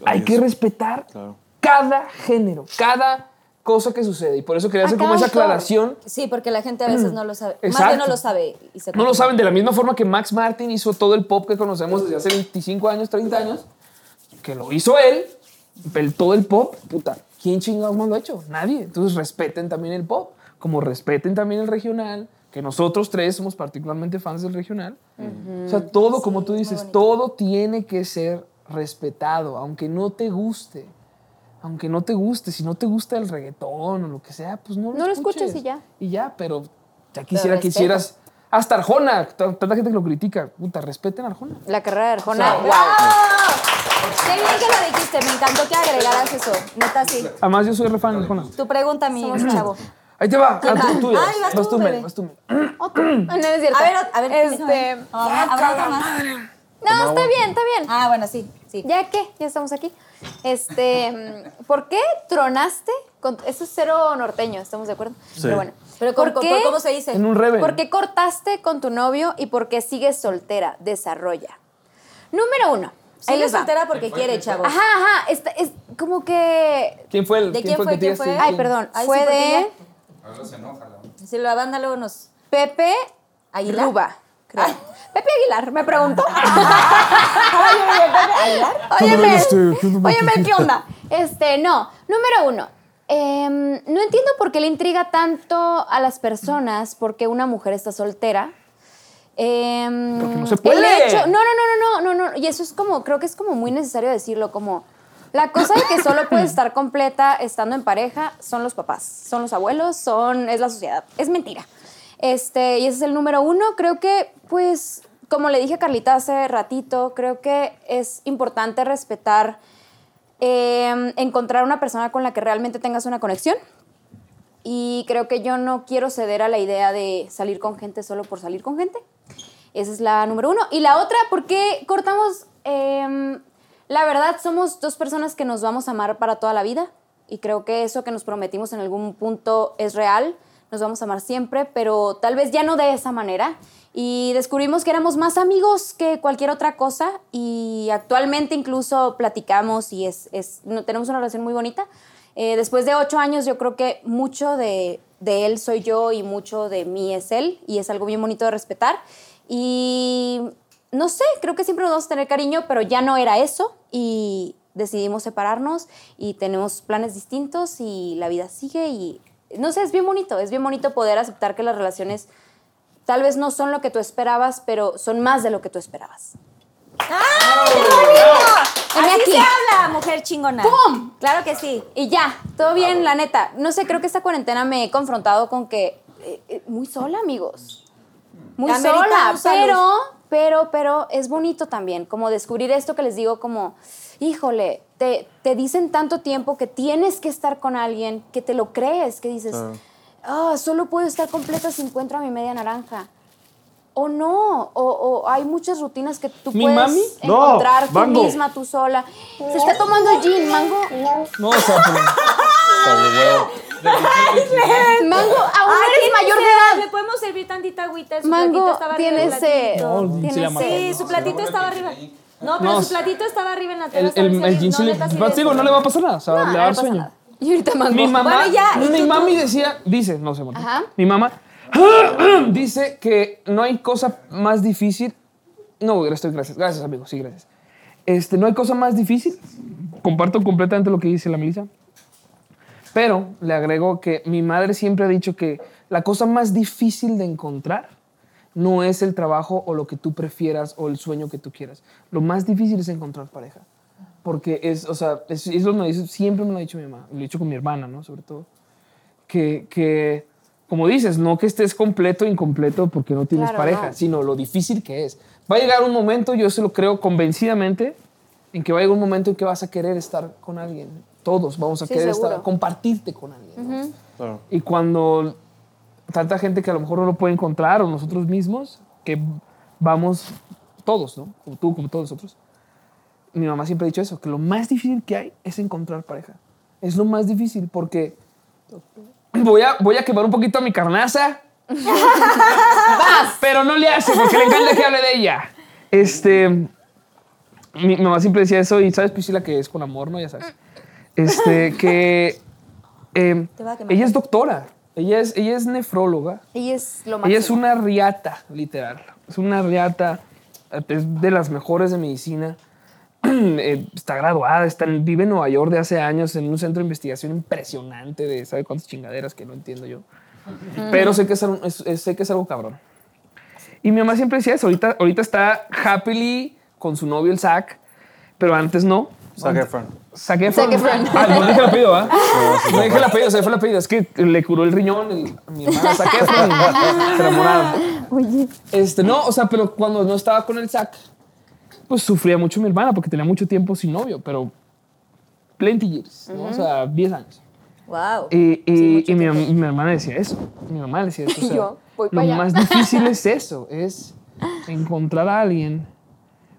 hay que respetar Claro. cada género, cada cosa que sucede. Y por eso quería hacer como esa aclaración. Sí, porque la gente a veces no lo sabe. Más Exacto. bien no lo sabe. y se No lo confunde. saben de la misma forma que Max Martin hizo todo el pop que conocemos desde hace 25 años, 30 años, que lo hizo él, el, todo el pop, puta, ¿quién chingados más lo ha hecho? Nadie. Entonces respeten también el pop, como respeten también el regional, que nosotros tres somos particularmente fans del regional. O sea, todo, como tú dices, todo tiene que ser respetado, aunque no te guste. Aunque no te guste, si no te gusta el reggaetón o lo que sea, pues no lo No lo escuches. escuches y ya. Y ya, pero ya quisiera que respeta. hicieras. Hasta Arjona, t- tanta gente que lo critica. Puta, respeten a Arjona. La carrera de Arjona. ¡Bravo! Qué bien que lo dijiste, me encantó que agregaras eso. Neta, sí. Además, yo soy re fan de Arjona. Tu pregunta, mi chavo. Ahí te va. Ah, tú, tú ya. Ay, vas tú, Mel, bebé. vas tú, Mel. No, no es cierto. A ver, a ver. Este, déjame. Ah, habrá otra más. no, está bien, está bien. Ah, bueno, sí, sí. ¿Ya qué? Ya estamos aquí. Este, mm, ¿por qué tronaste? Con, eso es cero norteño, estamos de acuerdo. Pero bueno. Pero ¿por, ¿Por qué? qué? ¿Cómo se dice? En un rebel. ¿Por qué cortaste con tu novio y por qué sigues soltera? Desarrolla. Número uno. Ahí Él les es va. soltera porque quiere, chavo. Ajá, ajá. está- es como que. ¿Quién fue el ¿De quién el que fue? ¿Quién tiraste? fue? Ay, perdón. Ay, fue sí, porque de Si la banda luego nos... Pepe ¿Aguilar? Ruba, creo. Ah, Pepe Aguilar, me preguntó. Ándale, Óyeme, este, ¿qué onda? óyeme, ¿qué onda? Este, no. Número uno, em, no entiendo por qué le intriga tanto a las personas porque una mujer está soltera. Em, Porque no se el puede. hecho- no, no, no, no, no, no, no. Y eso es como, creo que es como muy necesario decirlo, como la cosa de que solo puede estar completa estando en pareja son los papás, son los abuelos, son, es la sociedad. Es mentira. Este, y ese es el número uno. Creo que, pues, como le dije a Carlita hace ratito, creo que es importante respetar, eh, encontrar una persona con la que realmente tengas una conexión. Y creo que yo no quiero ceder a la idea de salir con gente solo por salir con gente. Esa es la número uno. Y la otra, ¿por qué cortamos? Em, la verdad, somos dos personas que nos vamos a amar para toda la vida. Y creo que eso que nos prometimos en algún punto es real. Nos vamos a amar siempre, pero tal vez ya no de esa manera. Y descubrimos que éramos más amigos que cualquier otra cosa. Y actualmente incluso platicamos y es, es- no, tenemos una relación muy bonita. Eh, después de ocho años, yo creo que mucho de, de él soy yo y mucho de mí es él, y es algo bien bonito de respetar. Y no sé, creo que siempre nos vamos a tener cariño, pero ya no era eso, y decidimos separarnos, y tenemos planes distintos, y la vida sigue, y no sé, es bien bonito, es bien bonito poder aceptar que las relaciones tal vez no son lo que tú esperabas, pero son más de lo que tú esperabas. Heme Así aquí. se habla, mujer chingona. ¡Pum! Claro que sí. Y ya, todo bien, la neta. No sé, creo que esta cuarentena me he confrontado con que eh, eh, muy sola, amigos. Muy Ameritamos sola, salud. pero, pero, pero es bonito también, como descubrir esto que les digo, como, híjole, te, te dicen tanto tiempo que tienes que estar con alguien, que te lo crees, que dices, ah, solo puedo estar completa si encuentro a mi media naranja. O no, o, o hay muchas rutinas que tú ¿Mi puedes mami? No, encontrar tú mango. misma, tú sola. Se está tomando el gin, mango. No, o sea, pero- Mango, aún no Ah, eres mayor de edad. ¿Le podemos servir tantita agüita? Su platito Mango, eh, estaba arriba del tiene sed. platito. No, tiene se llama- sed. Sí, su platito estaba arriba. No, pero No, su platito estaba arriba en la el, terraza. el, el gin sí le- neta, sí pero le- te digo, no le va a pasar nada, o sea, no le le va a dar pasa sueño. nada. Y ahorita mango. Mi mamá, Bueno, ya, ¿y mi tú, mami tú? decía, dice, no sé, por qué. Ajá. mi mamá dice que no hay cosa más difícil. No, estoy gracias, gracias amigo, sí, gracias. Este, no hay cosa más difícil. Comparto completamente lo que dice la Melissa. Pero le agrego que mi madre siempre ha dicho que la cosa más difícil de encontrar no es el trabajo o lo que tú prefieras o el sueño que tú quieras. Lo más difícil es encontrar pareja. Porque es, o sea, es- eso me lo dice- siempre me lo ha dicho mi mamá, lo he dicho con mi hermana, ¿no? Sobre todo. Que, que, como dices, no que estés completo o incompleto porque no tienes Claro, pareja, no. sino lo difícil que es. Va a llegar un momento, yo se lo creo convencidamente, en que va a llegar un momento en que vas a querer estar con alguien. Todos vamos a Sí, querer estar, seguro. compartirte con alguien. ¿no? Claro. Y cuando tanta gente que a lo mejor no lo puede encontrar o nosotros mismos, que vamos todos, ¿no? Como tú, como todos nosotros. Mi mamá siempre ha dicho eso, que lo más difícil que hay es encontrar pareja. Es lo más difícil porque voy a, voy a quemar un poquito a mi carnaza. Pero no le hace porque le encanta que hable de ella. Este, mi, mi mamá siempre decía eso y sabes Priscila que es con amor, ¿no? Ya sabes. Este, que eh, Te va a quemar. ella es doctora, ella es, ella es nefróloga. Ella es lo máximo. Ella es una riata, literal. Es una riata, es de las mejores de medicina. Eh, está graduada, está en- vive en Nueva York de hace años en un centro de investigación impresionante de sabe cuántas chingaderas que no entiendo yo. Pero sé que es, algo- es- es- sé que es algo cabrón. Y mi mamá siempre decía eso. Ahorita, ahorita está happily con su novio, el Zach, pero antes no. Zac Efron. Zac Efron. Zac Efron. Ah, no dije el apellido, ¿ah? No dije el apellido, se fue el apellido. Es que le curó el riñón el- a mi hermana Zac Efron. Se enamoraron. Este, no, o sea, pero cuando no estaba con el Zac, pues sufría mucho mi hermana porque tenía mucho tiempo sin novio, pero plenty years, ¿no? O sea, 10 años. Wow. Y, y- Eh, y mi, mi hermana decía eso. Mi mamá le decía eso. o sea, Yo voy lo pa' allá. más difícil es eso, es encontrar a alguien.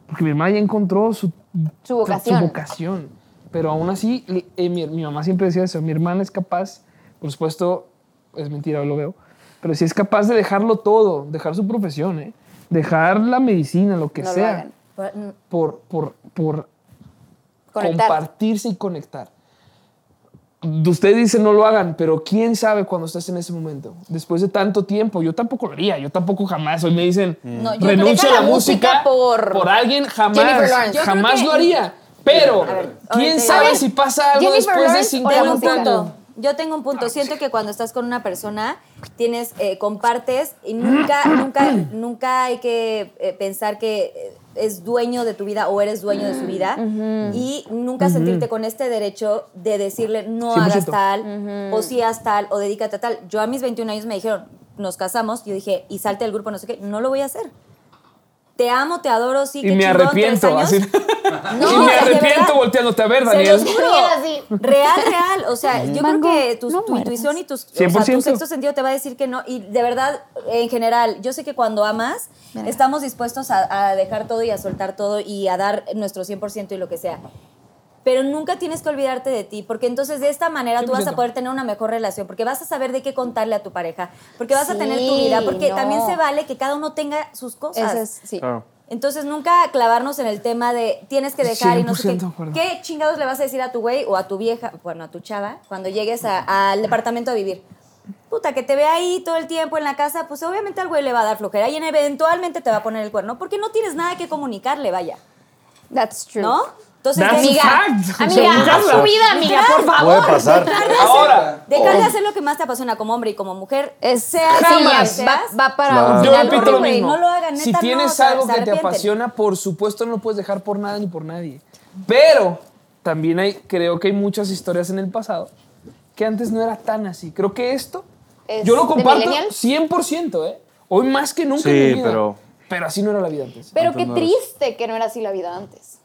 Porque mi hermana ya encontró su, Su vocación. vocación. Pero aún así, le- eh, mi, mi mamá siempre decía eso. Mi hermana es capaz, por supuesto, es mentira, lo veo. Pero sí es capaz de dejarlo todo, dejar su profesión, ¿eh? dejar la medicina, lo que No lo sea, hagan. Pero, mm, por, por, por Conectar. compartirse y conectar. Ustedes dicen no lo hagan, pero quién sabe cuando estás en ese momento. Después de tanto tiempo, yo tampoco lo haría, yo tampoco jamás. Hoy me dicen No, yo renuncia a deja la la música música por- por alguien, Jennifer jamás, Lawrence. Yo creo jamás que- lo haría. Pero quién ahorita sabe digo. si pasa algo Jennifer después de Lawrence o la 50 Tengo un música. punto. Yo tengo un punto. Siento que cuando estás con una persona, tienes, eh, compartes y nunca, nunca, nunca hay que eh, pensar que eh, es dueño de tu vida o eres dueño de su vida y nunca sentirte con este derecho de decirle no 100%. hagas tal o sí haz tal o dedícate a tal. Yo a mis 21 años me dijeron, nos casamos, yo dije, y salte del grupo, no sé qué, no lo voy a hacer. Te amo, te adoro, sí, Y qué me chingón, tres arrepiento. años. así. No, y o me sea, de arrepiento verdad. volteándote a ver, Se Daniel. los juro. Real, real. O sea, yo Mango, creo que tu, no tu mueras. intuición y tus, o sea, 100%. tu sexto sentido te va a decir que no. Y de verdad, en general, yo sé que cuando amas, estamos dispuestos a, a dejar todo y a soltar todo y a dar nuestro 100% y lo que sea. Pero nunca tienes que olvidarte de ti, porque entonces de esta manera tú vas 100%. a poder tener una mejor relación, porque vas a saber de qué contarle a tu pareja, porque vas a Sí, tener tu vida, porque no. también se vale que cada uno tenga sus cosas. Esa es, sí. Claro. Entonces, nunca clavarnos en el tema de tienes que dejar y no sé 100% de qué. acuerdo. ¿Qué chingados le vas a decir a tu güey o a tu vieja, bueno, a tu chava, cuando llegues a- al departamento a vivir? Puta, que te ve ahí todo el tiempo en la casa, pues obviamente al güey le va a dar flojera y eventualmente te va a poner el cuerno porque no tienes nada que comunicarle, vaya, That's true. ¿no? Entonces, That's amiga, a fact. O Amiga, sea, haz Carla, su vida, amiga, por Puede favor. pasar. Ahora, dejar de hacer lo que más te apasiona como hombre y como mujer. Es- Seas Jamás. quien Va, seas. va para Claro. un Yo final repito lo horrible. güey, mismo. no lo hagan, si neta, no, o tienes sea, algo se que te arrepienten. apasiona, por supuesto no lo puedes dejar por nada ni por nadie. Pero también hay, creo que hay muchas historias en el pasado que antes no era tan así. Creo que esto, ¿Es yo lo de comparto millennial? 100%, ¿eh? Hoy más que nunca. Sí, en mi vida. pero- Pero así no era la vida antes. Pero qué no eres. triste que no era así la vida antes.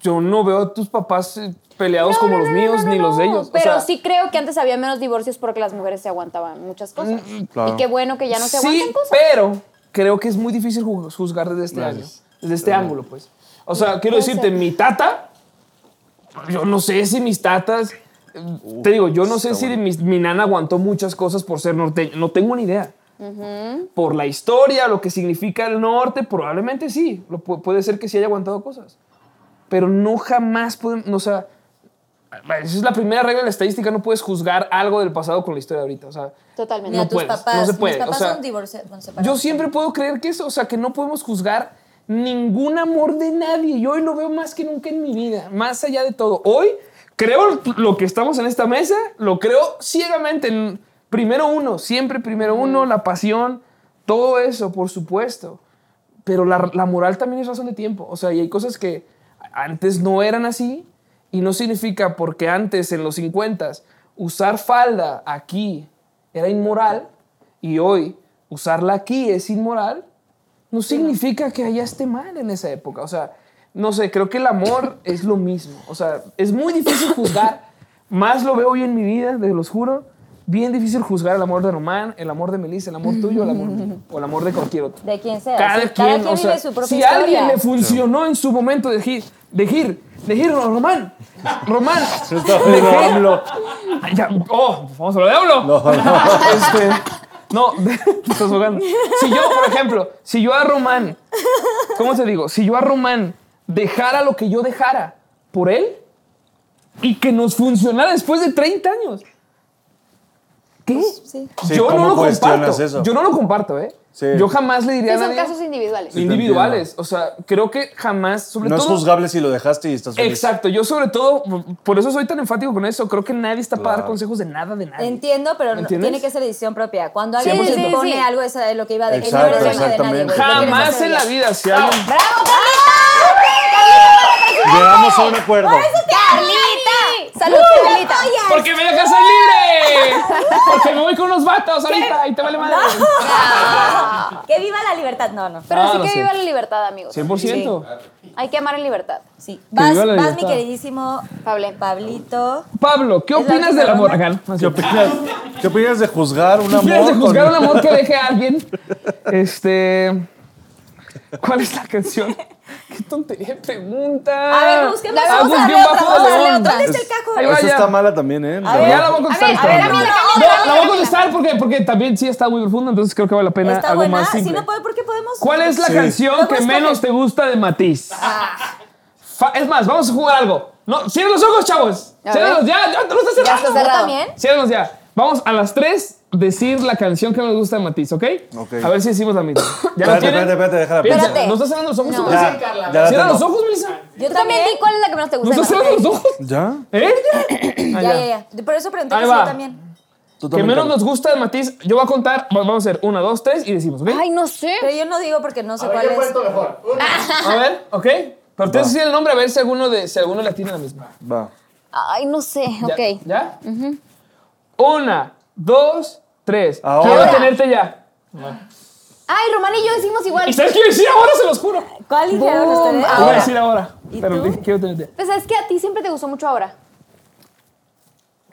Yo no veo a tus papás eh, peleados No, como no, los no, no, míos no, ni no. los de ellos. O Pero sea, sí creo que antes había menos divorcios porque las mujeres se aguantaban muchas cosas. claro. Y qué bueno que ya no se Mm, sí, aguantan cosas. pero creo que es muy difícil ju- juzgar desde este año, desde este ángulo, pues. O sea, quiero decirte, mi tata, yo no sé si mis tatas, eh, te digo, yo no sé si mis- mi, nana aguantó muchas cosas por ser norteño, no tengo ni idea. Por la historia, lo que significa el norte, probablemente sí, lo pu- puede ser que sí haya aguantado cosas. Pero no jamás podemos, o sea, esa es la primera regla de la estadística, no puedes juzgar algo del pasado con la historia de ahorita, o sea, Totalmente. Ni a no tus puedes, papás. no se puede, Mis papás o sea, son divorciados. bueno, yo separados. siempre puedo creer que eso, o sea, que no podemos juzgar ningún amor de nadie. Y hoy lo veo más que nunca en mi vida, más allá de todo. Hoy creo lo que estamos en esta mesa, lo creo ciegamente. en- Primero uno, siempre primero uno, la pasión, todo eso, por supuesto. Pero la, la moral también es razón de tiempo. O sea, y hay cosas que antes no eran así y no significa porque antes, en los 50, usar falda aquí era inmoral y hoy usarla aquí es inmoral, no significa que allá esté mal en esa época. O sea, no sé, creo que el amor es lo mismo. O sea, es muy difícil juzgar. Más lo veo hoy en mi vida, te los juro. Bien difícil juzgar el amor de Román, el amor de Melissa, el amor tuyo, el amor mío, o el amor de cualquier otro. De quien sea. Cada sí, quien, o vive sea, su propia si historia. alguien le funcionó en su momento de gir, de gir, de gir, Román, Román, de gir. Ay, ya, oh, vamos a hablar de hablo. No, Este, no, te estás jugando. Si yo, por ejemplo, si yo a Román, ¿cómo te digo? Si yo a Román dejara lo que yo dejara por él y que nos funcionara después de 30 años. ¿Qué? Sí, yo ¿cómo no lo cuestionas comparto. eso? Yo no lo comparto, ¿eh? Sí. Yo jamás le diría Sí, a son nadie casos individuales. Sí, te individuales. O sea, creo que jamás, sobre No es todo. juzgable si lo dejaste y estás feliz. exacto. Yo, sobre todo, por eso soy tan enfático con eso. Creo que nadie está para dar Claro. consejos de nada, de nada. Entiendo, pero no- ¿Entiendes? tiene que ser decisión propia. Cuando alguien Sí, se sí, impone sí. algo, eso es lo que iba a decir. Exacto, no eres dueño de nadie, exactamente. güey. Lo tienes que Jamás hacer en la ya. vida, si Oh, alguien. Llegamos a un acuerdo. Ah, ¡Carlita! ¡Salud, ¡Uh! Carlita! Porque me dejas salir libre. Porque me voy con unos vatos ahorita y te vale madre. ¡Que viva la libertad! No, no. Pero Ah, sí no que sé. viva la libertad, amigos. 100%. Hay que amar en libertad. Sí. Vas, viva la vas, mi libertad. queridísimo Pablo. Pablito. Pablo, ¿qué Es la opinas última del amor? ronda. Acá, no es ¿Qué cierto. opinas, ¿Qué opinas de juzgar un amor? ¿Quieres de con- juzgar un amor que deje a alguien? Este. ¿Cuál es la canción? Qué tontería de pregunta. A ver, busquemos. Ah, Vamos a darle busquen otra, bajo vamos a de darle onda. otra. ¿Dónde está el caco? Ahí va Esa ya. Ah, está mala también, ¿eh? La Ya verdad. la voy a A contestar. ver, a ver, también. amiga, No, amiga, la voy a amiga. contestar porque, porque también sí está muy profundo, entonces creo que vale la pena Está algo buena. más Si simple. no puede, ¿por qué podemos? ¿Cuál es la Sí. canción Luego que escoge. menos te gusta de Matiz? Fa- Es más, vamos a jugar algo. No, cierren los ojos, chavos. Cierrenlos ya, ya te lo estás ¿Ya cerrando. está cerrado? también? Cierrenlos ya. Vamos a las tres decir la canción que nos gusta de Matiz, ¿ok? Ok. A ver si hicimos la misma. ¿Ya Espérate, espérate, espérate, déjala, espérate. ¿No estás cerrando los ojos? Ya, Melissa? ya la Cierra tengo. los ojos, Melissa. Yo Tú también di cuál es la que menos te ¿No gusta. estás de cerrando los ojos? ¿Ya? ¿Eh? Ah, Ya, ya, ya. Por eso pregunté Ahí que si yo va. también. Tú Que también, menos Carlos. nos gusta de Matiz, yo voy a contar, va- vamos a hacer una, dos, tres y decimos, ¿ok? Matiz. Ay, no sé. Pero yo no digo porque no sé cuál es. A ver, ¿ok? Pero tienes que decir el nombre a ver si alguno, de, si alguno le tiene la misma. Va. Ay, no sé. Ya, Ok. ¿Ya? Una, dos, tres. Ahora. Quiero tenerte ya. Ay, Román y yo decimos igual. ¿Y sabes qué iba a decir ahora? Se los juro. ¿Cuál dijeron Boom. ustedes? Lo voy a Ahora. decir ahora. ¿Y Pero tú? dije, quiero tenerte. Pues es que a ti siempre te gustó mucho ahora.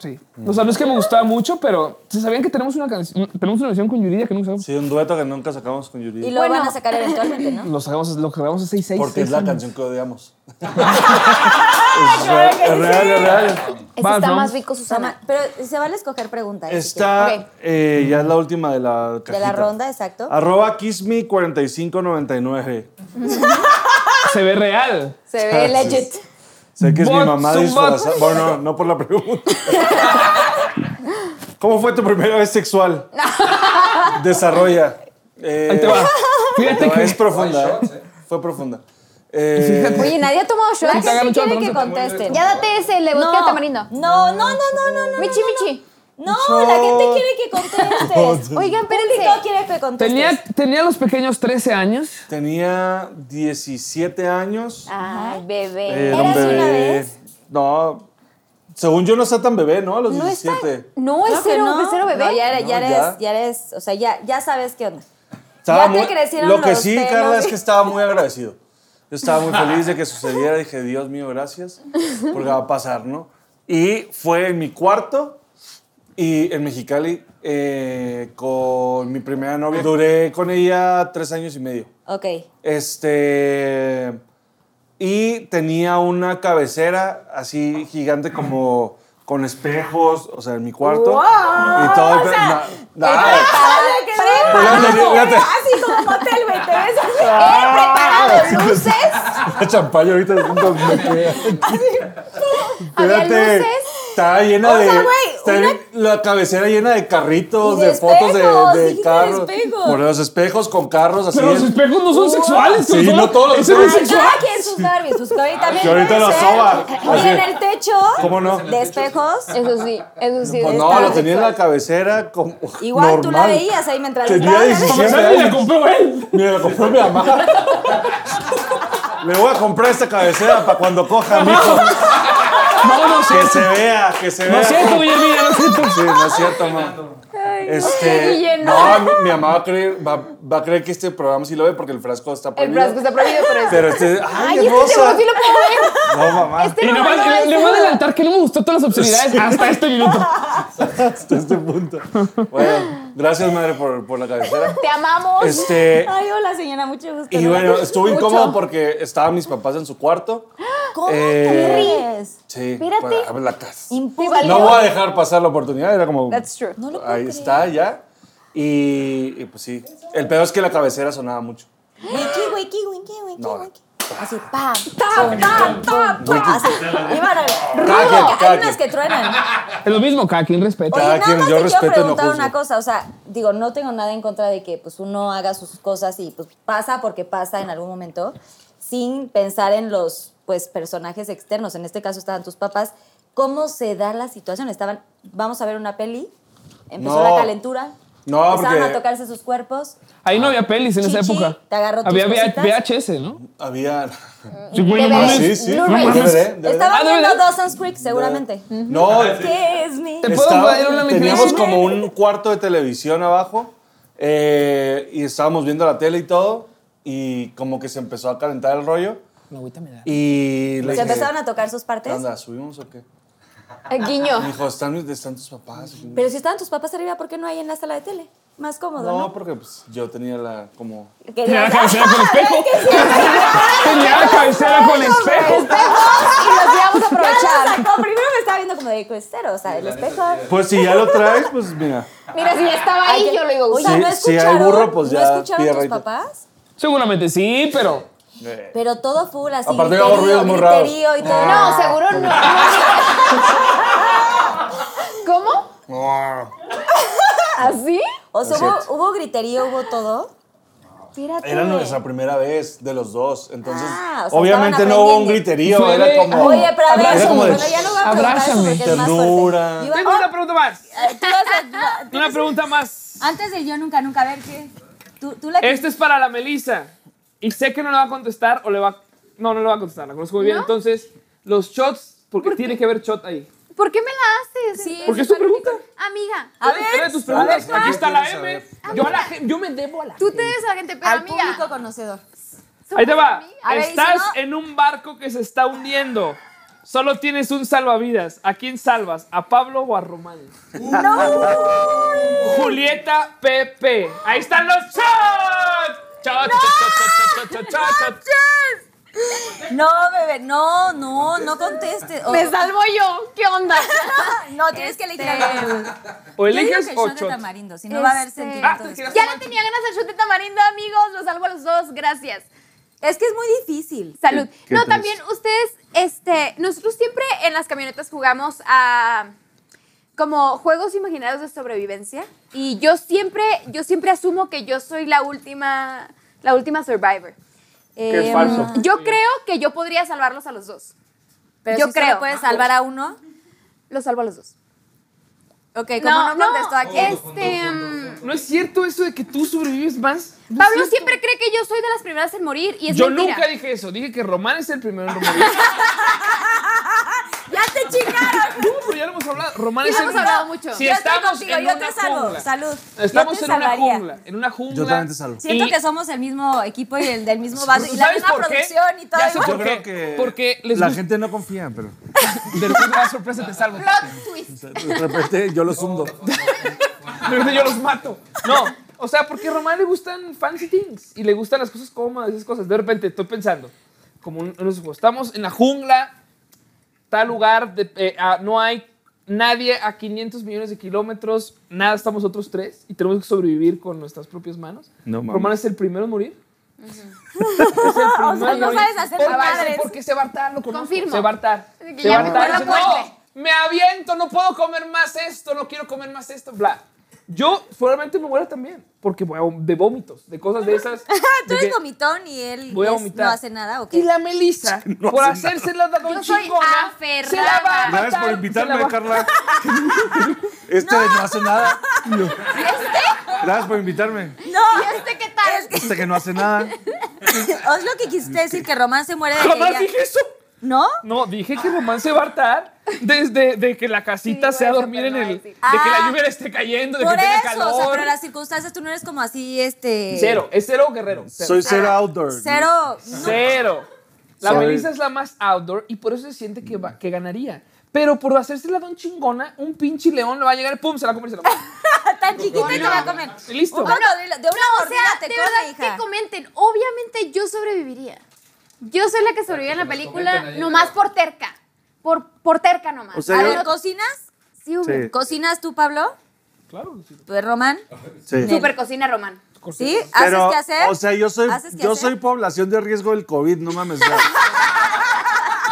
Sí. O sea, no es que me gustaba mucho, pero ¿se sabían que tenemos una canción tenemos una canción con Yuridia que nunca sabemos? Sí, un dueto que nunca sacamos con Y Yuri. lo van Bueno. a sacar eventualmente, ¿no? Lo sacamos, lo grabamos hace seis, Porque es seis la años. canción que odiamos. es real, es real, es real. Ese Vas, está ¿no? más rico, Susana. Toma, Pero se vale escoger preguntas. Esta eh, ya es la última de la De la cajita. ronda, exacto. Ah, Arroba kissme4599. Se ve real. Se ve legit. Sé que es mi Bot, mamá su disfrazada. bot. Bueno, no por la pregunta. ¿Cómo fue tu primera vez sexual? Desarrolla. Eh, Ahí te va. Fíjate no, que es profunda. ¿eh? Fue profunda. Eh, Oye, nadie ha tomado La shots. te hagan gente un quiere shot, no que se te contesten. Ya date ese, le busqué al tamarindo. No, no, no, no, no, no. Michi, no, no. michi. No, la gente quiere que contestes. Oigan, Público espérense. quiere que contestes. tenía, tenía los pequeños 13 años. tenía 17 años. Ay, bebé. Era un ¿Eras bebé. una vez? No. Según yo no está tan bebé, ¿no? A los No está. 17. No, es Claro que cero, no. es cero bebé. No, ya, eres- ya No, eres, ya. ya eres, o sea, ya, ya sabes qué onda. Estaba Ya te muy- crecieron Lo que los sí, pelos. Carla, es que estaba muy agradecido. Yo estaba muy feliz de que sucediera. Dije, Dios mío, gracias. Porque va a pasar, ¿no? Y fue en mi cuarto Y en Mexicali, eh, con mi primera novia, duré con ella tres años y medio. Ok. Este. Y tenía una cabecera así gigante como con espejos, o sea, en mi cuarto. y todo. el pe- na- na- Ah, Ah, Pues ya tenía- ya te- Así como un hotel, güey, te ves así. La champaña ahorita es un dos- me queda. Espérate. Estaba llena O sea, de. güey, está una- bien- La cabecera llena de carritos, Y de de, fotos espejos, de, de dijiste de carros. espejos. Por los espejos con carros así. Pero los en- espejos no son sexuales. Sí, pero no todos los Ese no es espejos. sexual. Cada quien sus Barbies, pues que ahorita también Ah, Que ahorita puede lo ser. soba. Y Así. en el techo. ¿Cómo no? De espejos. Eso sí, eso sí. Pues es no, tan lo tenía en la sexual. cabecera como. Igual tú la normal. veías ahí mientras Tenía estaba. 17 Esa ni la años. compró él. Mira, la compró mi mamá. Le voy a comprar esta cabecera para cuando coja, mijo. No, no, sí. Que se vea, que se No vea. es cierto, Guillermina, no es cierto. Sí, no es cierto, ma. Este, no, mi, mi mamá va a, creer, va, va a creer que este programa sí lo ve porque el frasco está El prohibido. frasco está prohibido, pero es. Pero este, ay, Ay, este hermosa. seguro sí lo puedo ver. No, mamá, Este Y no, nada más, no, le- este le voy a no. adelantar que no me gustó todas las obscenidades hasta este minuto. hasta este punto. Bueno, gracias, madre, por, por la cabecera. Te amamos. Este, Ay, hola señora, mucho gusto. y bueno, estuvo incómodo porque estaban mis papás en su cuarto. ¿Cómo Eh, te ríes? Sí, Espérate. pues, habla casa. Impúdico. No voy a dejar pasar la oportunidad, era como. That's true. No lo puedo Ahí creer. está, ya. Y, y pues sí. El peor es que la cabecera sonaba mucho. Wiki, wiki, wiki, wiki, No. wiki. Así, pam. ¡Tap, tap, tap! Así. Y van a Cada quien, Rudo. cada Hay unas quien. que truenan. Es lo mismo, cada quien respeta. Oye, Cada nada quien, más yo te respeto y quiero no preguntar juzgo. una cosa, o sea, digo, no tengo nada en contra de que pues uno haga sus cosas y pues pasa porque pasa en algún momento, sin pensar en los pues personajes externos, en este caso estaban tus papás, ¿cómo se da la situación? Estaban, vamos a ver una peli, empezó No. la calentura, No, empezaron porque- a tocarse sus cuerpos, Ahí no había pelis en esa Chichi, época. te agarró tus Había V- cositas. VHS, ¿no? Había. Sí, güey, no DVD. Ah, mames. sí, sí. Blu-ray. DVD, DVD. estaban Ah, ¿de viendo verdad? Dawson's Creek seguramente. No, ¿Qué es mi? Ah, Te- puedo estaba- pedir una teníamos ligerita? como un cuarto de televisión abajo eh, y estábamos viendo la tele y todo y como que se empezó a calentar el rollo y le ¿Se dije, empezaron a tocar sus ¿qué partes? onda? ¿Subimos o qué? Me Guiño. dijo, ¿están, están tus papás? Pero si estaban tus papás arriba, ¿por qué no hay en la sala de tele? Más cómodo, ¿no? no, porque pues, yo tenía la como... Tenía la Querías- cabecera con espejo. Tenía la cabecera con espejo. y los íbamos a aprovechar. Primero me estaba viendo como de costero, o sea, el espejo. Pues si ya lo traes, pues mira. Mira, si ya estaba ahí, yo lo iba a Oye, usar. Sí, ¿no si hay escucharon? burro, pues ya ¿No escucharon pide tus reto. papás? Seguramente sí, pero. Pero todo full así, Aparte griterío, hago ruidos muy raros. griterío y todo. No, seguro no. ¿Cómo? Ah. ¿Así? O sea, Es hubo, cierto. hubo griterío, hubo todo. Fíjate. Era nuestra primera vez de los dos, entonces Ah, o sea, obviamente estaban no hubo un aprendiendo. griterío, Fue de- era como... Oye, pero a ver, era como de- bueno, ya no voy a preguntar eso Abrázame. porque es más Ternura. fuerte. Yo iba- oh, pregunta más. eh, tú vas a- Una pregunta más. Antes del yo nunca, nunca, a ver qué. Tú, tú la Este es para la Melissa. Y sé que no le va a contestar o le va. No, no le va a contestar. La conozco muy bien. Entonces, los shots, porque tiene que haber shot ahí. ¿Por qué me la haces? Sí, ¿Por qué es tu pregunta? Amiga, A Era de ver, tus preguntas. a ver, Aquí está la quiero M. saber. Yo, a la gen- yo me debo a la. tú te debes a la gente, pero al amiga. público conocedor. Ahí te va. A ver, y si Estás no- en un barco que se está hundiendo. Solo tienes un salvavidas. ¿A quién salvas? ¿A Pablo o a Román? ¡No! Julieta Pepe. Ahí están los shots. Shot, shot, shot, shot, shot, shot, shot, shot. No, bebé, no, no, no contestes. O- Me salvo yo. ¿Qué onda? no, tienes que elegir algo. O Yo digo eliges que el o shot de shot. tamarindo, si no va a haber Este- sentimiento. Ah, tú después. querías Ya tomar- le tenía ganas al shot de tamarindo, amigos. Los salvo a los dos. Gracias. Es que es muy difícil. Salud. qué no, triste. también ustedes, este, nosotros siempre en las camionetas jugamos a como juegos imaginarios de sobrevivencia y yo siempre, yo siempre asumo que yo soy la última, la última survivor. Que es Em, falso. Yo creo que yo podría salvarlos a los dos. Pero Yo si solo creo. puedes salvar a uno. Los salvo a los dos. Ok, como no, contestó aquí. este, mm, No es cierto eso de que tú sobrevives más. No es Pablo cierto. siempre cree que yo soy de las primeras en morir y es Yo mentira. nunca dije eso. Dije que Román es el primero en morir. ¡Ya te chingaron! No, pero ya lo hemos hablado. Román Sí, es en hemos una- hablado mucho. Si yo estoy estamos contigo, en yo una te salvo. jungla. Salud. Estamos yo te en una salvaría. jungla. En una jungla. Yo también te salvo. Siento Y- que somos el mismo equipo y el del mismo vaso. ¿Sabes Y la misma por qué? producción y todo. Ya y- sé por Yo qué. creo que Porque les la gusta- gente no confía, pero De repente la sorpresa te salvo. de repente yo los hundo. De repente yo los mato. No. O sea, porque a Román le gustan fancy things y le gustan las cosas cómodas, esas cosas. De repente estoy pensando, como en los juegos, estamos en la jungla, tal lugar, de- eh, ah, no hay nadie a 500 millones de kilómetros, nada, estamos otros tres y tenemos que sobrevivir con nuestras propias manos. No mames. Román es el primero en morir. Es el primero sea, en no morir. sabes hacer Porque- madres. Porque se va a hartar, lo conozco. Confirmo. Se va a hartar. Es que Se ya va a me hartar. acuerdo Dice, fuerte. "No, me aviento, no puedo comer más esto, no quiero comer más esto, bla. Yo probablemente me muera también, porque voy a vom- de vómitos, de cosas de esas. Ah, Tú de que eres vomitón y él Voy a es- vomitar. no hace nada, ¿o Y qué? la Melissa, No por hace hacerse la dadón Yo soy chingona, se la va a aferrada. Gracias por matar, se la invitarme, va- Carla. Este no. hace nada. Y yo, Gracias por invitarme. No, ¿Este qué tal? Este que no hace nada. es lo que quisiste decir, que Román se muere de Jamás alegría. dije eso. ¿No? No, dije que Román se va a hartar desde de que la casita Sí, sea bueno, dormir en pero no va el. a de decir. que la Ah, lluvia le esté cayendo, de que Por tenga eso, calor. o sea, pero las circunstancias tú no eres como así, este... Cero, es cero guerrero. Cero. Soy cero outdoor. Cero. Cero. La Soy- Melissa es la más outdoor y por eso se siente que, va- que ganaría. Pero por hacerse la don chingona, un pinche león le va a llegar, ¡pum! Se la come y se la mata. Tan chiquita y te va a comer. Y listo. Un cocodrilo, Ah, de una O mordida sea, te de come, verdad hija. que comenten. Obviamente yo sobreviviría. Yo soy la que sobrevivió en la película nomás por terca. Por, por terca nomás. O sea, A yo- ver, ¿cocinas? Sí, hubo. Sí. ¿Cocinas tú, Pablo? Claro. sí. ¿Tú, Román? Sí. Super cocina, Román. ¿Sí? ¿Haces Pero, qué hacer? o sea, yo soy, ¿Haces qué yo hacer? soy población de riesgo del COVID, no mames. o sea,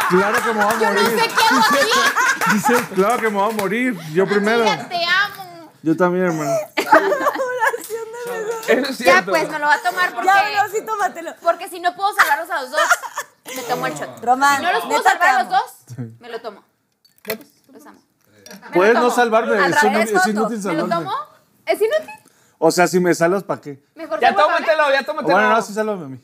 claro que me voy a morir. Dice, claro que me voy a morir. Ah, Yo primero. Te amo. Yo también, hermano. Eso es Ya, cierto. pues me lo va a tomar porque, Ya, no, sí, tómatelo. porque si no puedo salvarlos a los dos, me tomo el shot. Román, Si no los puedo neta, te salvar a los amo. dos, me lo tomo. Los amo. Puedes no tomo. salvarme, Al es, revés, inú- es foto. ¿Me inútil lo salvarme. tomo? ¿Es inútil? O sea, si me salvas, ¿para qué? Mejor Ya tomo café. tómatelo, ya tómatelo. Bueno, no, sí, Ah. sálvame a mí.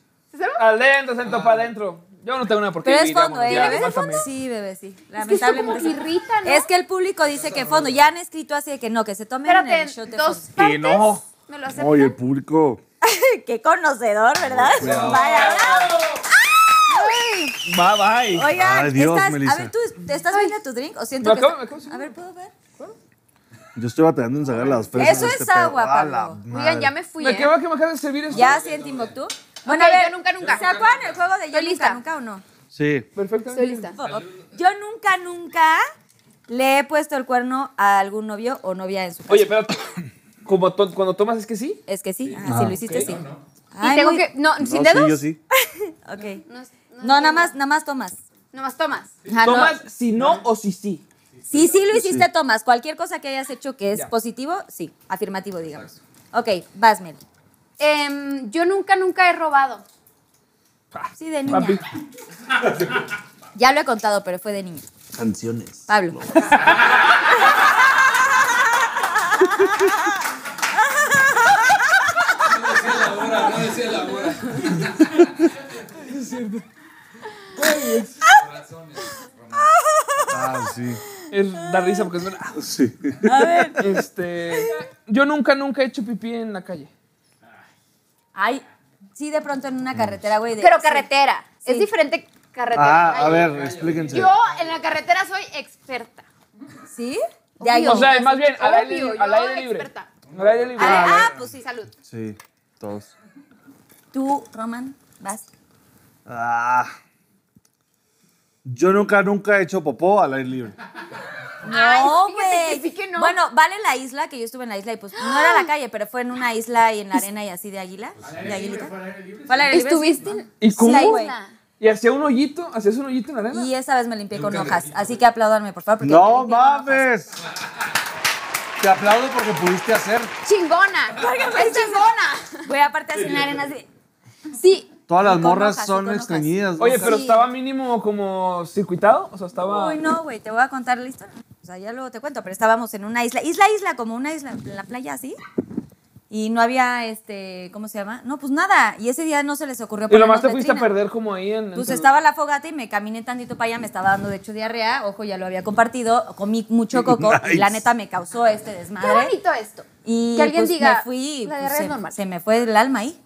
Adentro, sento para adentro. Yo no tengo nada por qué Pero es vivir, fondo, vámonos, ¿eh? ya, ¿Ves el mátame. fondo? Sí, bebé, sí. Es que esto como que Lamentablemente. irrita, ¿no? Es que el público dice que fondo. Ya han escrito así de que no, que se tomen el shot Espérate, de dos fondo. partes. no. Me lo acepto. Oye, el público. Qué conocedor, ¿verdad? Vaya. Bye, bye. Oigan, Ay, Dios, estás- a Melissa. ver, ¿tú ¿te estás viendo tu drink o siento Me que acabo- está- me acabo de A ver, ¿puedo ver? Yo estoy batallando en sacar las fresas. Eso de este es pedo. agua, A la Pablo. madre. Oigan, ya me fui. Me ¿eh? quedo que me acabas de servir esto. ¿Ya sienten Timbuktu? Bueno, Ok, a ver, yo nunca, nunca. ¿Se acuerdan el juego de Yo Estoy nunca lista. nunca o no? Sí. Estoy Perfectamente. lista. Yo nunca nunca le he puesto el cuerno a algún novio o novia en su casa. Oye, espérate. Como to- cuando tomas es que sí. Es que sí, ah, si lo hiciste sí. Y Ay, tengo muy- que. No, sin No, sí, dedos. yo sí. Ok. No, No, no, nada más, nada más tomas. Nomás tomas. Ajá, no. Tomas si Ah. no o si sí. Sí, sí lo hiciste, tomas. Cualquier cosa que hayas hecho que es positivo, sí, afirmativo, digamos. Ok, vas, Mel. Em, yo nunca, nunca he robado. Sí, de niña. Papi. Ya lo he contado, pero fue de niña. Canciones. Pablo. Ah, sí. Es da risa porque es verdad. Sí. Este, yo nunca, nunca he hecho pipí en la calle. Ay, sí, de pronto en una carretera, güey. de- Pero sí. carretera. Sí. Es diferente carretera. Ah, a ver, explíquense. Yo en la carretera soy experta. ¿Sí. De ahí. O sea, más bien, al aire, Obvio, li- al yo aire libre. experta. Al aire libre. ah, pues sí. Salud. Sí, todos. Tú, Roman, vas. Ah. Yo nunca, nunca he hecho popó al aire libre. Ay, No, fíjate que güey. sí que no. Bueno, vale la isla, que yo estuve en la isla y pues no era la calle, pero fue en una isla y en la arena y así de águila. De aguilita. Fue al aire libre, sí. ¿Estuviste? en- Ah, ¿Y cómo? Sí, güey. y hacía un hoyito, hacías un hoyito en la arena. Y esa vez me limpié con hojas, así que aplaudanme, por favor. porque me ¡No limpié con hojas. mames! Te aplaudo porque pudiste hacer. pues Chingona. Es chingona. Güey, aparte así en la arena así. Sí. Todas las Con morras hojas, con son hojas. extrañidas. ¿no? Oye, pero Sí. estaba mínimo como circuitado, o sea, estaba Uy, no, güey, te voy a contar la historia. O sea, ya luego te cuento, pero estábamos en una isla, isla, isla, como una isla, en la playa así. y no había, este, ¿cómo se llama? No, pues nada. Y ese día no se les ocurrió Y ponernos nomás te fuiste a letrina. perder como ahí en. Pues entre- estaba la fogata y me caminé tantito para allá, me estaba dando de hecho diarrea, ojo, ya lo había compartido, comí mucho coco y la neta me causó este desmadre. Qué bonito esto. Y que alguien pues, diga, me fui, la pues, diarrea se, es normal. se me fue el alma ahí.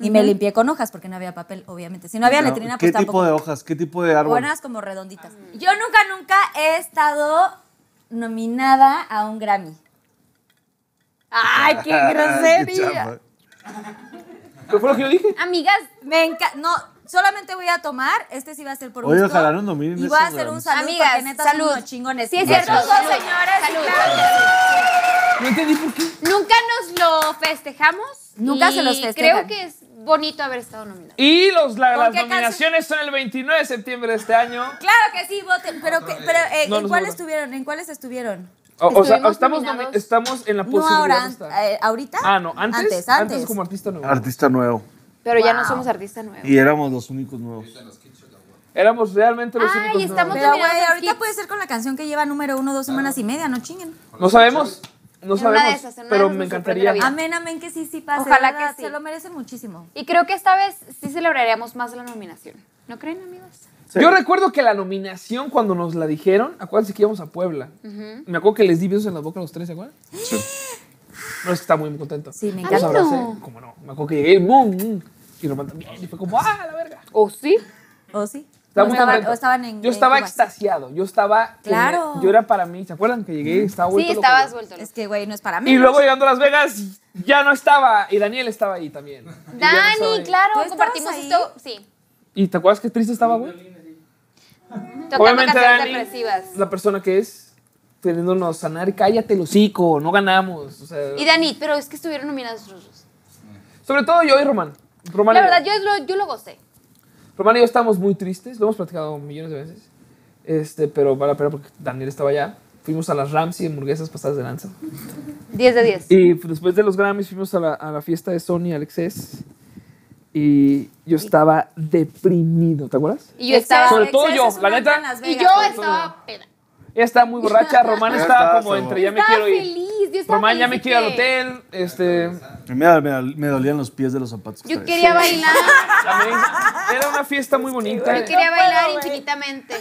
Y me limpié con hojas porque no había papel, obviamente. Si no había letrina, ¿Qué pues tipo tampoco. de hojas? ¿Qué tipo de árbol? Buenas como redonditas. Yo nunca, nunca he estado nominada a un Grammy. ¡Ay, qué Ay, Ah, qué chafa. ¿Qué fue lo que yo dije? Amigas, Me encanta. No, solamente voy a tomar. Este sí va a ser por Oye, gusto. ojalá nos nominen Y voy a esos hacer un Grammys. saludo Amigas, porque neta salud. son unos chingones. sí es cierto. Nosotros dos, Salud. señores. Salud. No entendí por qué. Nunca nos lo festejamos. Nunca y se los festejan. Creo que es bonito haber estado nominado. Y los, la- ¿Por las qué canción? nominaciones son el 29 de septiembre de este año. Claro que sí, voten. Pero, que- pero eh, No, ¿en no cuáles se estuvieron? ¿En cuáles estuvieron? O, o sea, Estuvimos estamos, nomi- nominados. estamos en la No posibilidad ahora, de Pues estar. eh, ahorita. Ah, no, antes. Antes, antes. como artista nuevo. Artista nuevo. pero ya no somos artistas nuevos. Y éramos los únicos nuevos. Éramos realmente los únicos nuevos. estamos- Pero, güey, Mira, ahorita hits. puede ser con la canción que lleva número uno Ah. dos semanas y media, no chinguen. No sabemos, una no de sabemos, esas, en una de esas pero me nos sorprende la encantaría. vida. Amén, amén, que sí, sí pase. Ojalá de verdad, que sí. Se lo merecen muchísimo. Y creo que esta vez sí celebraríamos más la nominación. ¿No creen, amigos? Yo recuerdo que la nominación cuando nos la dijeron, acuérdense que íbamos a Puebla. Me acuerdo que les di besos en la boca a los tres, ¿se acuerdan? No, es que estaba muy contento. Sí, me Los encanta. abracé, como no, me acuerdo que llegué, ¡bum! mm, Y Román también, y fue como, ¡ah, la verga! ¿O sí? ¿O sí? Estaba ¿O muy estaban, contento. o estaban en. Yo en estaba Cuba? extasiado, yo estaba... Claro. Yo era para mí, ¿se acuerdan que llegué y estaba Sí, vuelto loco? estabas vuelto Es loco. que, güey, no es para mí. Y luego llegando a Las Vegas, ya no estaba, y Daniel estaba ahí también. Y ya no estaba Dani, ahí. claro, ¿Tú estabas compartimos ahí? esto. Sí. ¿Y te acuerdas qué triste estaba, güey? Tocando Obviamente, canciones Dani, depresivas. la persona que es, teniéndonos sanar, cállate el hocico, no ganamos. o sea, Y Dani, pero es que estuvieron nominados los rusos. sobre todo yo y Román. Román La y yo. verdad, yo lo, yo lo gocé. Román y yo estábamos muy tristes, lo hemos platicado millones de veces, este, pero vale la pena porque Daniel estaba allá. Fuimos a las Ramsey, hamburguesas pasadas de lanza. 10 de 10. Y después de los Grammys fuimos a la, a la fiesta de Sony Alexes y yo estaba deprimido, ¿te acuerdas? Y yo estaba. Sobre todo Exceso yo, es la una neta. amiga en Las Y Vegas. yo estaba peda. Ella estaba muy borracha, Román Ya estaba estaba como seguro. entre ya me Estaba quiero ir. feliz, yo estaba Román ya me feliz de quiero ir al que- hotel, este, Me, me- me dolían los pies de los zapatos. que Yo traía. quería bailar, también era una fiesta muy bonita. yo quería bailar infinitamente.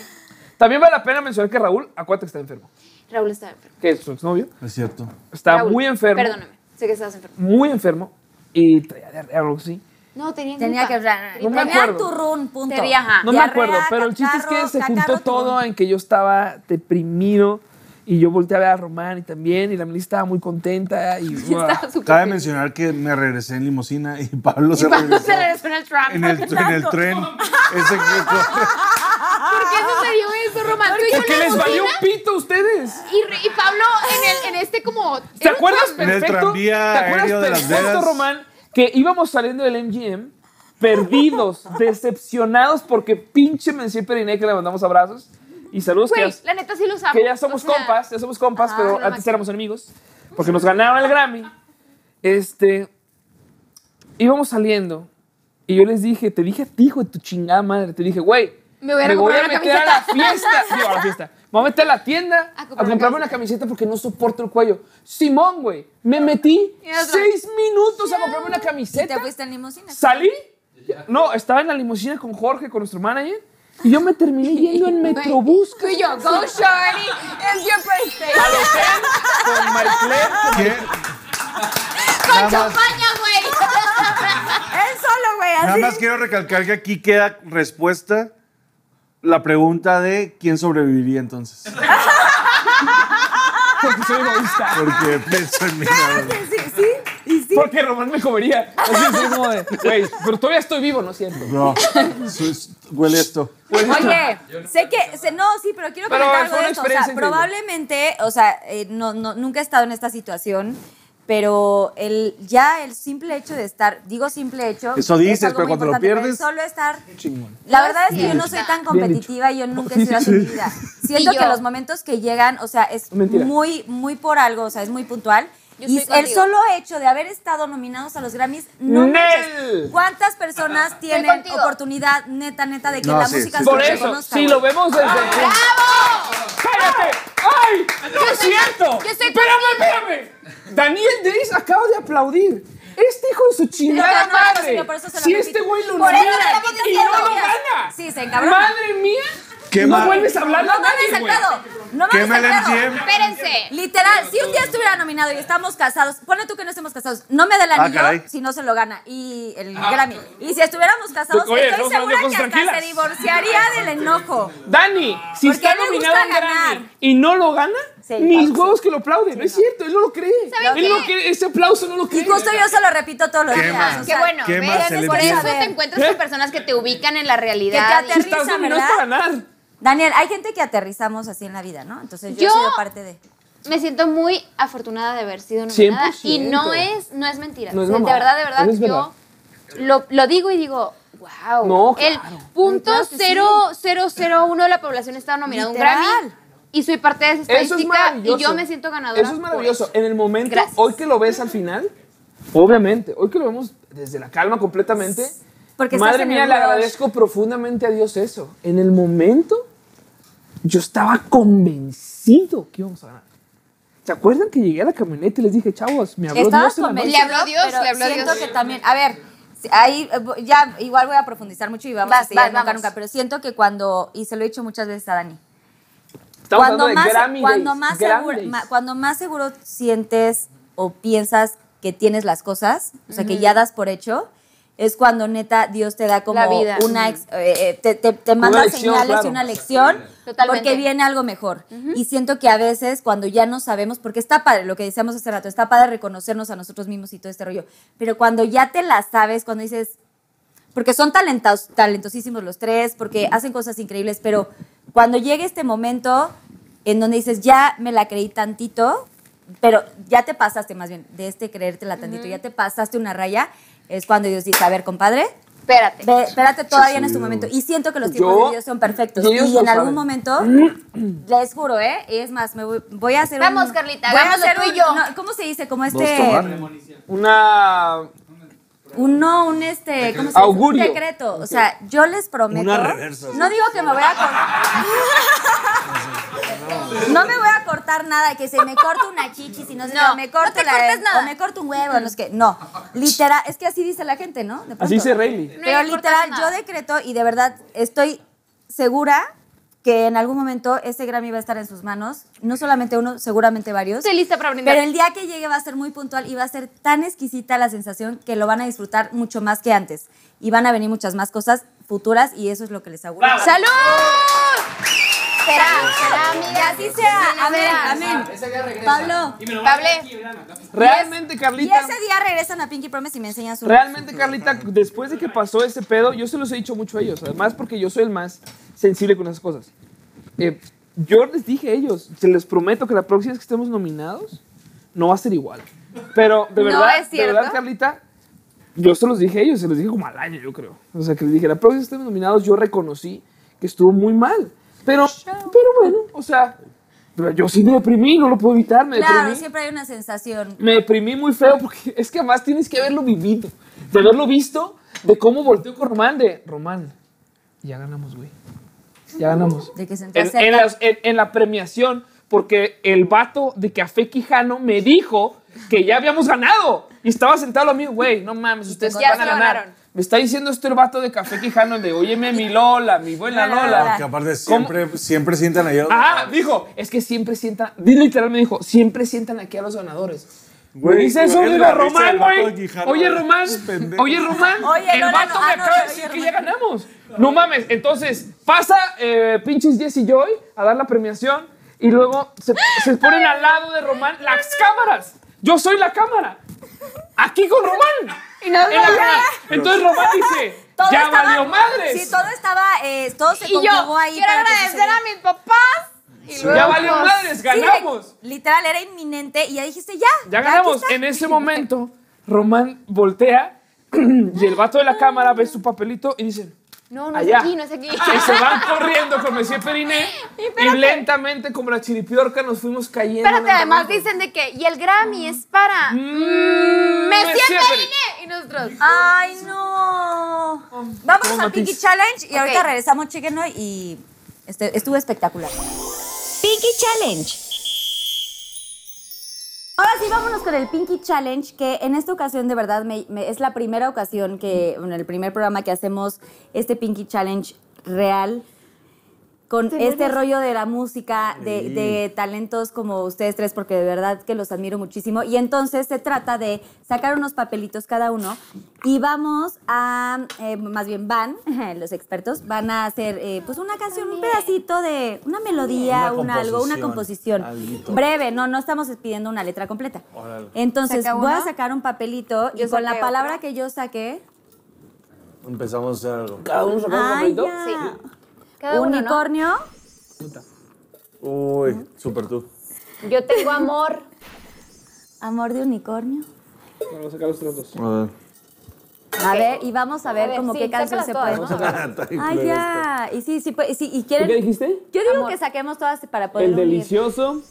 También vale la pena mencionar que Raúl, acuérdate que está enfermo, Raúl estaba enfermo. que es su exnovio, Es cierto. está Raúl, muy enfermo, Perdóname, sé que estabas enfermo. muy enfermo y traía diarrea o algo así. No, tenía Tenía que. culpa. No me Tenía acuerdo. turrún, punto. Tenía, ajá. No me Diarrea, acuerdo, pero el chiste es que catarro, se catarro, juntó todo turrún. en que yo estaba deprimido y yo volteé a ver a Román y también y la ministra estaba muy contenta y Estaba súper Cabe feliz. mencionar que me regresé en limusina y Pablo se Y Pablo regresó se regresó en el Trump. en el, en el tren. Ese que- ¿Por qué sucedió eso, Román? Tú y yo ¿Por qué en la les valió cocina pito a ustedes? Y, re- y Pablo en, el, en este como... ¿Te acuerdas En el perfecto? tranvía ¿Te acuerdas aéreo de Las perfecto, Vegas? Román, que íbamos saliendo del MGM perdidos, decepcionados porque pinche Mencier Periné que le mandamos abrazos y saludos que, Güey, ya- la neta sí lo usamos. que ya somos O sea, compas, ya somos compas, ajá, pero lo antes máximo. éramos enemigos porque nos ganaron el Grammy. Este íbamos saliendo y yo les dije, te dije a ti, hijo de tu chingada madre, te dije, güey, Me voy a voy a comprar una meter a la fiesta, digo, a la fiesta. Me voy a meter a la tienda A a, comprar una comprarme una camiseta porque no soporto el cuello. Simón, güey, me metí Y otra. seis minutos a comprarme una ¿Y camiseta. te fuiste en limusina? Salí. No, estaba en la limusina con Jorge, con nuestro manager. Y yo me terminé yendo en Metrobús. Tú y yo, go shorty, it's your birthday. Al hotel con Maicler. ¿Qué? Con Nada más, champaña, güey. Él solo, güey, nada así. más quiero recalcar que aquí queda respuesta la pregunta de quién sobreviviría entonces. Porque soy egoísta. Porque pienso en mí. nada más. Sí, sí, y sí. Porque Román me comería. Así es como de, güey, pero todavía estoy vivo, ¿no es cierto? No, su- huele esto. Oye, sé que, sé- no, sí, pero quiero Pero comentar algo de esto. fue una O sea, experiencia increíble. probablemente, o sea, eh, no, no, nunca he estado en esta situación, pero el, ya el simple hecho de estar, digo simple hecho. Eso es dices, algo pero muy cuando lo importante, pero el pierdes- Solo estar. Chingón. La verdad es que yo no soy tan Bien competitiva y yo nunca he sido así en mi vida. Siento Y yo. que los momentos que llegan, o sea, es Mentira. muy, muy por algo, o sea, es muy puntual. Yo Y estoy el contigo. solo hecho de haber estado nominados a los Grammys, no ¡Nel! manches, ¿Cuántas personas tienen contigo. oportunidad, neta, neta, de que No, la sí, música sí, se Por eso, reconozca? si güey? lo vemos desde Ah, el ¡Cállate! ¡Ay! ¡No es cierto! yo estoy ¡Espérame, espérame! Daniel Days acaba de aplaudir. Este hijo de su No, no, chingada no, madre. no, por eso se lo si repito. este güey lo Por gana eso se lo repito y todos no lo los días. gana. Sí, se encabrona. Madre mía. Qué no mal- vuelves a hablar No a mames nadie, el güey. pedo. No mames Quema el el pedo. MCM. Espérense. Literal, si un día estuviera nominado y estamos casados, pone tú que no estemos casados, no me dé el Ah, anillo caray. si no se lo gana y el Grammy. Y si estuviéramos casados, Ah. Oye, estoy estamos hablando segura de que cosas hasta tranquilas. se divorciaría del enojo. Dani, si Porque está a él le gusta nominado al ganar. Grammy y no lo gana, Sí, mis claro, huevos que lo aplauden. no es cierto, él no lo cree. ¿Saben Él no qué? cree, ese aplauso no lo cree. Y justo yo se lo repito todos los Qué días. mal. o Qué sea, bueno, ¿qué ¿ves? más se le Por pide? eso te encuentras ¿Eh? con personas que te ubican en la Que te realidad. aterrizan. y- Aterriza, Estás nominado ¿verdad? para ganar. Daniel, hay gente que aterrizamos así en la vida, ¿no? Entonces yo, Yo- he sido parte de. Me siento muy afortunada de haber sido nominada 100%. y no es no es mentira. No es O sea, de mamada, verdad, de verdad, eso es verdad. yo lo, lo digo y digo, wow. No, el claro. punto Claro que sí. 0001 de la población está nominada a un Literal. Grammy y soy parte de esa Eso es estadística maravilloso. y yo me siento ganadora. Eso es por maravilloso. En el momento, Gracias. hoy que lo ves al final, obviamente, hoy que lo vemos desde la calma completamente, Porque estás madre en mía, el le rush. agradezco profundamente a Dios eso. En el momento, yo estaba convencido que íbamos a ganar. ¿Se acuerdan que llegué a la camioneta y les dije, chavos, me habló Estabas Dios en la noche"? convencido, Le habló Dios, pero le habló siento Dios. que también, a ver, si- ahí eh, vo- ya igual voy a profundizar mucho y vamos Vas, a seguir vas, nunca, vamos. nunca, pero siento que cuando, y se lo he dicho muchas veces a Dani, Estamos cuando hablando más, de Grammy cuando, Days, más Grammy seguro, Days. ma- cuando más seguro sientes o piensas que tienes las cosas, o sea, que ya das por hecho, es cuando neta Dios te da como La vida. una, ex- eh, eh, te, te- te manda lección, señales claro. y una lección Totalmente. porque viene algo mejor. Y siento que a veces cuando ya no sabemos, porque está padre, lo que decíamos hace rato, está padre reconocernos a nosotros mismos y todo este rollo, pero cuando ya te la sabes, cuando dices, porque son talentos, talentosísimos los tres, porque hacen cosas increíbles, pero cuando llega este momento en donde dices, ya me la creí tantito, pero ya te pasaste más bien, de este creértela tantito, ya te pasaste una raya, es cuando Dios dice, a ver, compadre, Espérate. ve- espérate todavía en tu momento. Y siento que los tiempos Yo- de Dios son perfectos. y Y, ellos lo en algún saben. Mm. momento, les juro, ¿eh? Es más, me voy, voy a hacer Vamos, un- Carlita, voy a hagámoslo hacer tú y un- yo. no, ¿Cómo se dice? Como Dos este... tomaron. Una... Un no, un este, ¿cómo se dice? Augurio. Un decreto. O sea, yo les prometo. Una reversa. No digo que me voy a cortar. No me voy a cortar nada, que se me corte una chichi, si no se No, me corto no te la- cortes nada. o me corto un huevo, no es que no. Literal, es que así dice la gente, ¿no? De Así pronto. dice Rayleigh. No hay Pero que literal, cortar nada. yo decreto y de verdad estoy segura que en algún momento ese Grammy va a estar en sus manos, no solamente uno, seguramente varios. Estoy lista para brindar. Pero el día que llegue va a ser muy puntual y va a ser tan exquisita la sensación que lo van a disfrutar mucho más que antes. Y van a venir muchas más cosas futuras y eso es lo que les auguro. ¡Salud! Será, será, amiga. así sea. Amén, amén. Pablo. Pable, Realmente, Y Carlita... ese día regresan a Pinky Promise y me enseñan su... Realmente, Carlita, después de que pasó ese pedo, yo se los he dicho mucho a ellos, además porque yo soy el más sensible con esas cosas. Eh, yo les dije a ellos, se les prometo que la próxima vez que estemos nominados, no va a ser igual. Pero, de No verdad, es de cierto. verdad, Carlita, yo se los dije a ellos, se los dije como al año, yo creo. O sea, que les dije, la próxima vez que estemos nominados, yo reconocí que estuvo muy mal. Pero, pero bueno, o sea, pero yo sí me deprimí, no lo puedo evitar, me Claro, deprimí siempre hay una sensación. me deprimí muy feo porque es que además tienes que haberlo vivido, de haberlo visto, de cómo volteó con Román, de Román, ya ganamos, güey. Ya ganamos. De que se en, entró en cerca. las- en- en la premiación, porque el vato de Café Quijano me dijo que ya habíamos ganado. Y estaba sentado a mí, güey, no mames, ustedes Ya van a se ganar. ganaron. Me está diciendo esto el vato de Café Quijano, el de, óyeme, mi Lola, mi buena Lola, Lola. Lola. Ah, Que aparte ¿Cómo? siempre, siempre sientan ahí. Ah, dijo, es que siempre sientan, literal me dijo, siempre sientan aquí a los ganadores. Güey, Me dice eso, es digo, la risa Román, del vato güey. de Quijano, Oye, güey. Román, Pendejo. oye, Román, Oye, el Lola, vato no, me ah, no, acaba de oye, decir que Román. ya ganamos. No mames, entonces pasa eh, pinches Jess y Joy a dar la premiación y luego se, se ponen al lado de Román las cámaras. Yo soy la cámara. Aquí con Román. En la cámara. Entonces Román dice, Todo ya estaba- valió madres. Sí, todo estaba, eh, todo se Y yo conjugó ahí. quiero para que agradecer sucediera. a mis papás. Y luego, ya valió madres, Sí, de- ganamos. literal, era inminente y ya dijiste ya. Ya aquí ganamos. está. En ese momento, Román voltea y el vato de la cámara ve su papelito y dice, No, no Allá. es aquí, no es aquí. que se van corriendo con Monsieur Periné y lentamente como la chiripiorca nos fuimos cayendo. Espérate, además lentamente. dicen de que, y el Grammy es para. Mm, ¡Me Monsieur Periné. Y nosotros. Ay, no. Oh, Vamos toma, al Pinky Tis. Challenge y ahorita Ok. regresamos, chequenlo y este- estuvo espectacular. Pinky Challenge. Ahora sí, vámonos con el Pinky Challenge, que en esta ocasión de verdad me- me- es la primera ocasión que, bueno, el primer programa que hacemos este Pinky Challenge real, con este rollo de la música, de, de talentos como ustedes tres, porque de verdad que los admiro muchísimo. Y entonces se trata de sacar unos papelitos cada uno y vamos a, eh, más bien van, los expertos, van a hacer eh, pues Ah, una canción, un pedacito de una melodía, Una un algo, una composición. composición, alguito. Breve, no, no estamos pidiendo una letra completa. Órale. Entonces Saca voy a una. sacar un papelito y Yo con la saqué palabra otra. que yo saqué... Empezamos a hacer algo. Cada uno saca un Ay, papelito. ya. Cada uno, ¿no? Unicornio. Uy, super tú. Yo tengo amor. Amor de unicornio. Vamos a sacar los otros dos. A A ver, y vamos a ver ver, como sí, qué canción se sácalas todas, puede. ¿no? ver. Está bien Ay, culero ya. Y sí, sí, pues, y sí, y ¿Tú quieren. qué dijiste? Yo digo Amor. que saquemos todas para poder El unir. delicioso.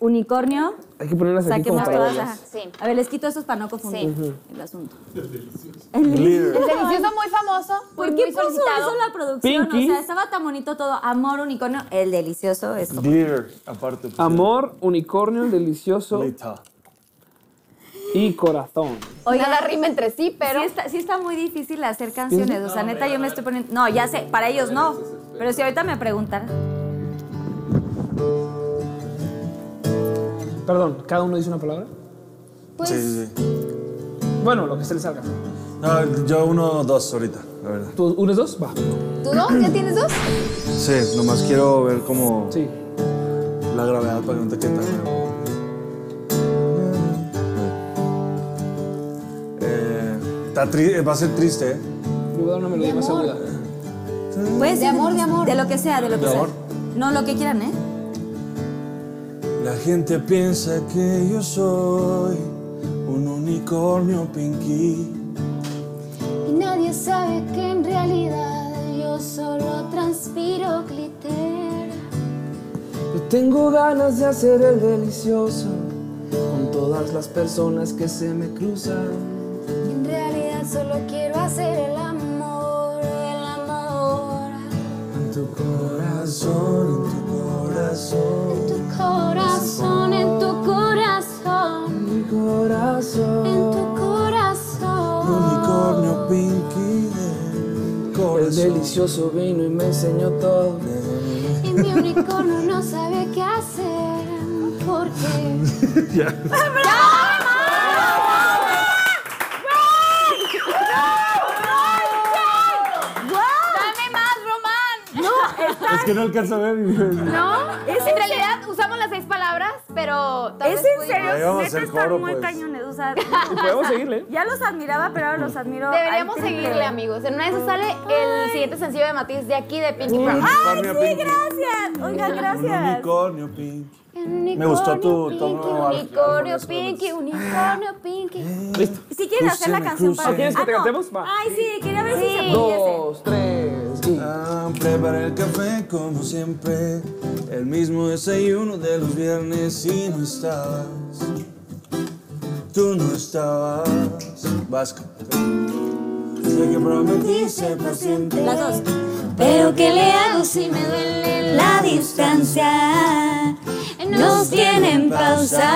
Unicornio, Hay que ponerlas aquí como saquemos para todas. verlas. ajá. Sí. A ver, les quito estos para no confundir el asunto. El esto. delicioso. Líder. El delicioso muy famoso. ¿Por muy- qué muy puso solicitado. eso la producción? Pinky. O sea, estaba tan bonito todo. Amor, unicornio, el delicioso, esto. Glitter, aparte. Ah. pues, Amor, unicornio, el delicioso Lita. y corazón. Oigan, la rima entre sí, pero. Sí está, sí está muy difícil hacer canciones. O sea, neta, yo me estoy poniendo. No, ya sé, para ellos no. Pero si ahorita me preguntan. Perdón, ¿cada uno dice una palabra? Pues, Sí, sí, sí. Bueno, lo que se le salga. No, yo uno, dos ahorita, la verdad. ¿Tú unes dos? Va. ¿tú dos? ¿Ya tienes dos? Sí, nomás quiero ver como Sí. la gravedad para que no te quede tan grave. Eh, está tri- eh, va a ser triste, ¿eh? Yo voy a dar una melodía más aguda. Puede ser de amor, de amor. De lo que sea, de lo que De sea. amor. No, lo que quieran, ¿eh? La gente piensa que yo soy un unicornio pinky. Y nadie sabe que en realidad yo solo transpiro glitter. Yo tengo ganas de hacer el delicioso con todas las personas que se me cruzan. Y en realidad solo quiero hacer el amor, el amor. En tu corazón, en tu corazón, Tu corazón, en tu corazón, Mi corazón. en tu corazón. unicornio pinky del El corazón. delicioso vino y me enseñó todo. Y mi unicornio no sabe qué hacer. Porque ¡Dame más, Román! Es que no alcanza a ver. ¿No? en realidad usamos las seis palabras, pero tal ¿Es vez en serio? Ahí vamos a Neta, hacer están coro, muy pues. cañones. O sea, Podemos seguirle. ya los admiraba, pero ahora los admiro. al Deberíamos triple. seguirle, amigos. En una de esas sale el siguiente sencillo de Matiz de aquí, de Pinky Promise. ¡Ay, Unicornio sí, pinky. gracias! Oigan, Un gracias. unicornio pinky. unicornio, Me gustó tu pinky, tono al- unicornio, al- pinky, unicornio, pinky. Listo. Si quieren hacer la Cruceme, canción para. cruceme. ¿Quieres que te Ah, no. cantemos? Va. Ay, sí, quería ver si se pudiese. Dos, tres y. Ah, preparé el café como siempre, el mismo desayuno de los viernes y no estabas. Tú no estabas, Vasco. Sé que prometí ser paciente. Las dos. Pero ¿qué le hago si me duele la distancia? Nos tiene en pausa.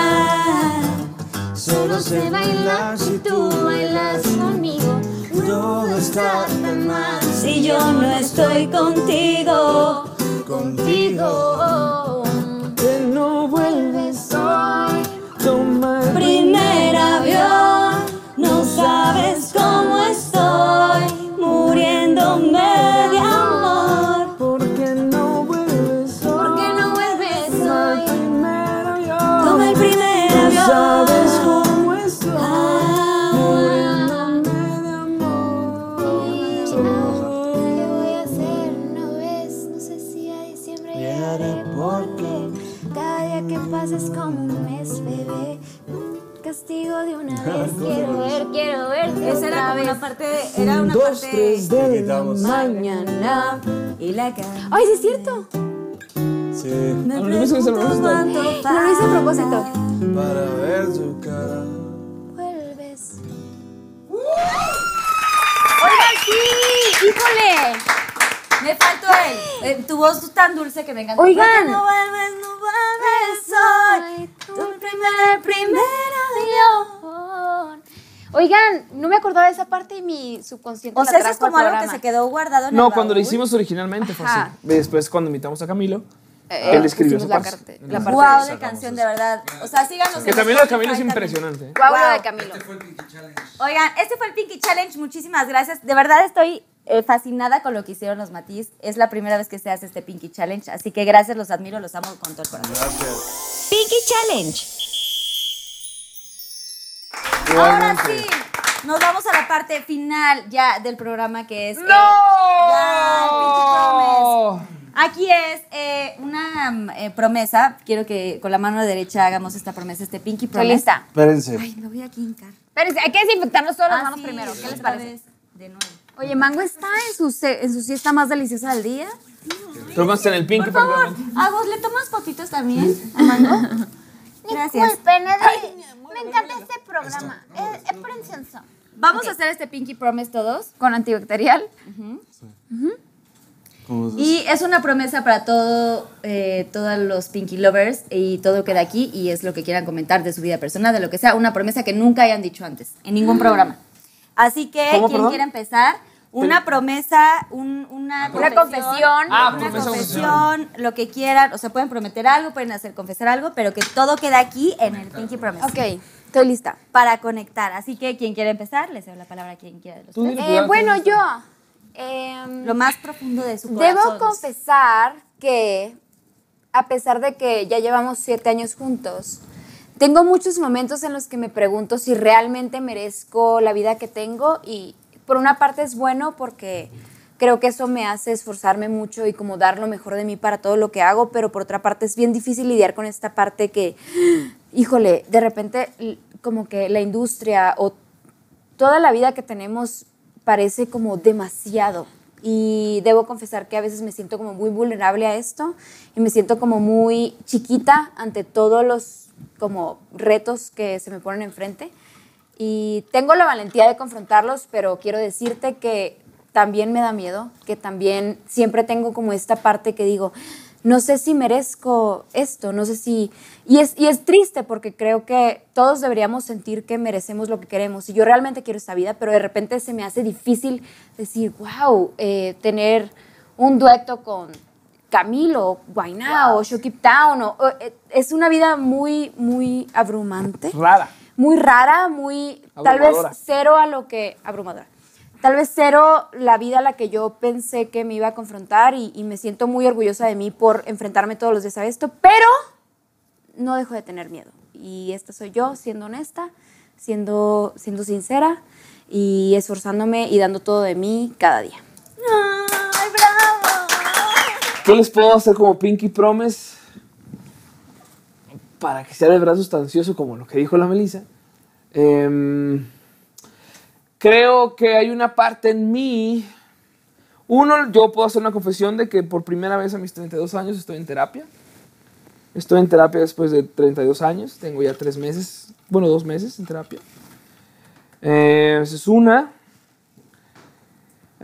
Solo sé bailar si tú bailas conmigo. Todo está tan mal Si yo no estoy contigo. contigo. Que no vuelves hoy. Toma el Primer avión, no sabes cómo estoy, muriéndome de amor. Porque no vuelves hoy. ¿Por qué no vuelves hoy? Primero yo. Toma el primer avión. Sabes cómo estoy. Ah, Ah, ¿Qué voy a hacer? No ves, no sé si a diciembre llegaré porque cada día que pasa es como un mes, bebé. Un Castigo de una vez, quiero ver, quiero verte otra vez. parte, era una Dos, tres Te de la quitamos. mañana y la cara. Ay, sí es cierto. Sí, Me No lo hice, se lo pregunto hice. cuánto No lo hice a propósito. falta. para ver tu cara. Vuelves. ¡Oigan, sí! ¡Híjole! Me faltó él. Eh, tu voz tan dulce que me encanta. Oigan. No vuelves, no vuelves. soy tu primer, primer avión. Oigan, no me acordaba de esa parte y mi subconsciente O la sea, eso es trajo al como algo que programa. se quedó guardado en el No, cuando lo baúl. hicimos originalmente fue así. Ajá. Después, cuando invitamos a Camilo, Eh, él escribió pusimos esa la parte. Este carte- la parte Wow, de- de canción, de verdad. O sea, síganos. en que también lo de Camilo es Spotify también. impresionante. ¿eh? Guau, lo Wow. de Camilo. Oigan, este fue el Pinky Challenge. Muchísimas gracias. De verdad estoy eh, fascinada con lo que hicieron los Matiz. Es la primera vez que se hace este Pinky Challenge. Así que gracias, los admiro, los amo con todo el corazón. Gracias. Pinky Challenge. Ahora sí, nos vamos a la parte final ya del programa que es. eh, ¡No! Aquí es eh, una mm, eh, promesa. Quiero que con la mano derecha hagamos esta promesa, este Pinky Promise. lista. Espérense. Ay, me voy a quincar. Pero hay que desinfectarnos todas las Ah, manos sí, primero. ¿Qué les otra parece? vez, De nuevo. Oye, Mango está en su, se- en su siesta más deliciosa del día. Tomaste en el Pink, Por favor, a vos le tomas fotitos también, a Mango. Gracias. Me encanta este programa. Es, es precioso. Vamos a hacer este Pinky Promise todos. Con antibacterial. Y es una promesa para todo, eh, todos los Pinky Lovers y todo queda aquí y es lo que quieran comentar de su vida personal, de lo que sea. Una promesa que nunca hayan dicho antes, en ningún programa. Así que, ¿Cómo, ¿quién perdón? quiere empezar? Una promesa, un- una, Una confesión. Ah, una promesa, confesión, lo que quieran. O sea, pueden prometer algo, pueden hacer confesar algo, pero que todo queda aquí en el Pinky Promise. Ok, estoy lista. para conectar. Así que quien quiera empezar, les doy la palabra a quien quiera de los Tú tres. dilo, Eh, cuidado, bueno, tú yo. dilo. em, Lo más profundo de su corazón. Debo confesar que, a pesar de que ya llevamos siete años juntos, tengo muchos momentos en los que me pregunto si realmente merezco la vida que tengo y por una parte es bueno porque creo que eso me hace esforzarme mucho y como dar lo mejor de mí para todo lo que hago, pero por otra parte es bien difícil lidiar con esta parte que, híjole, de repente l- como que la industria o toda la vida que tenemos parece como demasiado. Y debo confesar que a veces me siento como muy vulnerable a esto y me siento como muy chiquita ante todos los como retos que se me ponen enfrente. Y tengo la valentía de confrontarlos, pero quiero decirte que también me da miedo, que también siempre tengo como esta parte que digo, no sé si merezco esto, no sé si... Y es, y es triste porque creo que todos deberíamos sentir que merecemos lo que queremos. Y yo realmente quiero esta vida, pero de repente se me hace difícil decir, wow, tener un dueto con Camilo, Guainá o Shokip Town. o- o, eh, es una vida muy, muy abrumante Rara. muy rara, muy tal vez Abrumadora. cero a lo que abrumadora. Tal vez cero la vida a la que yo pensé que me iba a confrontar y, y me siento muy orgullosa de mí por enfrentarme todos los días a esto, pero no dejo de tener miedo. Y esta soy yo, siendo honesta, siendo, siendo sincera y esforzándome y dando todo de mí cada día. ¡Ay, bravo! ¿Qué les puedo hacer como Pinky Promise? Para que sea de verdad sustancioso, como lo que dijo la Melissa. Em, creo que hay una parte en mí. Uno, yo puedo hacer una confesión de que por primera vez a mis 32 años estoy en terapia. Estoy en terapia después de 32 años. Tengo ya tres meses, bueno, dos meses en terapia. Eh, esa es una.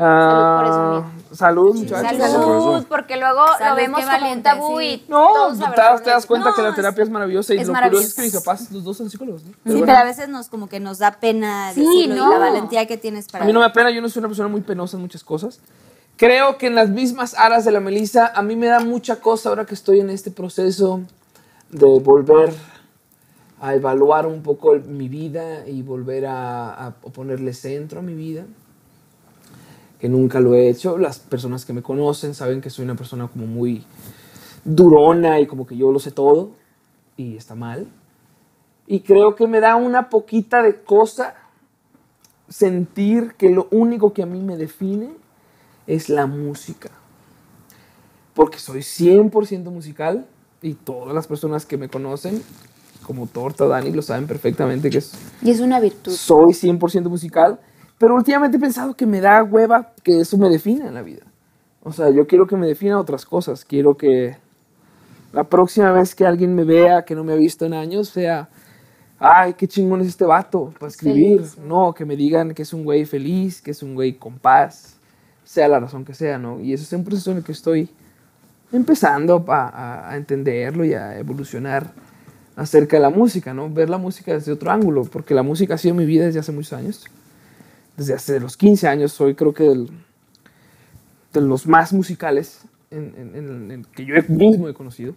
Ah, salud, muchachos. Salud, porque luego lo Salud, vemos qué como un valiente, tabú sí. y No, todos te, sabremos te das cuenta No, que la es- terapia es maravillosa y es lo curioso es que mis papás, los dos son psicólogos. ¿no? Pero sí, bueno, pero a veces nos como que nos da pena decirlo y no. la valentía que tienes para... a mí no me apena, yo no soy una persona muy penosa en muchas cosas. Creo que en las mismas aras de la Melissa, a mí me da mucha cosa ahora que estoy en este proceso de volver a evaluar un poco el- mi vida y volver a, a ponerle centro a mi vida, que nunca lo he hecho. Las personas que me conocen saben que soy una persona como muy durona y como que yo lo sé todo y está mal. Y creo que me da una poquita de cosa sentir que lo único que a mí me define es la música. Porque soy 100% musical y todas las personas que me conocen, como Torta, Dani, lo saben perfectamente que es Y es una virtud. soy 100% musical, pero últimamente he pensado que me da hueva que eso me defina en la vida. O sea, yo quiero que me defina otras cosas. Quiero que la próxima vez que alguien me vea, que no me ha visto en años, sea, ay, qué chingón es este vato para escribir. No, que me digan que es un güey feliz, que es un güey con paz, sea la razón que sea, ¿no? Y eso es un proceso en el que estoy empezando a, a- a entenderlo y a evolucionar acerca de la música, ¿no? Ver la música desde otro ángulo, porque la música ha sido mi vida desde hace muchos años. Desde hace los 15 años soy creo que del- de los más musicales en- en- en- en- que yo mismo he conocido.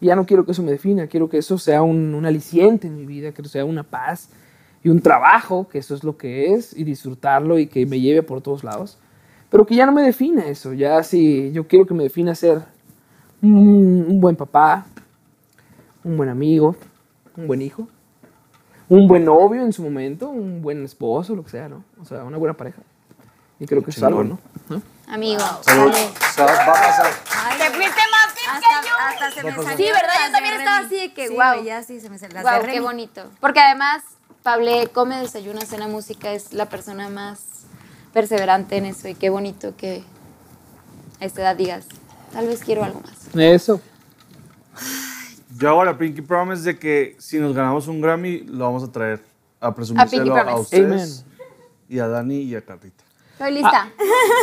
Y ya no quiero que eso me defina, quiero que eso sea un, un aliciente en mi vida, que sea una paz y un trabajo, que eso es lo que es, y disfrutarlo y que me lleve por todos lados. Pero que ya no me defina eso, ya si yo quiero que me defina ser un, un buen papá, un buen amigo, un buen hijo, un buen novio en su momento, un buen esposo, lo que sea, ¿no? O sea, una buena pareja. Y creo que eso es algo, ¿no? ¿No? Amigo. sea, va a pasar. Te fuiste más que yo. Hasta se me salió. Sí, ¿verdad? las Yo también de estaba Remy. así de que, Sí, guau. güey, ya sí se me salió. las de Wow, qué Remy. bonito. Porque además, Pable come, desayuna, cena, música, es la persona más perseverante en eso y qué bonito que a esta edad digas, tal vez quiero algo más. Eso. Yo hago la Pinky Promise de que si nos ganamos un Grammy, lo vamos a traer a Pinky presumírselo a, Promise. ustedes y a Dani y a Carlita. Estoy lista.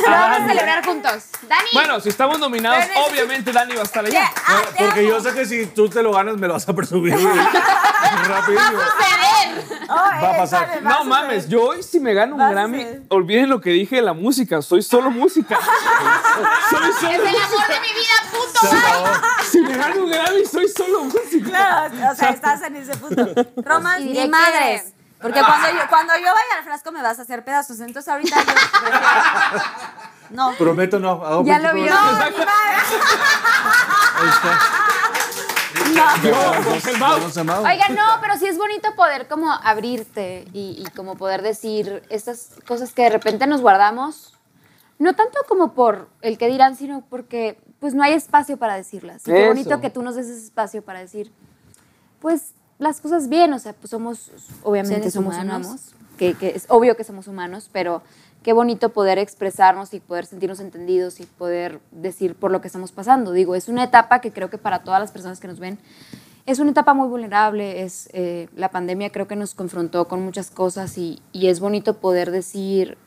Lo vamos a celebrar juntos. Dani. Bueno, si estamos nominados, Pero necesito- obviamente Dani va a estar allá. Ya, ah, te Porque amo. yo sé que si tú te lo ganas, me lo vas a presumir. güey. Rapidísimo. Oh, Va a eh, pasar. sabe, va a No suceder. mames, yo hoy si me gano un Va a Grammy, suceder. olviden lo que dije de la música, soy solo música. soy solo música. Se acabó. Si me gano un Grammy, soy solo música. Claro, o sea, estás en ese punto. Román, Ni diré que- madres. Porque cuando yo, cuando yo vaya al frasco me vas a hacer pedazos. Entonces ahorita yo prefiero- No. Prometo no. Hago Ya Pinky lo vio. Promise. Vamos, amado. Oigan, no, pero sí es bonito poder como abrirte y, y como poder decir estas cosas que de repente nos guardamos. No tanto como por el que dirán, sino porque pues no hay espacio para decirlas. Y qué Eso. bonito que tú nos des ese espacio para decir, pues las cosas bien, o sea, pues somos, obviamente Seres somos humanos. humanos, que, que es obvio que somos humanos, pero qué bonito poder expresarnos y poder sentirnos entendidos y poder decir por lo que estamos pasando. Digo, es una etapa que creo que para todas las personas que nos ven es una etapa muy vulnerable, es, eh, la pandemia creo que nos confrontó con muchas cosas y, y es bonito poder decir,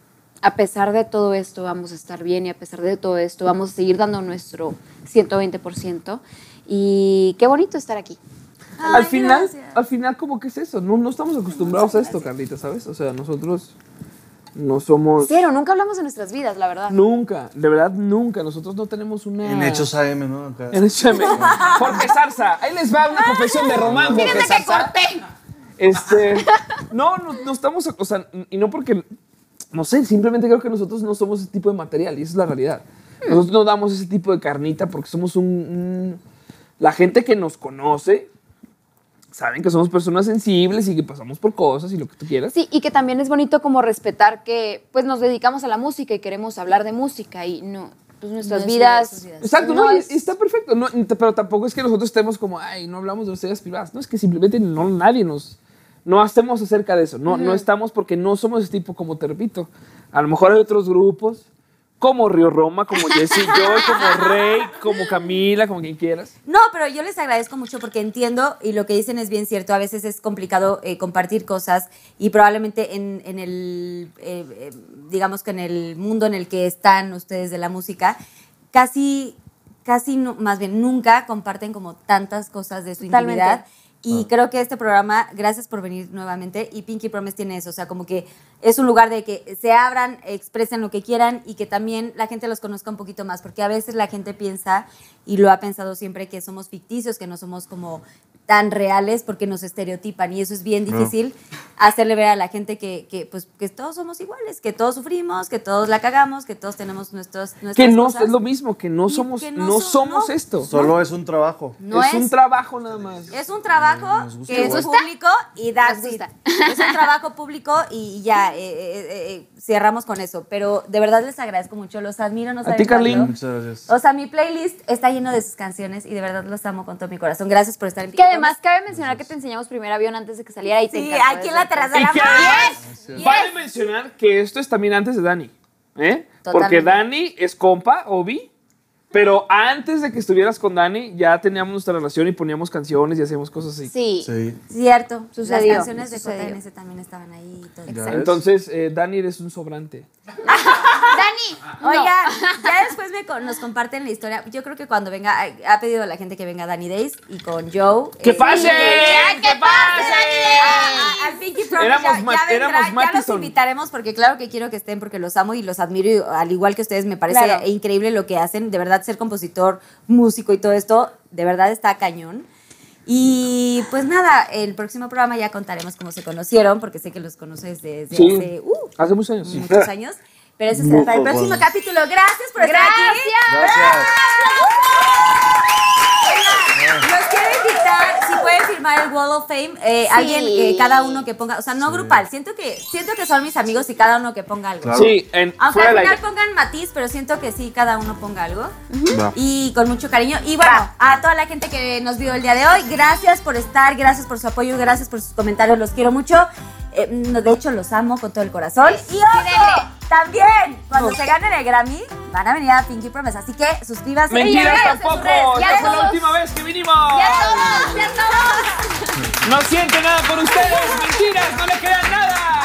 a pesar de todo esto vamos a estar bien y a pesar de todo esto vamos a seguir dando nuestro 120% y qué bonito estar aquí. al final, al final como que es eso, no, no estamos acostumbrados a esto, Carlita, ¿sabes? O sea, nosotros no somos Cero, nunca hablamos de nuestras vidas, la verdad. nunca, de verdad nunca, nosotros no tenemos una En hechos AM, ¿no? Acá. En hechos AM. Jorge Zarza, ahí les va una confesión de román, Jorge Zarza. Este, no, no, no estamos, o sea, y no porque, no sé, simplemente creo que nosotros no somos ese tipo de material y esa es la realidad. Nosotros no damos ese tipo de carnita porque somos un, un- la gente que nos conoce saben que somos personas sensibles y que pasamos por cosas y lo que tú quieras. Sí, y que también es bonito como respetar que pues nos dedicamos a la música y queremos hablar de música y no, pues nuestras No es vidas... sus vidas. Exacto, no no, y- es- y está perfecto, no, y t- pero tampoco es que nosotros estemos como, ay, no hablamos de ustedes privadas, no, es que simplemente no, nadie nos, no hacemos acerca de eso, no, no estamos porque no somos ese tipo, como te repito, a lo mejor hay otros grupos, como Río Roma, como Jesse y Joy, como Rey, como Camila, como quien quieras. No, pero yo les agradezco mucho porque entiendo y lo que dicen es bien cierto. A veces es complicado eh, compartir cosas y probablemente en, en el, eh, eh, digamos que en el mundo en el que están ustedes de la música, casi, casi, no- más bien nunca comparten como tantas cosas de su Totalmente. intimidad. Ah. Y creo que este programa, gracias por venir nuevamente, y Pinky Promise tiene eso, o sea, como que es un lugar de que se abran, expresen lo que quieran y que también la gente los conozca un poquito más, porque a veces la gente piensa, y lo ha pensado siempre, que somos ficticios, que no somos como tan reales porque nos estereotipan y eso es bien difícil hacerle ver a la gente que, que, pues, que todos somos iguales, que todos sufrimos, que todos la cagamos, que todos tenemos nuestros... nuestras Que no, cosas. es lo mismo, que no Y somos, que no no, so- somos no. esto, Solo es un trabajo. No es, un trabajo nada más. Es un trabajo que es público y da. Nos gusta. Es un trabajo público y ya eh, eh, eh, eh, cerramos con eso. Pero de verdad les agradezco mucho, los admiro, no A saben ti, Carlín. cuánto. Muchas gracias. Oh, O sea, mi playlist está lleno de sus canciones y de verdad los amo con todo mi corazón. Gracias por estar en Que Pinky además cabe mencionar que te enseñamos primer avión antes de que saliera y te Promise. Sí, encantó aquí en eso. la terraza de Y la que mar. además, vale mencionar que esto es también antes de Dani. ¿eh? Porque Totalmente. Dani es compa, Obi, Pero antes de que estuvieras con Dani, ya teníamos nuestra relación y poníamos canciones y hacíamos cosas así. Sí. Sí. Cierto, Sucedió, Las canciones de sucedió. JNS también estaban ahí. y todo. Ya ves. Entonces, eh, Dani, eres un sobrante. Dani, no. Oiga, ya después me con- nos comparten la historia. Yo creo que cuando venga, ay, ha pedido la gente que venga Danny Days y con Joe. ¡Que eh, pase! que- ¡Que Ah, ah, Al Pinky Promise Éramos ya, Ma- ya vendrá, éramos ya los Mattison. invitaremos porque claro que quiero que estén porque los amo y los admiro y al igual que ustedes me parece Claro. increíble lo que hacen, de verdad ser compositor, músico y todo esto, de verdad está cañón. Y pues nada, el próximo programa ya contaremos cómo se conocieron porque sé que los conoces desde Sí. hace uh, Hace muchos años. muchos años. Pero eso será para el próximo capítulo. Gracias por estar aquí. Gracias. Oigan, Los quiero invitar, si pueden firmar el Wall of Fame, eh, alguien, eh, cada uno que ponga, o sea, no grupal, siento que, siento que son mis amigos y cada uno que ponga algo. Claro. Sí, en, Aunque fuera al del final aire. pongan matiz, pero siento que sí, cada uno ponga algo. Va. Y con mucho cariño. Y bueno, a toda la gente que nos vio el día de hoy, gracias por estar, gracias por su apoyo, gracias por sus comentarios, los quiero mucho. Eh, no, de hecho, los amo con todo el corazón. Y ojo, también, cuando se ganen el Grammy, van a venir a Pinky Promise. Así que suscríbanse. Mentiras Y tampoco. Esta fue la última vez que vinimos. No siente nada por ustedes. Mentiras, no le crean nada.